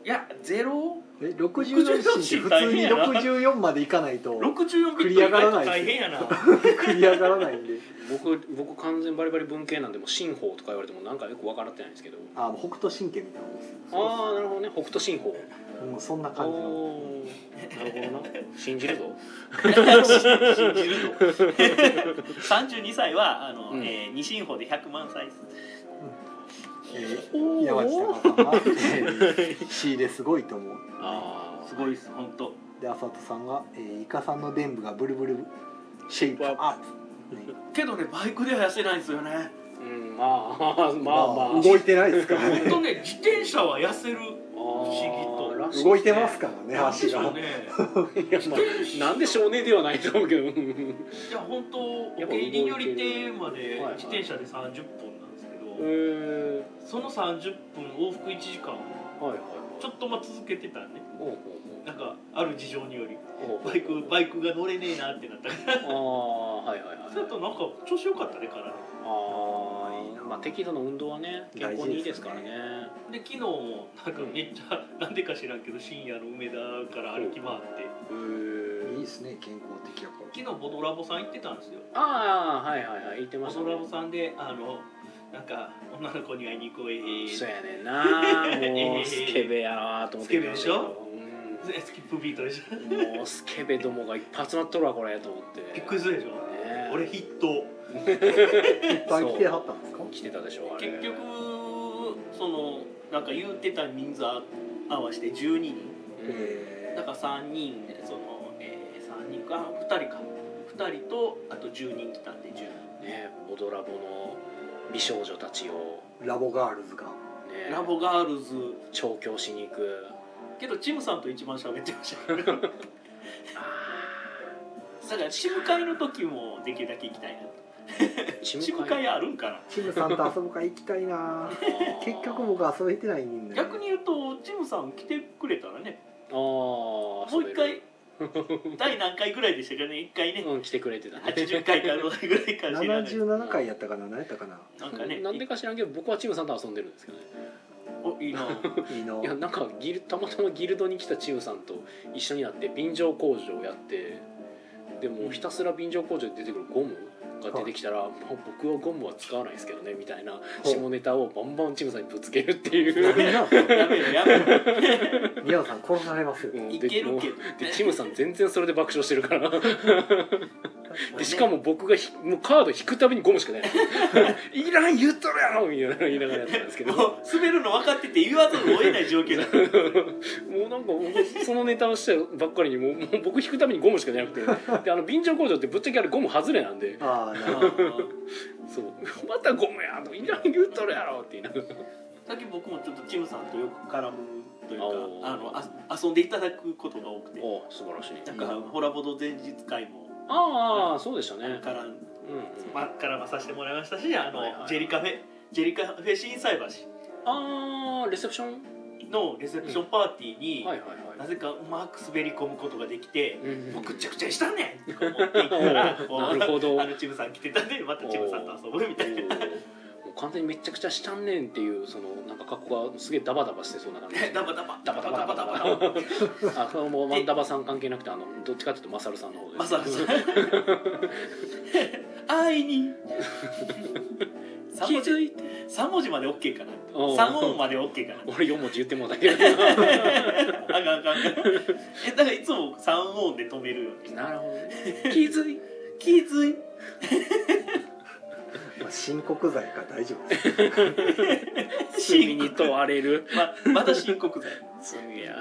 C: いやゼロ
B: え64進って普通に64までいかないと
C: 64
B: 繰
C: ビ
B: り上
C: ット意
B: がら
C: 外
B: な
C: と
B: い
C: 大変 やな
B: 繰り上がらないんで
A: 僕僕完全バリバリ文系なんでもう新法とか言われてもなんかよく分からってないんですけど
B: あもう北斗神拳みたいなもんです
A: ああなるほどね北斗新法
B: もうそんな感じの
A: おーなるほどな信じる ぞ
C: 信じると32歳はあの、
A: うん
C: えー二進法で100万歳です
B: え
A: お
B: ー山地隆さんがえ ー「仕入れすごいと思う
A: あ
C: すごいです本当。」
B: で浅田さんが、えー「イカさんの伝部がブルブルシェイプアップ」ね
C: けどねバイクでは痩せないんですよね
A: あうんまあまあまあ、
B: 動いてないですから
C: 本
B: ね
C: 当ね 自転車は痩せる
A: あー
C: 不思議と
A: らしですね
B: 動いてますからね
C: なんで
B: 足
C: しょ
B: が
C: うね
A: いやまあなんで少年ではないと思うけどうん
C: いや本当
A: や
C: お
A: っぱ動い
C: 気
A: てる
C: に寄り手まで
A: はいはい
C: 自転車で30分なんですけど、
A: え
C: その30分往復1時間
A: ー、はいはい
C: ちょっとまあ続けてたんで
A: おうおう
C: なんかある事情により
A: おうおう
C: バイクバイクが乗れねえなってなったから
A: ああはいはいはい
C: それとなんか調子良かったねから
A: あーいいなまあ適度な運動はね健康にいいですからね
C: で昨日もなんかめっちゃ なんでか知らんけど深夜の梅田から歩き回って
A: へー
B: いいですね健康的やか
C: 昨日ボドラボさん行ってたんですよ
A: ああはいはいはい言ってま
C: ボ
A: したね
C: ドラボさんであのなんか女の子に会いに行こうえー
A: そうやねんなもうスケベやなと思ってましたけど
C: スで スキップビートでしょ
A: うんもうスケベどもがいっぱい集まっとるわこれと思って
C: びっくりするでしょ
A: ね
C: 俺筆頭
B: らいっぱい来てはったんですか
A: 来てたでしょあれ
C: 結局そのなんか言ってた人数合わせて12人
A: うん
C: だから3人でその、えー、3人か2人か2人とあと10人来たんで10人
A: ねボドラボの美少女たちを
B: ラボガールズが
A: ね
C: ラボガールズ
A: 調教しに行く
C: けどチムさんと一番喋ってましたけどだか
A: あ
C: らチム会の時もできるだけ行きたい
A: ーチ
C: なチム会あるんかな
B: チムさんと遊ぶ会行きたいな
A: あー
B: 結局僕遊べてないんだよね
C: 逆に言うとチムさん来てくれたらね
A: ああ
C: もう一回第何回ぐらいでしたかね1 回ね
A: うん、来てくれてたね
C: 80回かぐらいか知らない
B: 77回やったかな何やったかな
C: なんかね
A: なんでか知らんけど僕はチームさんと遊んでるんですけどね
C: おいいない
B: いない
A: やなんかギルたまたまギルドに来たチームさんと一緒になって便乗工場をやってでもひたすら便乗工場で出てくるゴムが出てきたら、まあ僕はゴムは使わないですけどねみたいな下ネタをバンバンチームさんにぶつけるっていう
B: ダ。メな
C: やめろやめろ
B: 宮野さん殺されますよ、
A: うん
C: いけるけど
A: でチムさん全然それで爆笑してるからでしか
C: も
A: も僕がひもうカード引くたびにゴムし かないいらん言っとるやろみたいなの言いながらやってたんですけども
C: 滑るの分かってて言わざるを得ない状況だった
A: うなんか僕そのネタをしてばっかりにもうもう僕引くたびにゴムしか出なくてであの便乗工場ってぶっちゃけあれゴム外れなんで
B: ああなるほど
A: そう 「またゴムや!」と「いらん言うとるやろ!」って言いながら
C: さっき僕もちょっとチムさんとよく絡むというか
A: おー
C: あのあ遊んでいただくことが多くて
A: お素晴らしい
C: なんかホラボド前日会も
A: ああそうでしたね
C: 絡ん
A: うんうん
C: ま絡まさせてもらいましたしあの、
A: はいはい
C: ジェリカフェジェリカフェ心斎
A: ああレセプション
C: 橋のレセプションパーティーに、
A: はいはいは
C: な
A: い
C: ぜかうまく滑り込むことができて
A: う、ん
C: もうぐっちゃぐちゃにしたねんと思っていたら
A: おーなるほど
C: あのチムさん来てたんでまたチムさんと遊ぶみたいな
A: もう完全にめちゃくちゃしたんねんっていうそのなんか格好がすげえダバダバしてそうな感じ
C: ダバダバ
A: ダバダバダバダバあこれもワンダバさん関係なくてあのどっちかっていうとマサルさんの方です
C: まさか 愛に
A: 気
C: 3文字
A: づいて
C: 三文字まで OK かな
A: おう
C: 3音まで OK かな
A: 俺4文字言ってもうたけど
C: あかんあかんあかんえだからいつも3音で止めるよね
A: なるほどね気づい
C: 気づい
B: まあ、申告罪か大丈夫です
A: 罪に問われる
C: ままた申告罪
A: 罪や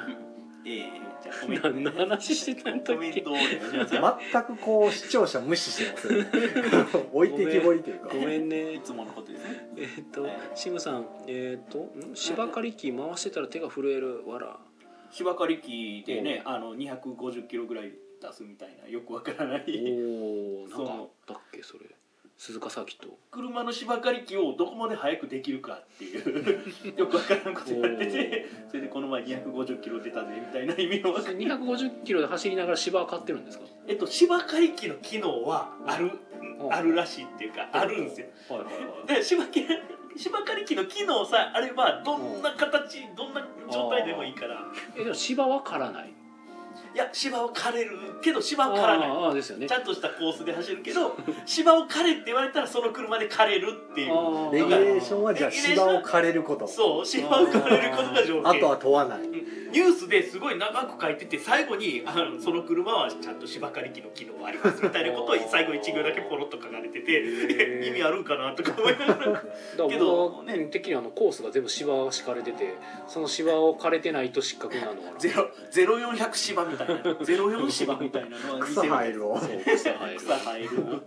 C: えー、じゃあコメント
A: 何の話してたんだ
C: コ
A: っ
C: メン
A: け
C: トをお願いします
B: 全くこう視聴者無視してますよね置いてきぼりというか
A: ごめん
C: い
A: ね
C: つものことですね
A: えーっとシムさんえーっとん芝刈り機回してたら手が震えるわら
C: 芝刈り機でねあの250キロぐらい出すみたいなよくわからない
A: おおなんかあったっけそれ鈴鹿サーキット
C: 車の芝刈り機をどこまで早くできるかって いうよくわからんこと言われててそれでこの前250キロ出たぜみたいな意味のわかん
A: 250キロで走りながら芝刈ってるんですか
C: えっと芝刈り機の機能はある
A: うん
C: あるらしいっていうかあるんですよ
A: はいはいはい
C: で芝刈り芝刈り機の機能さあればどんな形どんな状態でもいいから
A: えでも芝は刈らない
C: いや芝を刈れるけど芝を刈ら
A: あ
C: ない
A: ーあーですよね
C: ちゃんとしたコースで走るけど 芝を刈れって言われたらその車で刈れるっていう
A: あー
B: レギュレーションはじゃあ
C: レギュレーシ
B: 芝
C: ョン
B: を枯れること
C: そう芝を刈れることが条件
B: あとは問わない
C: ニュースですごい長く書いてて最後にあのその車はちゃんと芝刈り機の機能がありますみたいなことを最後1行だけポロッと書かれてて
A: へー
C: 意味あるんかなとか思いながら
A: だか
C: け
A: ら
C: ど
A: 僕はね的にあのコースが全部芝が敷かれててその芝を枯れてないと失格 なのかな
C: ゼロゼロ四百芝みたいなゼロ四芝みたいなのは
B: 草生えるを
A: そう草生える
C: 草生えるを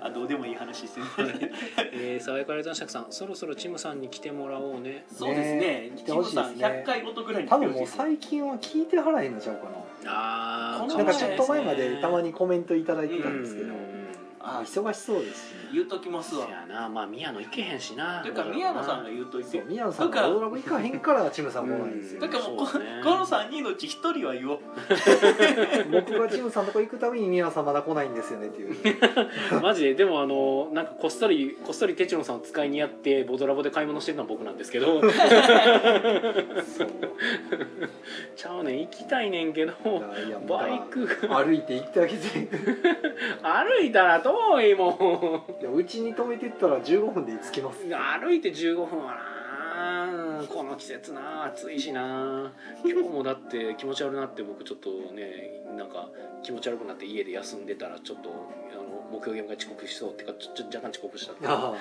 C: あどうでもいい話してる
A: えー、爽やかレイドのシャクさんそろそろチムさんに来てもらおうね
C: そうですね
B: 来て
C: チ
B: ほ
C: ム
B: しいで
C: さ
B: す
C: ん
B: ね
C: 100回ごとぐらいに
B: 多分もう
C: 来てほしい
B: 最近は聞いてはらへんのちゃうか
A: あ
C: ー
B: な
C: そ
B: な
C: うんで
B: か
C: す
B: ち
C: ね
B: ょっと前までたまにコメントいただいてた
A: うん
B: んですけど
C: あ
B: 忙しそうですし
C: 言うときます
A: そ
C: わ
A: やなまあ宮野行けへんしな
C: というか宮野さんが言うといて
B: そう宮野さんがオーラブ行かへんからチムさん来ないんですよ
C: だからもうこ
A: そうですね
C: この3人のうち1人は言おう
B: 僕がチムさんのとこ行くたびに宮野さんまだ来ないんですよねって いう
A: マジででもあのなんかこっそりこっそりテチロンさんを使いにやってボドラボで買い物してるのは僕なんですけど
B: そう
A: ちゃうねん行きたいねんけど
B: いやもう
A: バイクが
B: 歩いて行ってあげて
A: 歩いたら遠いも
B: いやうちに止めてったら15分で着きます
A: ん歩いて15分はなこの季節な暑いしな今日もだって気持ち悪くなって僕ちょっとねなんか気持ち悪くなって家で休んでたらちょっとあの目標ゲームが遅刻しそうってかちょちょ若干遅刻したって
B: あ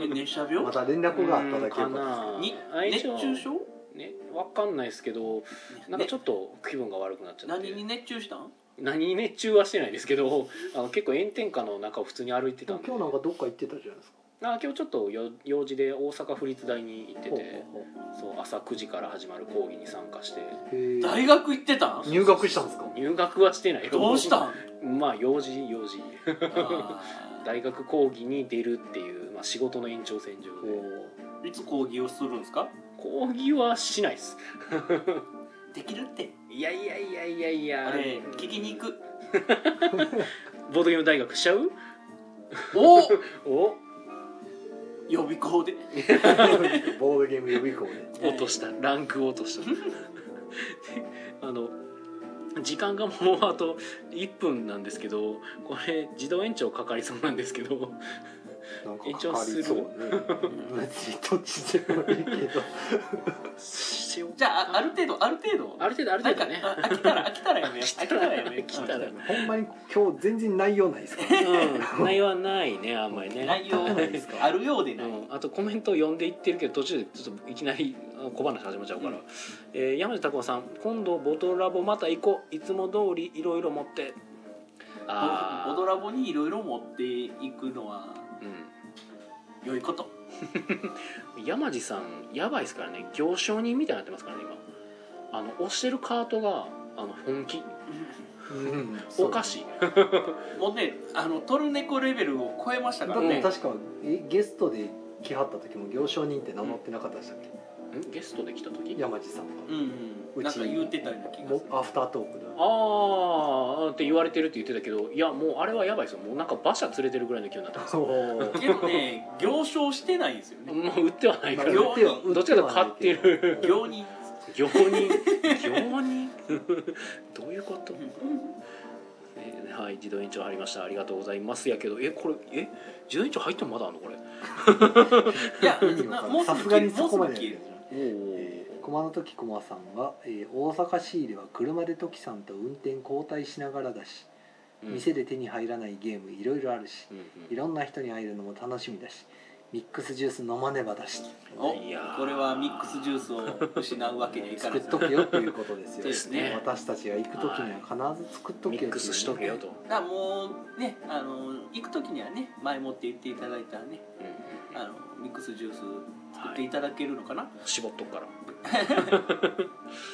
C: え熱射
B: あ
C: 病
B: また連絡があっただけ
A: うんか
B: よ
A: な
C: に
A: あ
C: 熱
A: 一応
C: 中症
A: ね、わかんないですけどなんかちょっと気分が悪くなっちゃって
C: 何に熱中したん
A: 何に熱中はしてないですけどあの結構炎天下の中を普通に歩いてた
B: 今
A: んで
B: 日なんかどっか行ってたじゃないですか
A: あ今日ちょっとよ用事で大阪府立大に行って
B: ほう
A: て
B: ほうほ
A: そう朝9時から始まる講義に参加して
B: うへえ
C: 大学行ってたん
B: 入学したんですか
A: 入学はしてないよ
C: どうした ん
A: まあ用事用事
C: あ
A: 大学講義に出るっていう、まあ、仕事の延長線上
B: お
A: で
B: ー
C: ーいつ講義をするんですか
A: 講義はしないです
C: できるって
A: いやいやいやいやいや
C: あれ聞きに行く
A: ボードゲーム大学しちゃう
C: お
A: お
C: 予備校で
B: ボードゲーム予備校ね
A: 落としたランク落とした であの時間がもうあと1分なんですけどこれ自動延長かかりそうなんですけ ど
B: なんか
A: 延長
B: かか
A: する
B: りそうね別にどっちでもいいけど
A: しよう
C: じゃああある程度ある程度
A: ある程度ある程度ね
C: なんかあ飽きたら飽きたらやめよう飽きたらやめよ
A: 飽
C: う
A: きたら
B: ほんまに今日全然内容ないですからね
A: うん内容はないねあんまりね
C: 内容 あるようで
A: う
C: ない、
A: ん、あとコメントを読んでいってるけど途中でちょっといきなりあ小話始まっちゃうから、
C: うん
A: えー山地拓馬さん「今度ボトラボまた行こういつも通りいろいろ持って」
C: ボド
A: ラ、
C: ラボにいろいろ持っていくのは良いこと
A: うん、山地さんやばいですからね行商人みたいになってますからね今あの押してるカートがあの本気
B: うん
A: お菓子
C: もうねあのトルネコレベルを超えました
B: だ
C: か
B: っ
C: ら
B: て
C: ね
B: 確かえゲストで来はった時も行商人って名乗ってなかったでしたっけ
A: んゲストで来た時
B: 山地さんが
C: うんうんなんか言ってたような気が
B: も
C: する
B: アフタートークで
A: ああって言われてるって言ってたけどいやもうあれはやばいですよもうなんか馬車連れてるぐらいの気になってます
B: そう
C: けどね行商してないんですよね
A: もう売ってはないから
C: まあよ
A: どっちかというと買ってる
C: 行 人
A: 行人行人 どういうこと、えーはい自動延長入りましたありがとうございますやけどえこれえ自動延長入ってもまだあんのこれ
C: いや なもうす
B: さ
C: ぐ
B: す
C: 消
B: が
C: える
B: に
C: も
B: そう
C: す
B: こ
C: ぐ
B: までや
C: 消え
B: る
C: る
B: えー駒の時駒さんは、えー大阪市入れは車で時さんと運転交代しながらだし、
A: うん
B: 店で手に入らないゲームいろいろあるし
A: うん
B: いろんな人に会えるのも楽しみだしミックスジュース飲まねばだし
C: お
A: いやー
C: これはミックスジュースを失うわけにはいかな
B: 作
C: い
B: っとけよということですよ
C: ですね
B: 私たちが行く時には必ず作っ
A: う
B: と
A: ん、
B: け
A: ミ
B: よってい
A: ッ
B: うね
A: クスしとけよと、
C: だからもうねあの行く時にはね前もって言っていただいたね
A: うん
C: あのミックスジュース作っていただけるのかな、
A: 絞っとくから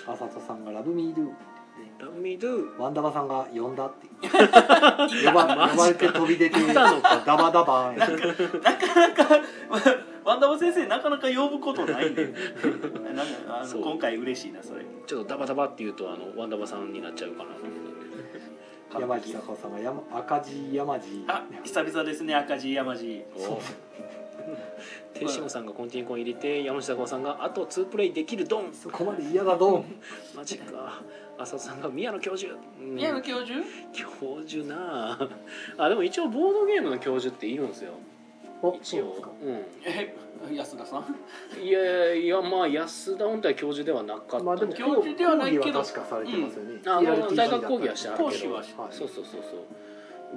B: あさとさんが「ラブミードゥ」
A: 「ラミドゥ」
B: ワンダバさんが呼んだって呼ば呼ばれて飛び出て
A: いたのか
B: ダバダバ
C: なかなかワンダボ先生なかなか呼ぶことないんでなんかあ
A: そ
C: の
A: う
C: 今回嬉しいなそれ
A: ちょっとダバダバって言うとあのワンダバさんになっちゃうかな
B: 山地坂さんが山赤字山地
C: あ久々ですね赤字山字
A: お天心さんがコンティニコン入れて山下孝さんが「あと2プレイできるドン
B: そこまで嫌だどん
A: マジか浅田さんが宮野教授、うん
C: 宮野教授
A: 教授なああでも一応ボードゲームの教授っているんですよ
B: お
A: 一応
B: そう
C: え安田さん
A: うんいやいやまあ安田本体教授ではなかった
B: まあでも
C: 教授ではないけど
B: 講義は確かされてますよね、
A: あの
B: TRPG
A: 大学講義はしてある
C: 講
A: け
C: 師
A: ど
C: は
A: そうそうそうそう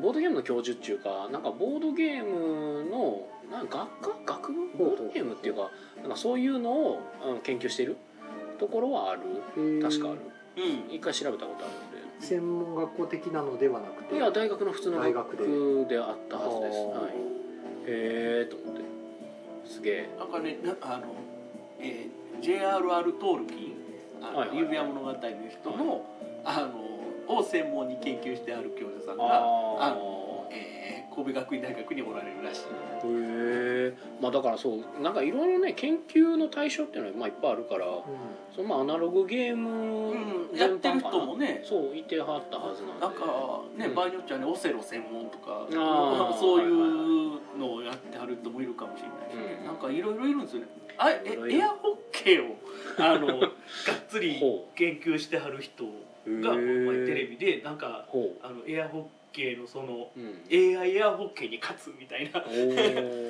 A: ボードゲームの教授っていうかなんかボードゲームのなんか学科学部ボードゲームっていうかなんかそういうのをあの研究してるところはある
B: はい
A: 確かある
C: うん
A: 一回調べたことあるんで
B: 専門学校的なのではなくて
A: いや大学の普通の
B: 大学で
A: であったはずです
B: あー
A: はいへえー、と思ってすげえ
C: なんかねなあの、えー、J.R.R. トールキンあの
A: はいはいはい
C: 指輪物語の人の,、あのを専門に研究してある教授さんがあ
A: あ
C: の、えー神戸学院大学におられるらしい
A: あへえまあだからそうなんかいろいろね研究の対象っていうのはまあいっぱいあるから
B: う
A: そのまあアナログゲーム
C: うんやっ
A: 全
C: てる
A: 般かな、
C: 人もね
A: そういてはったはずなんで
C: なんかね、場合によってはねオセロ専門とか
A: あー
C: そういうのをやってはる人もいるかもしれないし、ね
A: うん
C: なんかいろいろいるんですよねあえ
A: いろいろ
C: エアホッケーを あのがっつり
A: ほ
C: 研究してはる人
A: う
C: がこの前テレ
A: ビ
C: ビでなんか
A: ほ
C: あのエアホッケーのその
A: う、うん、
C: AI エアホッケーに勝つみたいな
A: お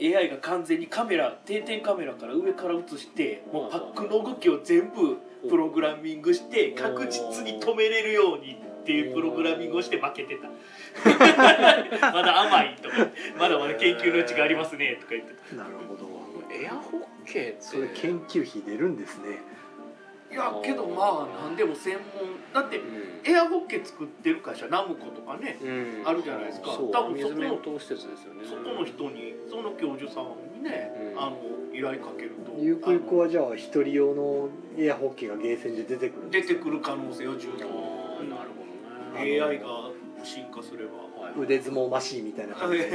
A: ー
C: AI が完全にカメラ定点カメラから上から映してもうパックの動きを全部プログラミングして確実に止めれるようにっていうプログラミングをして負けてたまだ甘いとかまだまだ研究の余地がありますねとか言ってた
B: んなるほど
A: エアホッケーって
B: それ研究費出るんですね
C: いやけどまあ何でも専門だってエアホッケー作ってる会社ナムコとかね
A: うん、うん
C: あるじゃないですか
A: そう
C: 多分
A: 水
C: そこの
A: 面糖施設ですよね
C: そこの人にその教授さんにね
A: うん
C: あの依頼かけると
B: ゆくゆくはじゃあ一人用のエアホッケーがゲーセンで出てく
C: あ
B: る
C: の出てくる可能性は十
A: あ
C: 分
A: ーなるほどね
C: AI が進化すれば
A: はい
B: 腕相撲マシーンみたいな感じで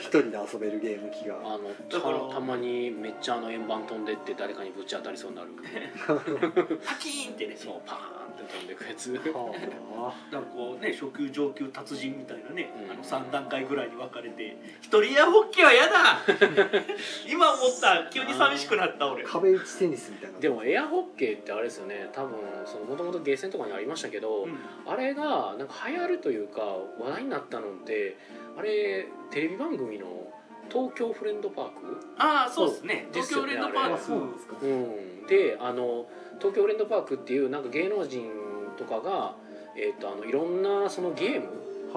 B: 一人で遊べるゲーム機 が
A: あの
C: だから
A: たたまにめっちゃあの円盤飛んでって誰かにぶち当たりそうになる
C: パキーン
E: ってね
A: そうパーンって飛んでくやつ
B: は
C: なんかこうね初級上級達人みたいなね、
A: うん
C: あの3段階ぐらいに分かれて一人やホッケーは嫌だ 今思った急に寂しくなった俺
B: あ壁打ちテニスみたいな
A: でもエアホッケーってあれですよね多分そのもともとゲーセンとかにありましたけど、
C: うん
A: あれがなんか流行るというか話題になったのってあれテレビ番組の「東京フレンドパーク
C: ああそうですね
A: で
C: 東
A: すよ
C: 京
A: ね
C: レンドパ
A: あれ
C: ー
B: あ
C: ク
B: そうなんですか」
A: うん、であの東京フレンドパークっていうなんか芸能人とかが、えっとあのいろんなそのゲーム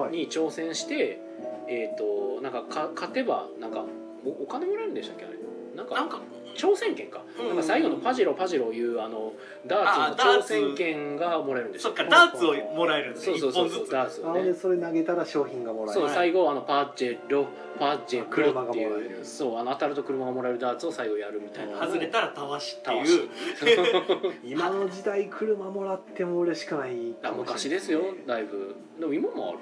B: はい
A: に挑戦して、えっとなんかか勝てばなんかおお金もらえるんでしたっけあれなんか
C: なんか
A: 挑戦権か,、
C: うん
A: なんか最後のパジロパジロいうあの
C: あ
A: ダー
C: ー
A: ツ
C: ダ
A: の
C: ー
A: 挑
C: ツ
A: 戦権がもらえるんです
C: そっ
A: よ
C: かダーツをもらえるんです
A: そ
C: ね
A: うそ
C: 1
A: うそ
C: 本
A: う
C: ず
A: そう
C: つ
A: ダーツ
B: あ
A: を
B: で
A: ね
B: それ投げたら商品がもらえ
A: そ
B: る
A: う最後あのパジェロパジェクロって
B: 車がもらえ
A: いう
B: る
A: そうあの当たると車がもらえるダーツを最後やるみたいな
C: 外れたらたわしって
A: 倒
C: い
A: し
C: う
B: 今の時代車もらっても嬉しくない
A: あ
B: かも
A: 昔
B: しれない
A: ですよだいぶでも今もある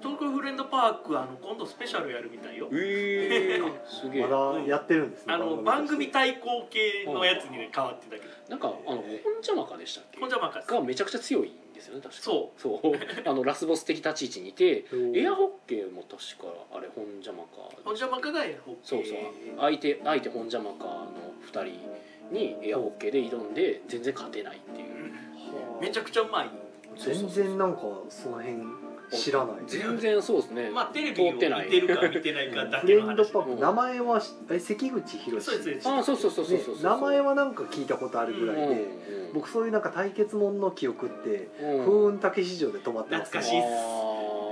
C: 東京フレンドパークあの今度スペシャルやるみたいよ
A: ええすげえ
B: まだやってるんですね
C: あの番組
B: として
C: 対抗系のやつにね変わってたけど
A: なんかあの本邪魔かでしたっけ
C: ほんじゃまか
A: がめちゃくちゃ強いんですよね確か
C: そう
A: そうあのラスボス的立ち位置にいて
B: うん
A: エアホッケーも確かあれ本邪魔か
C: ほんじゃまかがやホッケー
A: そうそう相手相手本邪魔かの2人にエアホッケーで挑んで全然勝てないっていう
B: はあ
C: めちゃくちゃうまい
A: そうそう
B: 全然なんかその辺知らない
A: 全然そうですね、
C: まあテレビを見てるか見てないかだ
B: フ
C: け
B: レ
C: の
B: ンド
C: 話
B: パー
A: うん
B: ク名前はしえ関口博
C: そうです
A: あそうそうそうそうそうそう、
B: 名前はなんか聞いたことあるぐら
A: う
B: い
A: ん
B: で、
A: うん、
B: 僕そういうなんか対決もんの記憶って
A: うん
B: 風雲竹市場で止まってますね
C: 懐かしいっ
A: あ
C: す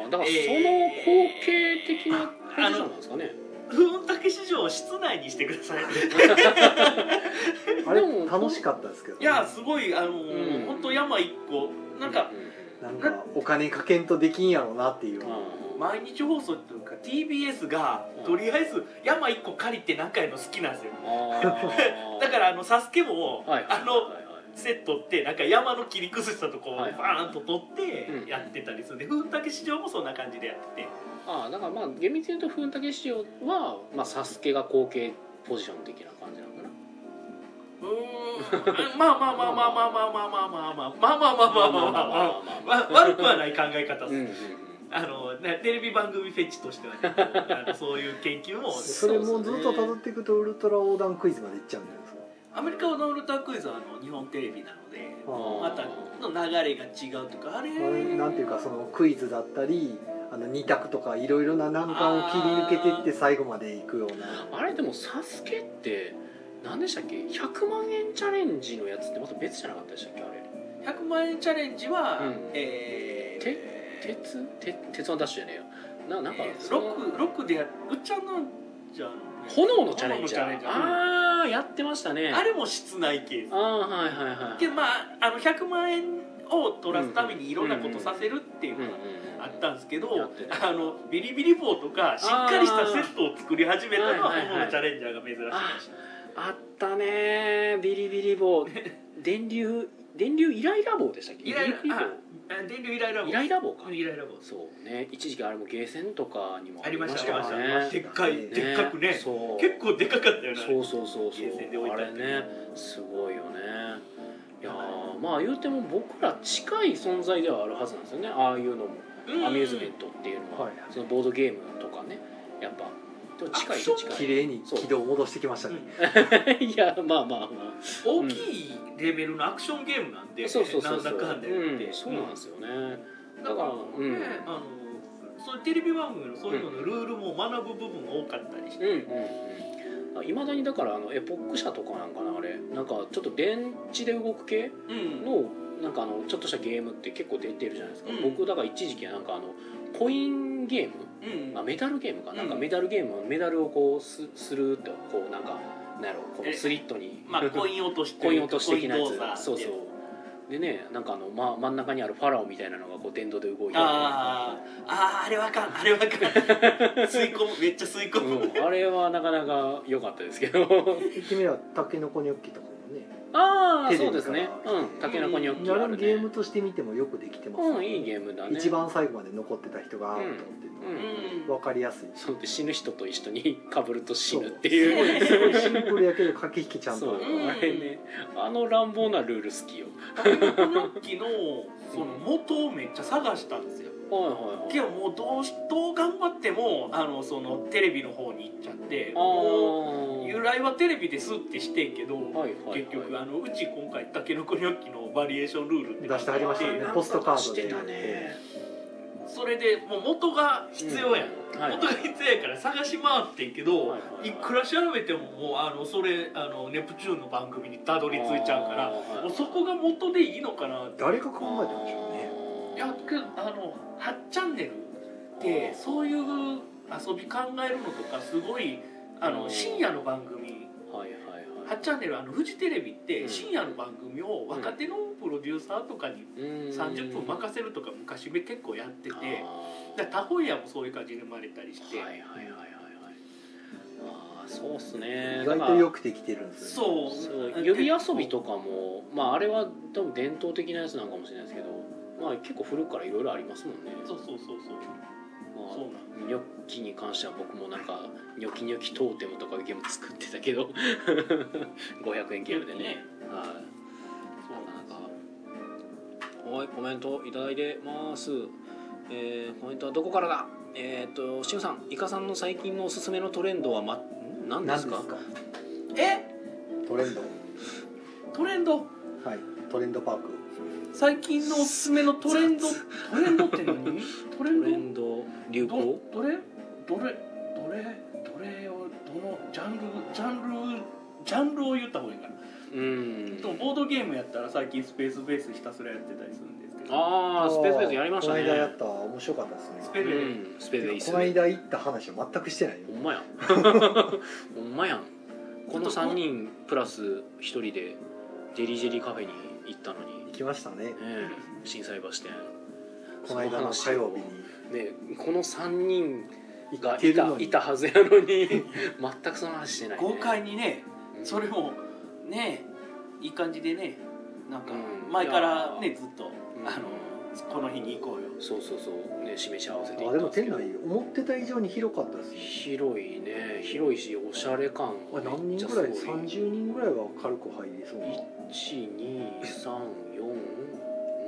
A: ーだからその
C: えー
A: 後継的な感じなんですかね、
C: 不運竹市場を室内にしてくだ さい
B: あれ
A: でも
B: 楽しかったですけど、ね、
C: いやすごいあのー
A: うん
C: 本当山一個なんか
A: う
B: なんかお金かけんとできんやろうなっていう、
A: うん
C: 毎日放送というか TBS が
A: うん
C: とりあえず山一個借りて何回の好きなんですよ
A: あー
C: だからあのサスケも
A: はいはい
C: あ
A: は
C: の
A: いはい
C: セットってなんか山の切り崩したとこを
A: は
C: バ
A: い
C: ーンと取っ
A: うん
C: てやってたりするんで風雲竹市場もそんな感じでやってて
A: ああだからまあ厳密に言うと風雲竹市場はまあサスケが後継ポジション的な感じなのかな
C: うーんまあまあまあまあまあまあまあまあまあまあまあまあまあまあまあまあまあ
A: まあ
C: わ悪くはない考え方っ
A: う
C: す、
A: んうんうん
C: あのねテレビ番組フェチとしては、ね、あのそういう研究も
B: でそれもずっと辿っていくとウルトラ横断クイズまでいっちゃうんじゃないですか
C: アメリカのウルトラクイズはあの日本テレビなので
A: あ
C: またの流れが違うとかあれ、
B: まあなんていうかそのクイズだったりあの二択とかいろいろな難関を切り抜けてって最後までいくような
A: あれでもサスケって何でしたっけ100万円チャレンジのやつってまた別じゃなかったでしたっけあれ
C: 100万円チャレンジは、
A: うん
C: えーえ
A: 鉄鉄鉄腕ダッシュじゃねえよななんか
C: ー
A: その
C: ロックロックでやるうっちゃんのじゃん
A: 炎のチャレンジャー
C: 炎のチャレンジャー
A: ああやってましたね
C: あれも室内系です
A: ああはいはいはい
C: でまああの100万円を取らすためにいろんなことさせるっていう
A: うん
C: の
A: うん
C: が
A: うん
C: あったんですけど、
A: やってた
C: あのビリビリ棒とかしっかりしたセットを作り始めたのは
A: あーはいはいはい
C: 本物のチャレンジャーが珍しいらしい
A: あったねービリビリ棒電流電流イライラ棒でしたっけ
C: イライラ
A: ビリビリ
C: あ電流イライラ
A: 棒イ
C: 棒
A: ライラ棒か
C: うんイライラ棒
A: そうね一時期あれもゲーセンとかにも
C: ありました
B: あ
C: あ
B: り
C: り
B: ま
C: ま
B: し
C: したた
B: ありました
C: でっかい、
B: ね
C: でっかくね
A: そう
C: 結構でかかったよねあれ
A: そうそうそうそう
C: ゲーセンで置い
A: あ
C: てあ
A: れ
C: った
A: ねすごいよねいやーまあ言うても僕ら近い存在ではあるはずなんですよねああいうのも
C: うん
A: アミューズメントっていうのは、
B: はい
A: そのボードゲームとかねやっぱでも近い
C: あそう
A: 近
B: 綺
A: い
B: 麗に軌道を戻してきましたね、
A: いやまあまあまあ
C: 大きいレベルのアクションゲームなんで、
A: そうそうそうそう
C: なんだかんだ言って、
A: うんそうなんですよね、
C: だから、ね
A: うん
C: あのそういうテレビ番組のそういうののルールも学ぶ部分が多かったりして、
A: うんうんうんいまだにだからあのエポック社とかなんかなあれなんかちょっと電池で動く系
C: うん
A: のなんかあのちょっとしたゲームって結構出てるじゃないですか、
C: うん
A: 僕だから一時期はなんかあのコインゲーム、
C: うん
A: あ、メダルゲームか、なんか
C: うん
A: メダルゲームメダルをこうすするとこうなんかなんやろこう
C: え
A: スリットに
C: まあコイン落としと
A: コ
C: い
A: イ
C: う
A: ン
C: か
A: 落とし的なや
C: コイン動
A: つ
C: 作
A: そうそうでねなんかあの、ま、真ん中にあるファラオみたいなのがこう電動で動いてる
C: あーあーあれわかんあれわ かん吸い込むめっちゃ吸い込む、
A: うん、あれはなかなか良かったですけど
B: 言ってみればタケノコニョッキとかもね
A: ああ
B: テレ
A: そう
B: ビ
A: ですね
B: か
A: う
B: ら
A: んタケノコニョッキ
B: や
A: あ
B: る
A: る
B: ゲ
A: ね
B: ームとして見てもよくできてます、
A: うんいいゲームだね
B: 一番最後まで残ってた人がアウトっていう
A: う
B: のは
A: ん
B: 分かりやすい
A: そうで死ぬ人と一緒にかぶると死ぬって
B: すご
A: いう
B: いすごいシンプルやけど駆け引きちゃん
A: そう
B: と
F: ん
A: あれねあの乱暴なルール好きよ
C: この木のその元をめっちゃ探したんですよ
A: はいはいはい
C: けどもうどうしどう頑張ってもあのそのテレビの方に行っちゃって
A: あ
C: もう由
A: ー
C: 来はテレビですってしてんけど、
A: はいはいはい
C: 結局あのうち今回たけのこニョッキのバリエーションルールって
B: 出してはりましたよねポストカード
A: して
B: で
A: たね
C: それでもう元が必要やん、
A: うんはい
C: 元が必要やから探し回ってんけ
A: は
C: ど、
A: い
C: い
A: はいはい
C: くら調べてももうあのそれあのネプチューンの番組にたどり着いちゃうから
A: あー
C: もうそこが元でいいのかなって
B: 誰が考えたんでしょうね
C: いやけどあの8チャンネルってそういう遊び考えるのとかすごいあ
A: う
C: の
A: ん
C: 深夜の番組
A: はいはいはい
C: 8チャンネルあのフジテレビっ
A: う
C: て
A: ん
C: 深夜の番組を若手のプロデューサーとかに30分
A: か
C: 任せるとか昔め結構やってて
A: て
C: だからタホイヤもそういう感じで生まれたりして、
A: はいはいはいはいはいああそうっすね
B: 意外
A: だ
B: と
A: から
B: よくできてるんですよ
C: そう
A: そう指遊びとかもまああれは多分伝統的なやつなんかもしれないですけどまあ結構古くからいろいろありますもんね
C: そうそうそうそう
A: ま
C: そうなの
A: あニョッキに関しては僕もなんかニョキニョキトーテムとかゲーム作ってたけ ど500円ゲームでねはい
C: そう
A: なかなかはいコメントいただいてますえー、コメントはどこからだえー、っとしゅんさんイカさんの最近のおすすめのトレンドは、ま、ん何で
B: 何
A: す
B: です
A: か
B: か
C: え
B: トレンド
C: トレンド
B: はいトレンドパーク
C: 最近のおすすめのトレンドトレンドって何トレ
A: ト
C: ンド
A: レンド流
C: ど
A: 行
C: どれどれどれどれをどのジャンルジャンルジャンルを言った方がいいかな、
A: うん
C: とボードゲームやったら最近スペースベースひたすらやってたりするんですけど
A: ああスペースベースやりましたね
B: この間やった面白かったですね
C: ス
A: う
C: ペベ
A: んスペースベース
B: この間行った話は全くしてないよ
A: ほんま やほんまやんこの3人プラス1人でジェリージェリーカフェに行ったのに、
B: 行きましたね
A: ねえ、震災橋店
B: この間の火曜日に
A: ねこの3人が
B: 行って
A: い
B: るの
A: た
B: に
A: いたはずやのに 全くその話してない、ね、
C: 豪快にね
A: うん
C: それもねいい感じでねなんか
A: うん
C: 前からね
A: いや
C: ずっと
A: ん
C: あのこの日に行こうよ
A: そうそうそうね示し合わせて行
B: あ
A: った
B: で
A: ん
B: も
A: ですけ
B: 店
A: ど
B: 内思ってた以上に広かったですね
A: 広いね広いしおしゃれ感
B: あ
A: が
B: 何
A: めっち
B: 人
A: ゃ
B: ぐらい
A: すごい
B: 30人ぐらいは軽く入りそうな
A: 1234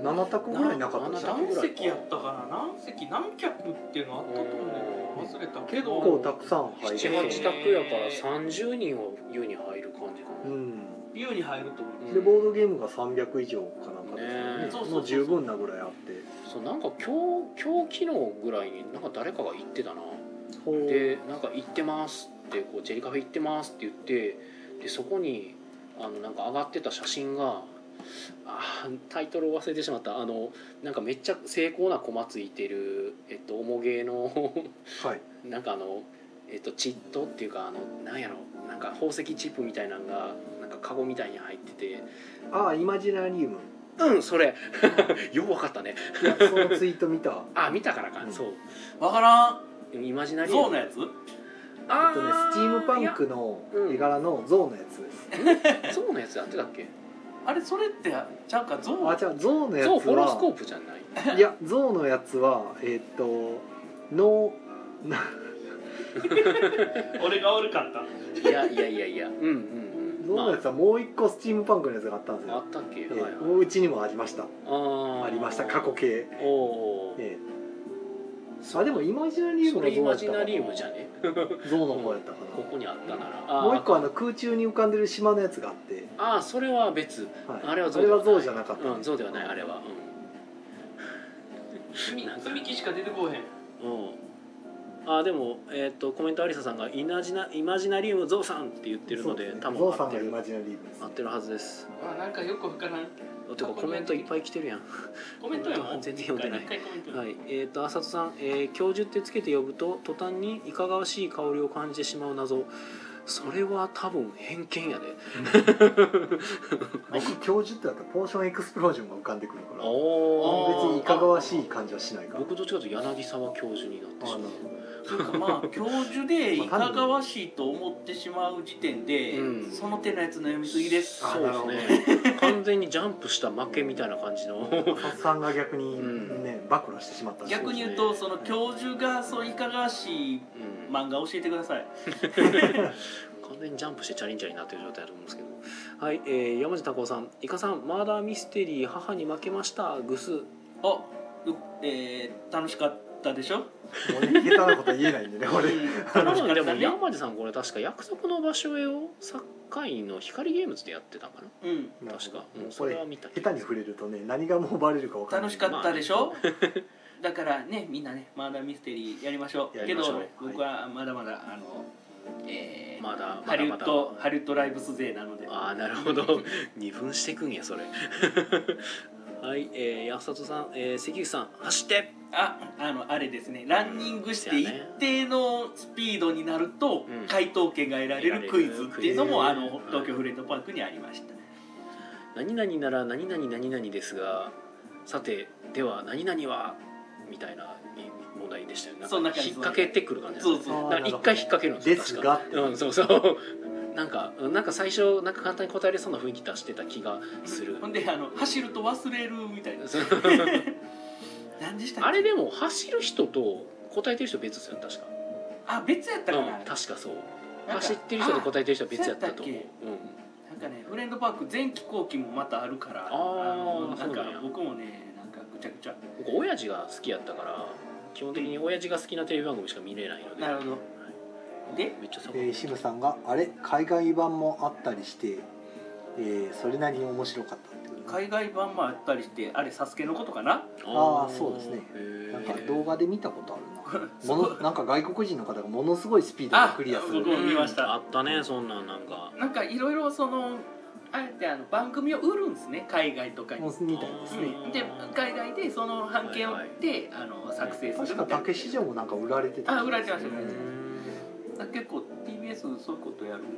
B: 7択ぐらいなかったで
A: な
B: すか
A: 何
C: 何
A: 席
C: 席
A: や
C: や
A: っ
C: ったかな何席何客っていうのあった
A: と
C: たと
A: 思
C: 思
A: うんだ
C: うん
A: け
C: だけど忘れたけ
A: ど
C: ど
B: 結構たくさん入
A: 78
B: る
C: 七八
A: 択やから30人を湯に入る感じか
B: う
A: な、
B: ん
C: 優に入ると思う
B: でボードゲームが300以上かなんかですよね
A: ね
C: そうそうそう
B: もう十分なぐらいあって
A: そうなんか今日今日昨日ぐらいになんか誰かが言ってたな
B: ほう
A: でなんか行ってますってこうジェリカフェ行ってますって言ってでそこにあのなんか上がってた写真があータイトルを忘れてしまったあのなんかめっちゃ精巧なコマついてるえっと重げの
B: はい
A: なんかあのえっとチットっていうかあのなんやろなんか宝石チップみたいなのがなんかカゴみたいに入ってて
B: ああイマジナリウム
A: うんそれ よくわかったね
B: いやそのツイート見た
A: あ見たからか、
B: うん
A: そう
C: わからん
A: イマジナリ
C: ゾウのやつ
B: え
A: あ
B: っとねスチームパンクの絵柄のゾウのやつで
A: い
B: す
A: やゾウのやつやってたっけ
C: あれそれってちゃうかゾウ
B: あじゃあゾウのやつ
A: ゾ
B: は
A: ウホロスコープじゃない
B: いや象のやつはえーっとのな
C: 俺が悪かった
A: いやいやいやいや、うんうんうん。
B: 象のやつはもう一個スチームパンクのやつがあったんです
A: まあ、あ
B: よ、
A: ったっけ、
B: え
A: はい
B: ー
A: は
B: うちにもありました
A: い、あ
B: ありました過去。形、
A: おおー。
B: えー、
A: そ
B: あでもイマジナリウム
A: そ
B: の
A: れイ
B: 象や
A: マ
B: った
A: ジナリウムじゃ
B: か
A: ね。
B: な象の方やったか
A: ここにあったなら。
B: な、
A: あー
B: もう一個あの空中に浮かんでる島のやつがあって、
A: あー、それは別。
B: はい、
A: あれは
B: ゾ
A: ゾ
B: ウ
A: ウではない
B: じゃなかった、
A: うん、ゾウではないあれは。
C: 積み木しか出てこへん
A: うん。うん。あーでも、えっとコメントアリサさんがイナジナイマジナリウムゾウさんって言ってるので
B: そうす
A: 多
B: ね、ゾ
A: 分
B: ウさ
A: 合っ
B: ん
A: て
B: がイ
A: る
B: マジナリウムです
A: 合ってるはずです。
C: あなんかよくわからん
A: てかコメントいっぱい来てるやん。
C: コメントやもん
A: 全然読んでない
C: 一回コメントや
A: はい、えー、と浅戸さん、えー教授ってつけて呼ぶと途端にいかがわしい香りを感じてしまう謎それは多分偏見やで
B: 僕教授ってだったらポーションエクスプロージョンが浮かんでくるから別
A: お
B: にいかがわしい感じはしないから
A: 僕どっちかというと柳沢教授になってしま
B: あ
A: う
B: の
C: というか まあ教授でいかがわしいと思ってしまう時点で、
A: うん
C: その手のやつの読みすぎです
B: あ
A: そう
B: な
A: で
B: るほど
A: すね 完全にジャンプした負けみたいな感じ の
B: 発散が逆に
A: うん
B: ね、暴露してしまったんです
C: 逆に言うとその教授がそのいかがわしい
A: うん
C: 漫画教えてください
A: 完全にジャンプしてチャリンチャリンになってる状態だと思うんですけどはい、えー、山地拓夫さん「イカさんマーダーミステリー母に負けましたグス」
C: あうえー楽しかったでしょ
B: もう下手なこと言えないんで ね俺
A: 多
C: 楽し
A: 分
C: かっ
A: で
C: た
A: も
C: ね
A: 山地さんこれ確か「約束の場所へ」をサッカー員の光ゲームズでやってたかな
C: うん
A: 確か、
B: も
A: う、
B: うんこ
A: それ
B: れ
A: は見た
B: 下手に触れるとね何がもうバレるか分かんない
C: 楽しかったでしょ、 だからねみんなねまだミステリーやりましょう
B: やり
C: けど
B: ましょう
C: 僕はまだまだあの、えー
A: まだまだ
C: ハリウ
A: ま
C: ッ
A: だ
C: ドハリウッドライブス勢なので
A: ああなるほど 二分してくんやそれ はい、えー、安里さん、えー、関口さん走って
C: ああのあれですねランニングして
A: うん
C: 一定のスピードになると、
A: うん
C: 回答権が得られるクイズっていうのも、
A: 得ら
C: あ
A: れる
C: の東京フレードパークにありました、
A: 何々なら何々何々ですがさてでは何々はみたいな問題でしたよね
C: そんな感じ
A: 引っ掛けてくる感じ
C: そうそう
B: あー
A: だから一回引っ掛けるんですよ
B: です
A: 確
B: が
A: かうんそうそう なんかなんか最初なんか簡単に答えれそうな雰囲気出してた気がする
C: ほんであの走ると忘れるみたいな
A: そう
C: 何でしたっけ
A: あれでも走る人と答えてる人別ですよね確か
C: あ別やったか
A: う、
C: なんなん
A: 確
C: か
A: かそう走ってる人と答えてる人は別やったと思う
C: あなんかねフレンドパーク全飛行機もまたあるから
A: あー
C: のなん
A: そうな
C: か
A: んや
C: 僕もねなんかぐちゃぐちゃ
A: うん、僕親父が好きやったから基本的に親父が好きなテレビ番組しか見れないので
C: なるほどで
A: めっちゃ寒
B: え
A: い
B: ー、シムさんが「あれ海外版もあったりして、えーそれなりに面白かった」ってことね
C: 海外版もあったりしてあれサスケのことかな
B: あーそうですね
A: へ
B: なん
A: ー
B: か動画で見たことあ るな
C: す
B: も
C: ごい
B: のなんか外国人の方がものすごいスピードでクリアす
C: あ
B: る
C: 僕も見ました
A: うんあったねそんなんなんか
C: なんかいろいろそのあえてあの番組を売るんですね海外とかに、
B: もうみたいですね
C: で海外でその版権を売って、あの作成するみた
B: 確
C: いな
B: か竹市場もなんか売られてた
C: あ売られてました
A: う
C: ね
A: ん
C: あ結構 TBS そういうことやるね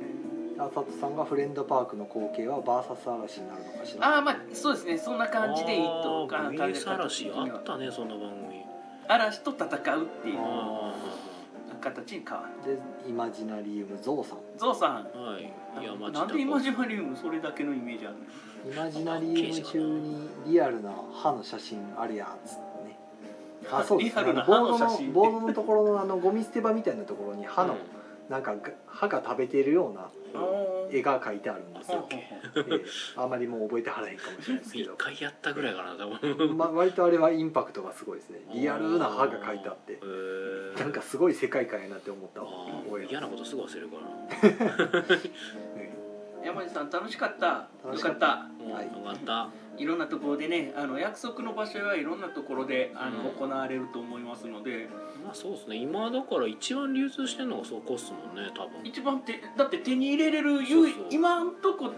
B: あさとさんが「フレンドパークの光景はバーサス嵐になるのかしら」
C: ああまあそうですねそんな感じでいいと
A: あー
C: か感じ
A: VS 嵐あったねそんな番組
C: 嵐と戦うっていう
A: あ
C: 形に変わる
B: でイマジナリウムゾウさん
C: ゾウさん
A: あはい山地
C: なんで今島リウムそれだけのイメージあるの
B: イマジナリウム中にリアルな歯の写真あるやつって ねあそうです
C: リアルな
B: ボー
C: 歯
B: ド
C: の写
B: の
C: 真
B: ボードのところのあのゴミ捨て場みたいなところに歯の、なんかが歯が食べてるような絵が描いてあるんですよ、ええ あんまりもう覚えてはらへんかもしれないですけ
A: 一
B: ど、
A: 回やったぐらいかな多分
B: ま、割とあれはインパクトがすごいですねリアルな歯が描いてあって
A: へー
B: なんかすごい世界観やなって思った
A: あ
B: わ覚え
A: ー
B: て
A: 嫌
B: ま
A: な
B: す
A: ことすぐ忘れるから
B: え
C: 山地さん楽しかった
B: 楽
C: よ
B: しか
C: か
B: っ
C: ったた
A: うん
B: はい
A: よかった
C: いろんなところでねあの約束の場所はいろんなところであの、
A: うん
C: 行われると思いますので
A: まあそうですね今だから一番流通してるのがそこっすもんね多分
C: 一番てだって手に入れれる
A: そう
C: 唯
A: そう
C: 今んとこ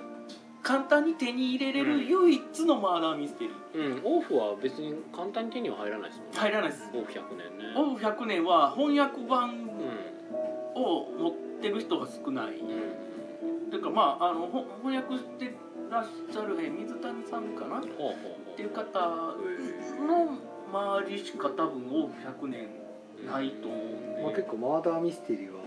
C: 簡単に手に入れれ
A: う
C: る
A: ん
C: 唯一のマーダーミステリー
A: うんオーフは別に簡単に手には入らないですもんね
C: 入らないです
A: オーフ100年ね
C: 「オブ100年」は翻訳版
A: う
C: を持ってる人が少ない
A: んうん
C: ていうかまああのほ翻訳してらっしゃるえ水谷さんかなっ
A: ほうほうほう
C: ていう方の周りしか多分オー100年ないと思うんで、
B: まあ、結構マーダーミステリーは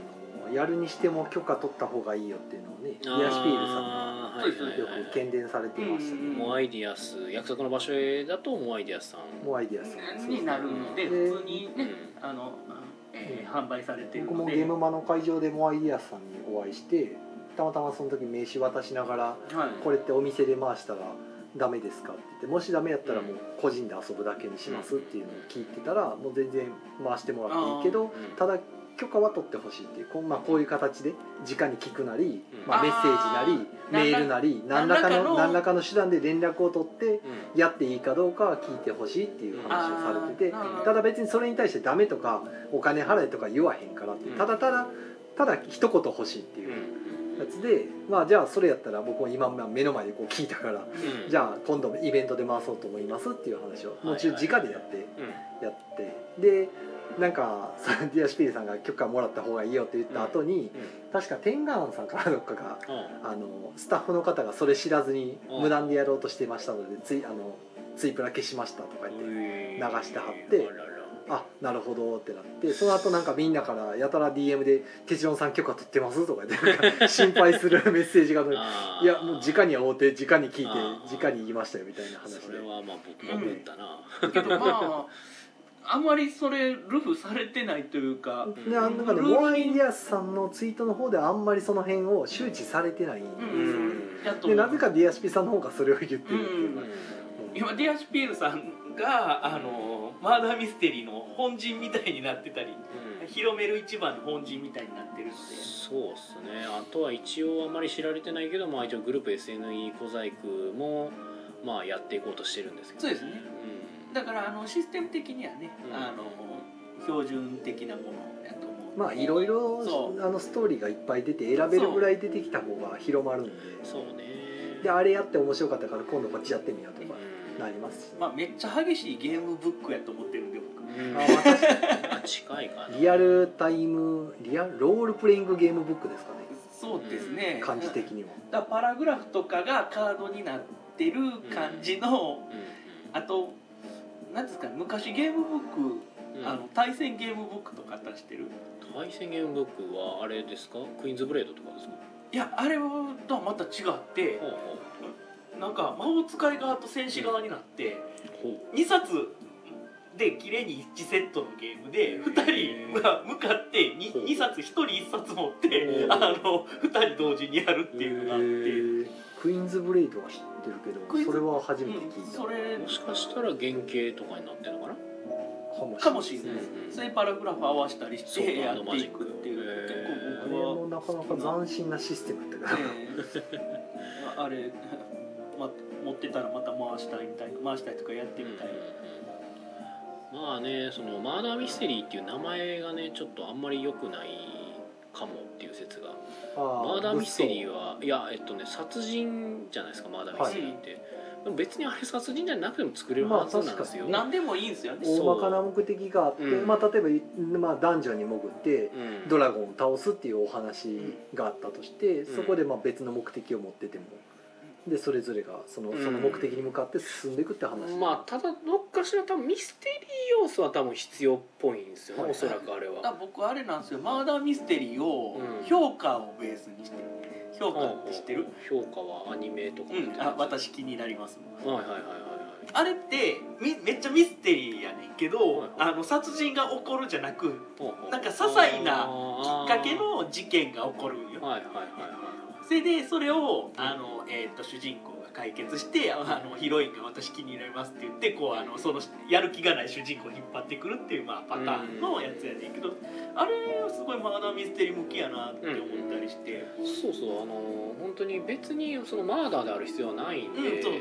B: あのやるにしても許可取った方がいいよっていうのをねリアシュピールさんが
A: あー
C: そうですそうです
A: はいはい
B: よ
A: は
B: く
A: い
B: 喧伝されてました
C: うん
B: ね
A: モアイディアス約束の場所へだとモアイディアスさん
B: もうアイディアさんですね
C: になるので
B: うん
C: 普通にね、
A: う
C: あの、えー
B: う
C: 販売されてる
B: 僕
C: の
B: も
C: で
B: ゲームマの会場でモアイディアスさんにお会いしてたまたまその時名刺渡しながら
C: はい
B: 「これってお店で回したらダメですか?」って言って「もしダメやったらもう個人で遊ぶだけにします」っていうのを聞いてたらもう全然回してもらっていいけど
A: うん
B: ただ許可は取ってほしいっていうこ,、まあ、こういう形で直に聞くなり、
A: うん
B: まあ、メッセージなり
C: あー
B: メールなり何らかの何
C: 何
B: ら
C: ら
B: かの手段で連絡を取って
A: うん
B: やっていいかどうかは聞いてほしいっていう話をされてて
C: あーなるほど
B: ただ別にそれに対してダメとかお金払えとか言わへんからって
A: うん
B: ただただただ一言欲しいっていううんやつでまあじゃあそれやったら僕も今目の前でこう聞いたから
A: うん
B: じゃあ今度イベントで回そうと思いますっていう話をもう中直
A: は
B: で
A: いはい
B: やって
A: うん
B: やってでなんかそのディアシュピールさんが許可もらった方がいいよって言った後に確か天眼さんからどっかが
A: うん
B: あのスタッフの方がそれ知らずに
A: うん
B: 無断でやろうとしてましたのでついあのツイプラ消しましたとか言って
A: 流
B: してはって
A: あらら
B: あなるほどってなってその後なんかみんなからやたら DM で「手順さん許可取ってます?」とか言ってなんか心配するメッセージが届いて
A: あー
B: いやもう直に会おうて直に聞い
A: あー
B: て直に言いましたよみたいな話
A: それ
B: で
A: はまあ僕も言ったな、
C: けどまああんまりそれルフされてないというか
B: でなんかね
C: ルールに
B: モアイ・ディアスさんのツイートの方ではあんまりその辺を周知されてない、
C: うん
A: ん
C: うんやっと
B: でなぜかディアシピさんの方がそれを言ってるっていうう、
A: ん
B: うん
C: 今ディアシュピエルさんがあのマーダーミステリーの本陣みたいになってたり広める一番の本陣みたいになってるので
A: そうっすねあとは一応あまり知られてないけど、まあ、一応グループ SNE 小細工もまあやっていこうとしてるんですけど
C: そうですねだからあのシステム的にはね、
A: うん
C: あの標準的なものやと思う
B: まあいろいろ
C: そう
B: あのストーリーがいっぱい出て選べるぐらい出てきた方が広まるんで
A: うん、そうね
B: であれやって面白かったから今度こっちやってみようとか
A: うん
B: なりますし、
C: まあめっちゃ激しいゲームブックやと思ってるんで僕
A: うん
B: あ私
A: あ近いかな
B: リアルタイムリアロールプレイングゲームブックですかね
C: そうですね、
B: 感じ的には
C: だからパラグラフとかがカードになってる感じの、
A: うん
C: あとなんですかね昔ゲームブック、
A: うん
C: あの対戦ゲームブックとか出してる
A: 対戦ゲームブックはあれですかクイーンズブレードとかですか
C: いやあれとはまた違って
A: ほう
C: なんか魔法使い側と戦士側になって
A: ほうほ
C: 2冊で綺麗に1セットのゲームで
A: へー
C: 2人が向かって 2, 冊1人1冊持って
A: うん
C: あの2人同時にやるっていうのがあって。
B: クイーンズブレイドは知ってるけ
C: クイーン
B: どそ
C: ズ
B: れは初めて
C: う
B: 聞
C: ん、
B: いた
C: それ
A: うもしかしたら原型とかになってるのかな
C: かもしれない、
A: うん
C: それパラグラフ合わせたりし
A: そう
C: てや
A: あ
C: っ
A: の
C: ていくっていう
A: マジック
B: あ
C: 結
B: れ
C: 構
B: もなかなか斬新なシステムだったか
C: 僕は
B: ら、、
C: えーあれ、 ま、持ってたらまた回したいみたい回したいとかやってみたい、
A: うんまあねそのマーダーミステリーっていう名前がねちょっとあんまり良くないかもっていう説がマーダーミステリー
B: は
A: はいやえっとね殺人じゃないですかマーダーミステリーって、でも別にあれ殺人じゃなくても作れるはずなんですよ、
B: まあ
C: 何でもいいんですよね
A: そう
B: 大まかな目的があって、
A: うん
B: まあ、例えば、まあ、ダンジョンに潜って
A: うん
B: ドラゴンを倒すっていうお話があったとし
A: う
B: て、
A: ん
B: そこでまあ別の目的を持っててもでそれぞれがそのその目的に向かって進んでいくって話、
A: まあただどっかしら多分ミステリー要素は多分必要っぽいんですよね、
B: はい
A: おそらくあれは、
C: だから僕あれなんですよマーダーミステリーを
A: うん
C: 評価をベースにして評価って知ってる、
A: 評価はアニメとか
C: う
A: み
C: ん、
A: たいな
C: あ私気になります
A: はいはいはいはいはい
C: あれってみめっちゃミステリーやねんけど、
A: はい
C: あの殺人が起こるじゃなく
A: ほうほう
C: なんか些細なきっかけ
A: あ
C: の事件が起こるん
A: ー
C: よ
A: はいはいは
C: それでそれをあの、えー、と主人公が解決してああのヒロインが私気に入りますって言ってこうあのそのやる気がない主人公を引っ張ってくるっていう、まあ、パターンのやつやねんけどあれはすごいマーダーミステリー向きやなって思ったりして、
A: いはいそうそうあのー本当に別にそのマーダーである必要はないん
C: うん
A: で、
C: そう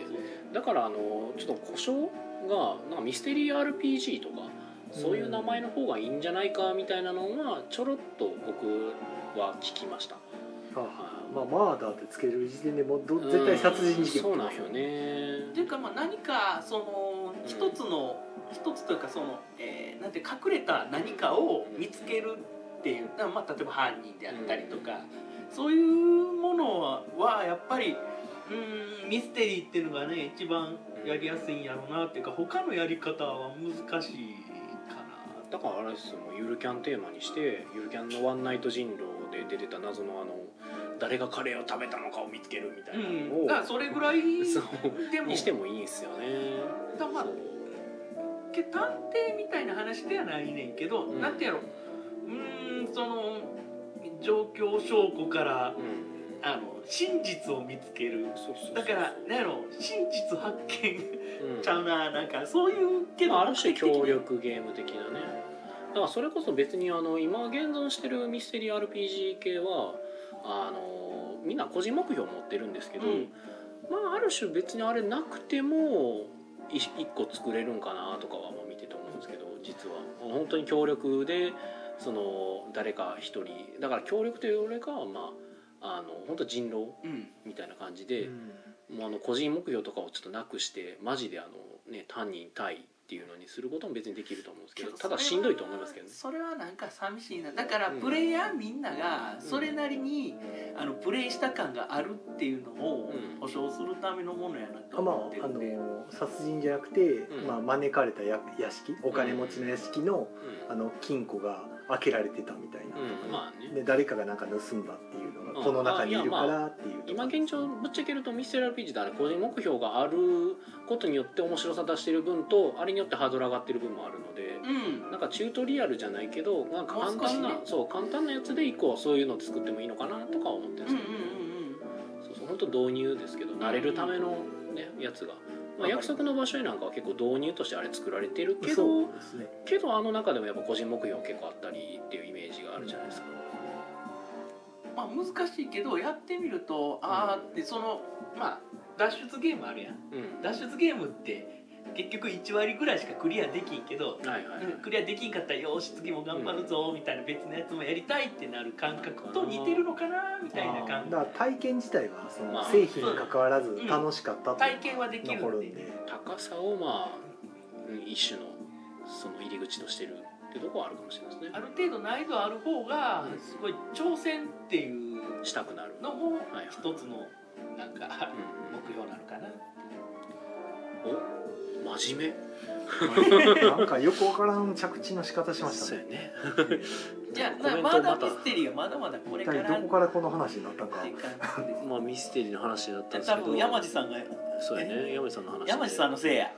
A: だからあのーちょっと故障がなんかミステリー RPG とかそういう名前の方がいいんじゃないかみたいなのはちょろっと僕は聞きました
B: はあまあ、マーダーってつける時点でもうど絶対殺人事件、
A: うんそうなんよね
C: というかまあ何かその
A: うん
C: 一つの、一つというかその、えーなんていう隠れた何かを見つけるっていう、だからまあ、例えば犯人であったりとか、そういうものははやっぱりうーんミステリーっていうのがね一番やりやすいんやろうなっていうか他のやり方は難しいかな
A: だからあれですよもうゆるキャンテーマにしてゆるキャンの「ワンナイト人狼」で出てた謎のあの誰がカレーを食べたのかを見つけるみたいなの
C: うん、
A: を、
C: だからそれぐらい
A: そう
C: でも
A: にしてもいいんすよね。
C: だまあ
A: そう
C: け探偵みたいな話ではないねんけど、
A: うん
C: なんてやろううーんその状況証拠から
A: うん
C: あの真実を見つける
A: そうそうそう
C: だからなんやろ真実発 見
A: うん
C: ちゃうななんかそういうけど、
A: まあ、ある種
C: 目的に
A: 協力ゲーム的なねだからそれこそ別にあの今現存してるミステリー RPG 系はあのみんな個人目標を持ってるんですけど、
C: うん
A: まあある種別にあれなくてもい一個作れるんかなとかはまあ見てて思うんですけど実は本当に協力でその誰か一人だから協力というよりかはまああの本当人狼
C: うん
A: みたいな感じで、
B: うん
A: もうあの個人目標とかをちょっとなくしてマジであの、ね、単人対ってっていうのにすることも別にできると思うんですけど
C: けど
A: ただしんどいと思いますけどね
C: それはなんか寂しいなだから
A: うん
C: プレイヤーみんながそれなりに、あのプレイした感があるっていうのを
A: うん
C: 保証するためのものやなと
B: まあ
C: 思って
B: あ
C: るん
B: の
C: で、
B: 殺人じゃなくて、
A: ん
B: まあ、招かれたや屋敷お金持ちの屋敷のあの金庫が開けられてたみたいなと
A: うん、うん、
B: か、
A: まあね
B: ねで誰かがなんか盗んだっていうの
A: うん
B: がこの中にいるからっていうと
A: 今
B: か、
A: 現状ぶっちゃけるとミステリー RPG であれ個人目標があることによって面白さ出してる分とあれによってハードル上がってる分もあるので
C: うん
A: なんかチュートリアルじゃないけどなんか簡
C: もう少し
A: 単な、
C: ね
A: そう簡単なやつで以降そういうので作ってもいいのかなとか思ってるんで
C: うん
A: す
C: うん
A: けど、
C: うん
A: そうそう本当導入ですけど慣れるための、ね、やつが、まあ、約束の場所へなんかは結構導入としてあれ作られてるけ
B: そう
A: ど
B: ですね
A: けどあの中でもやっぱ個人目標結構あったりっていうイメージがあるじゃないですか。
C: うんまあ難しいけどやってみるとああってそのまあ脱出ゲームあるやん
A: うん、
C: 脱出ゲームって結局1割ぐらいしかクリアできんけ
A: は
C: ど
A: いはい、はい
C: クリアできんかったらよーし次も頑張るぞみたいな別のやつもやりたいってなる感覚と似てるのかなみたいな
B: あ
C: 感
B: ー
C: じ
B: だから体験自体はそ
A: まあ
B: の製品に関わらず
C: うん
B: 楽しかったと
C: 体験はできる
B: 残
C: ん
B: る
C: で
B: んで、
A: 高さをまあうん一種のその入り口としてるっていうところはあるかもしれないです
C: あ
A: ね
C: る程度難易度ある方が
A: うん
C: すごい挑戦っていう
A: したくなる、
C: の
A: は
C: も
A: いはい
C: 一つのなん
A: う
C: か
A: ん
C: 目標なのかな
A: うん、お真面目
B: なんかよくわからん着地の仕方しました
A: そうや
B: ね
A: ね
C: じゃ
A: コメ
C: あ
A: ン
C: ま
A: ト
C: だ
A: ま
C: ミ
A: た
C: ステリーはまだまだこれ
B: 一
C: か
B: 体
C: らっ
B: ど
C: て
B: こからこの話になったんか
C: 感じです
A: まあミステリーの話だったんです
C: 多
A: けど
C: 分山地さんが
A: そうやね山地さんの話で
C: 山地さんのせいや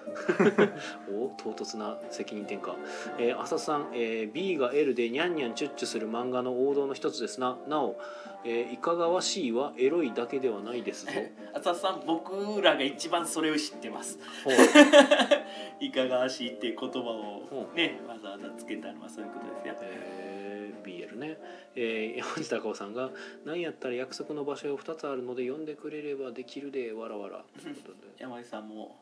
A: お唐突な責任転換、えー浅田さん、えー B が L でニャンニャンチュッチュする漫画の王道の一つですななお、えーいかがわしいはエロいだけではないですぞ
C: 浅田さん僕らが一番それを知ってます
A: ほう
C: いかがわしいっていう言葉をねわざわざつけたのはそういうことですよ
A: えー BL ね、えー山地孝夫さんが「何やったら約束の場所が2つあるので呼んでくれればできるでわらわら」ということで
C: 山地さんも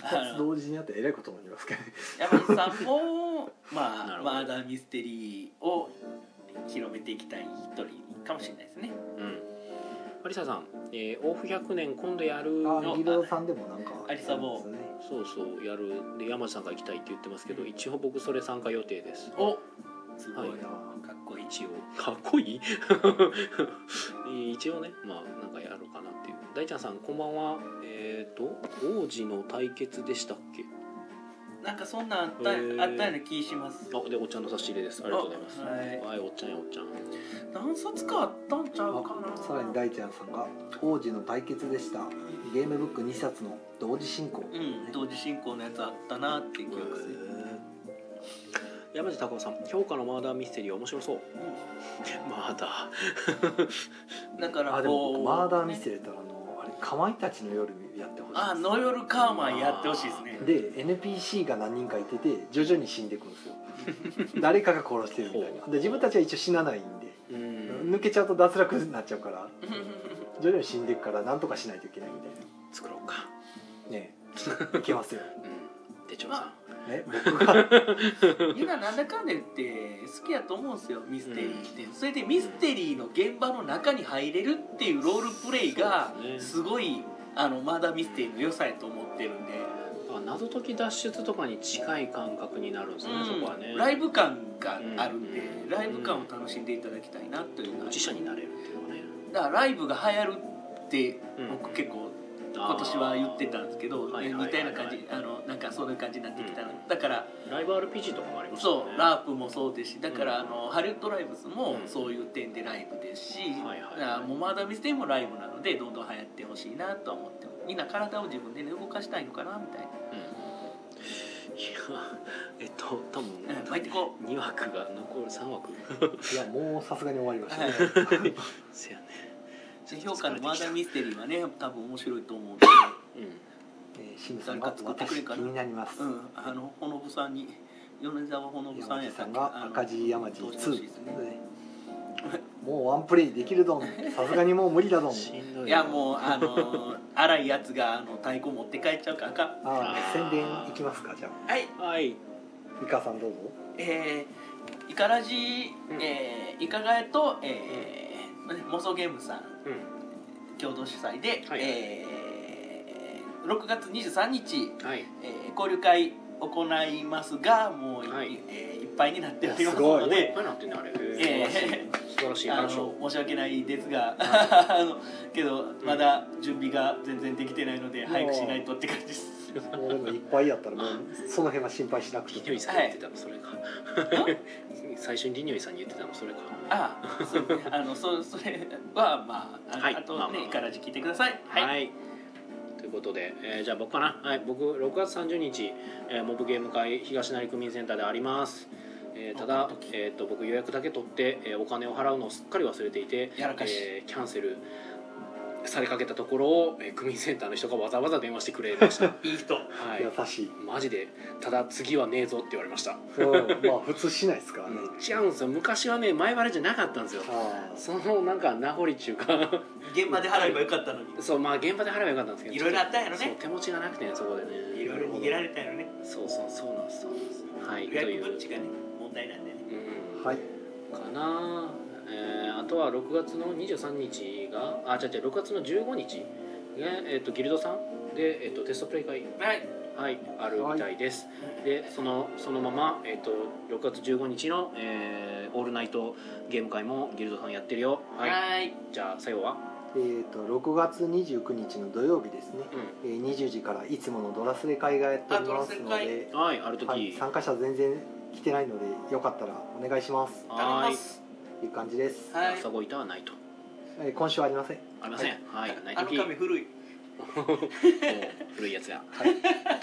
B: 2つ同時にやったらえらいことになりますけどね
C: 山地さんも
A: な
C: まあ
A: るほど
C: マーダーミステリーを広めていきたい一人かもしれないですね
A: うん有沙さん「えー、オフ100年今度やる」
B: あ
A: の
B: ーギルドさんでもなんか
C: ありさぼう
B: う
A: そうそうやるで山地さんが行きたいって言ってますけど一応僕それ参加予定です
C: おすごい、
A: はい
C: かっこいい
A: 一応かっこい い一応ねまあなんかやろうかなっていう大ちゃんさんこんばんはえっ、と王子の対決でしたっけ
C: なんかそんなんあったあ
A: へー
C: ったような気します
A: あでお茶の差し入れですありがとうございます
C: あはい
A: はいおっちゃんやおっちゃん
C: 何冊かあったんちゃうかな
B: さらに大ちゃんさんが「王子の対決でした」ゲームブック2冊の同時進行、
C: うん同時進行のやつあったなっていう記憶する、
A: 山地孝夫さん評価のマーダーミステリー面白そうマーダー
C: うんだから
B: あでも
C: こ
B: 僕
C: う
B: マーダーミス
C: リ
B: テリーだったらあのあれかまいたちの夜やってほしい
C: あノヨルカーマンやってほしいですね
B: で NPC が何人かいてて徐々に死んでいくんですよ 誰かが殺してるみたいなで自分たちは一応死なないんで、
A: うん
B: 抜けちゃうと脱落になっちゃうから
C: うんうんうん
B: 徐々に死んでいくからなんとかしないといけないみたい
A: 作ろうか
B: なねえいけますよ、
A: うん手帳さん
B: ね、僕 が
C: うんみんななんだかんだ言って好きやと思うんですよミステリーって、それでミステリーの現場の中に入れるっていうロールプレイが
A: そうです
C: すごいあのマーダーミステリーの良さやと思ってるんで、
A: あ謎解き脱出とかに近い感覚になるんですね、そこはね
C: うんライブ感があるんで、
A: うん
C: ライブ感を楽しんでいただきたいなというのは
A: 当事者になれるっていうのはね
C: だからライブが流行るって
A: うん
C: 僕結構
A: 今
C: 今年は言ってたんですけど、
A: はい
C: ね
A: はいはいはい
C: 似たような感じあのなんかそういう感じになってきたら、
A: うん
C: だから
A: ライブ RPG とかもありました
C: そ
A: ね
C: うラープもそうですしだから、
A: うん
C: あのハリウッドライブスも
A: うん
C: そういう点でライブですし、
A: はいはい
C: だからもうマーダーミステリーもライブなのでどんどん流行ってほしいなとは思ってますみんな体を自分で、ね、動かしたいのかなみたい
A: うんいやえっと多分
C: なうん巻いてこ
A: 2枠が残る3枠
B: いやもうさすがに終わりま
C: う、
B: し
C: は
B: た、
C: い
B: ね、
A: せやね
C: で評価のマーダーミステリーはね多分面白いと思うんで、
A: う
B: えーシムさんが
C: 誰か作っ
B: 私
C: てくれる
B: 気
C: かな
B: になります、
C: うん、あのほのぶさんに米沢ほのぶ
B: 山
C: さんや
B: 地
C: った
B: さ
C: っ
B: ん
C: け
B: が赤字山地
C: あのどうしてほしい
B: 2
C: ですね
B: もうワンプレイできる どんさすがにもう無理だど
A: ん
B: ん
A: しんどい
C: いやもうあの荒いやつがあの太鼓持って帰っちゃうからあかん
B: ああ宣伝いきますかじゃあ
C: はい
A: はい
B: 美香さんどうぞ
C: えー、イカラジ、
A: うん
C: えー、イカガエと、えー、妄想ゲームさん
A: うん
C: 共同主催で、
A: はい
C: えー、6月23日、
A: はい
C: えー、交流会行いますがもうい,、
A: はい
C: えーいっぱいになっておりま
B: す
C: す
B: ごい
A: い
C: の
A: っ
C: で
A: ぱいなってんねあれ
C: えー
A: 素晴らしい
C: あの
A: 話を
C: 申し訳ないですが、 あのけどまだ準備が全然できてないので
B: ん
C: 早くしないとって感じです。
B: もうでもいっぱいや ったらもうその辺は心配しなく
A: リ
B: て
A: ニョ
B: も
A: イさんに言ってたのそれか 最初にリニョイさんに言ってたのそれか
C: ああ、そうねあのそそれはまああ,、
A: はい
C: あと
A: まあまあ
C: ねからじ聞いてください。
A: はい、
C: はい。
A: ということで、えーじゃあ僕かな、はい、僕6月30日、えーモブゲーム会東成区民センターであります、えーた
C: あ
A: だ
C: この、時
A: えー、と僕予約だけ取って、えーお金を払うのをすっかり忘れていて、
C: やらかし
A: えーキャンセルされかけたところを、えー区民センターの人がわざわざ電話してくれ ました、はい
D: い人
B: 優しい
A: マジでただ次はねえぞって言われました、
B: そうまあ普通しないですからね
A: 違うんですよ昔はね前払いじゃなかったんですよ
B: ああ
A: そのなんか名残っていうか
C: 現場で払えばよかったのに。
A: そうまあ現場で払えばよかったんですけど
C: いろいろあったんやろね
A: そう手持ちがなくてねそこでね
C: いろいろ逃げられたよね。
A: そうそうそうなんですそうなんですはい
C: 予
A: とい
C: 約
A: う、
C: どっちがね問題なんでね。
A: うん、
B: はい
A: かな、えーあとは6月の23日があ違う違う6月の15日ねえっとギルドさんで、えっとテストプレイ会
C: はい。
A: はいあるみたいです、でそのそのまま、えっと6月15日の、えーオールナイトゲーム会もギルドさんやってるよはい、
C: はい。
A: じゃあ最後は
B: えー、と6月29日の土曜日ですね、
A: う
B: えー20時からいつものドラスレ会がやっておりますの
C: あドラスレ
B: で、
A: はいある時
B: はい、参加者全然来てないのでよかったらお願いします
C: 頼み
A: は
C: ま
A: い
C: す。
B: という感じです、
C: はい。
A: 朝ごいたはないと
B: えー今週はありません
A: ありませんはい、ない
C: あの
A: 時
C: 紙古い。
A: もう古いやつや。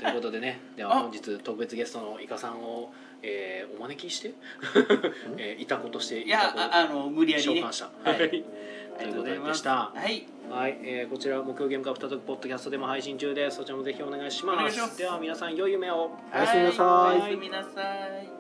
A: ということでね、では
C: あ
A: 本日特別ゲストのイカさんを、えーお招きして、 えーいたことして
C: い
A: い
C: や
A: たこ
C: ああの無理や
A: 召
C: りね
A: 喚。した。
C: はい
A: はい
C: あ
A: と
C: り
A: いうこと
C: がとうござい
A: で
C: ま
A: し
C: す。
A: た。
C: はい。
A: はい、えーこちら木曜ゲームカップ再びポッドキャストでも配信中です。そちらもぜひお願いします。
C: お願いします
A: では皆さん良い夢を。
B: おやすみなさ
C: は
B: ーい
C: おやすみなさい。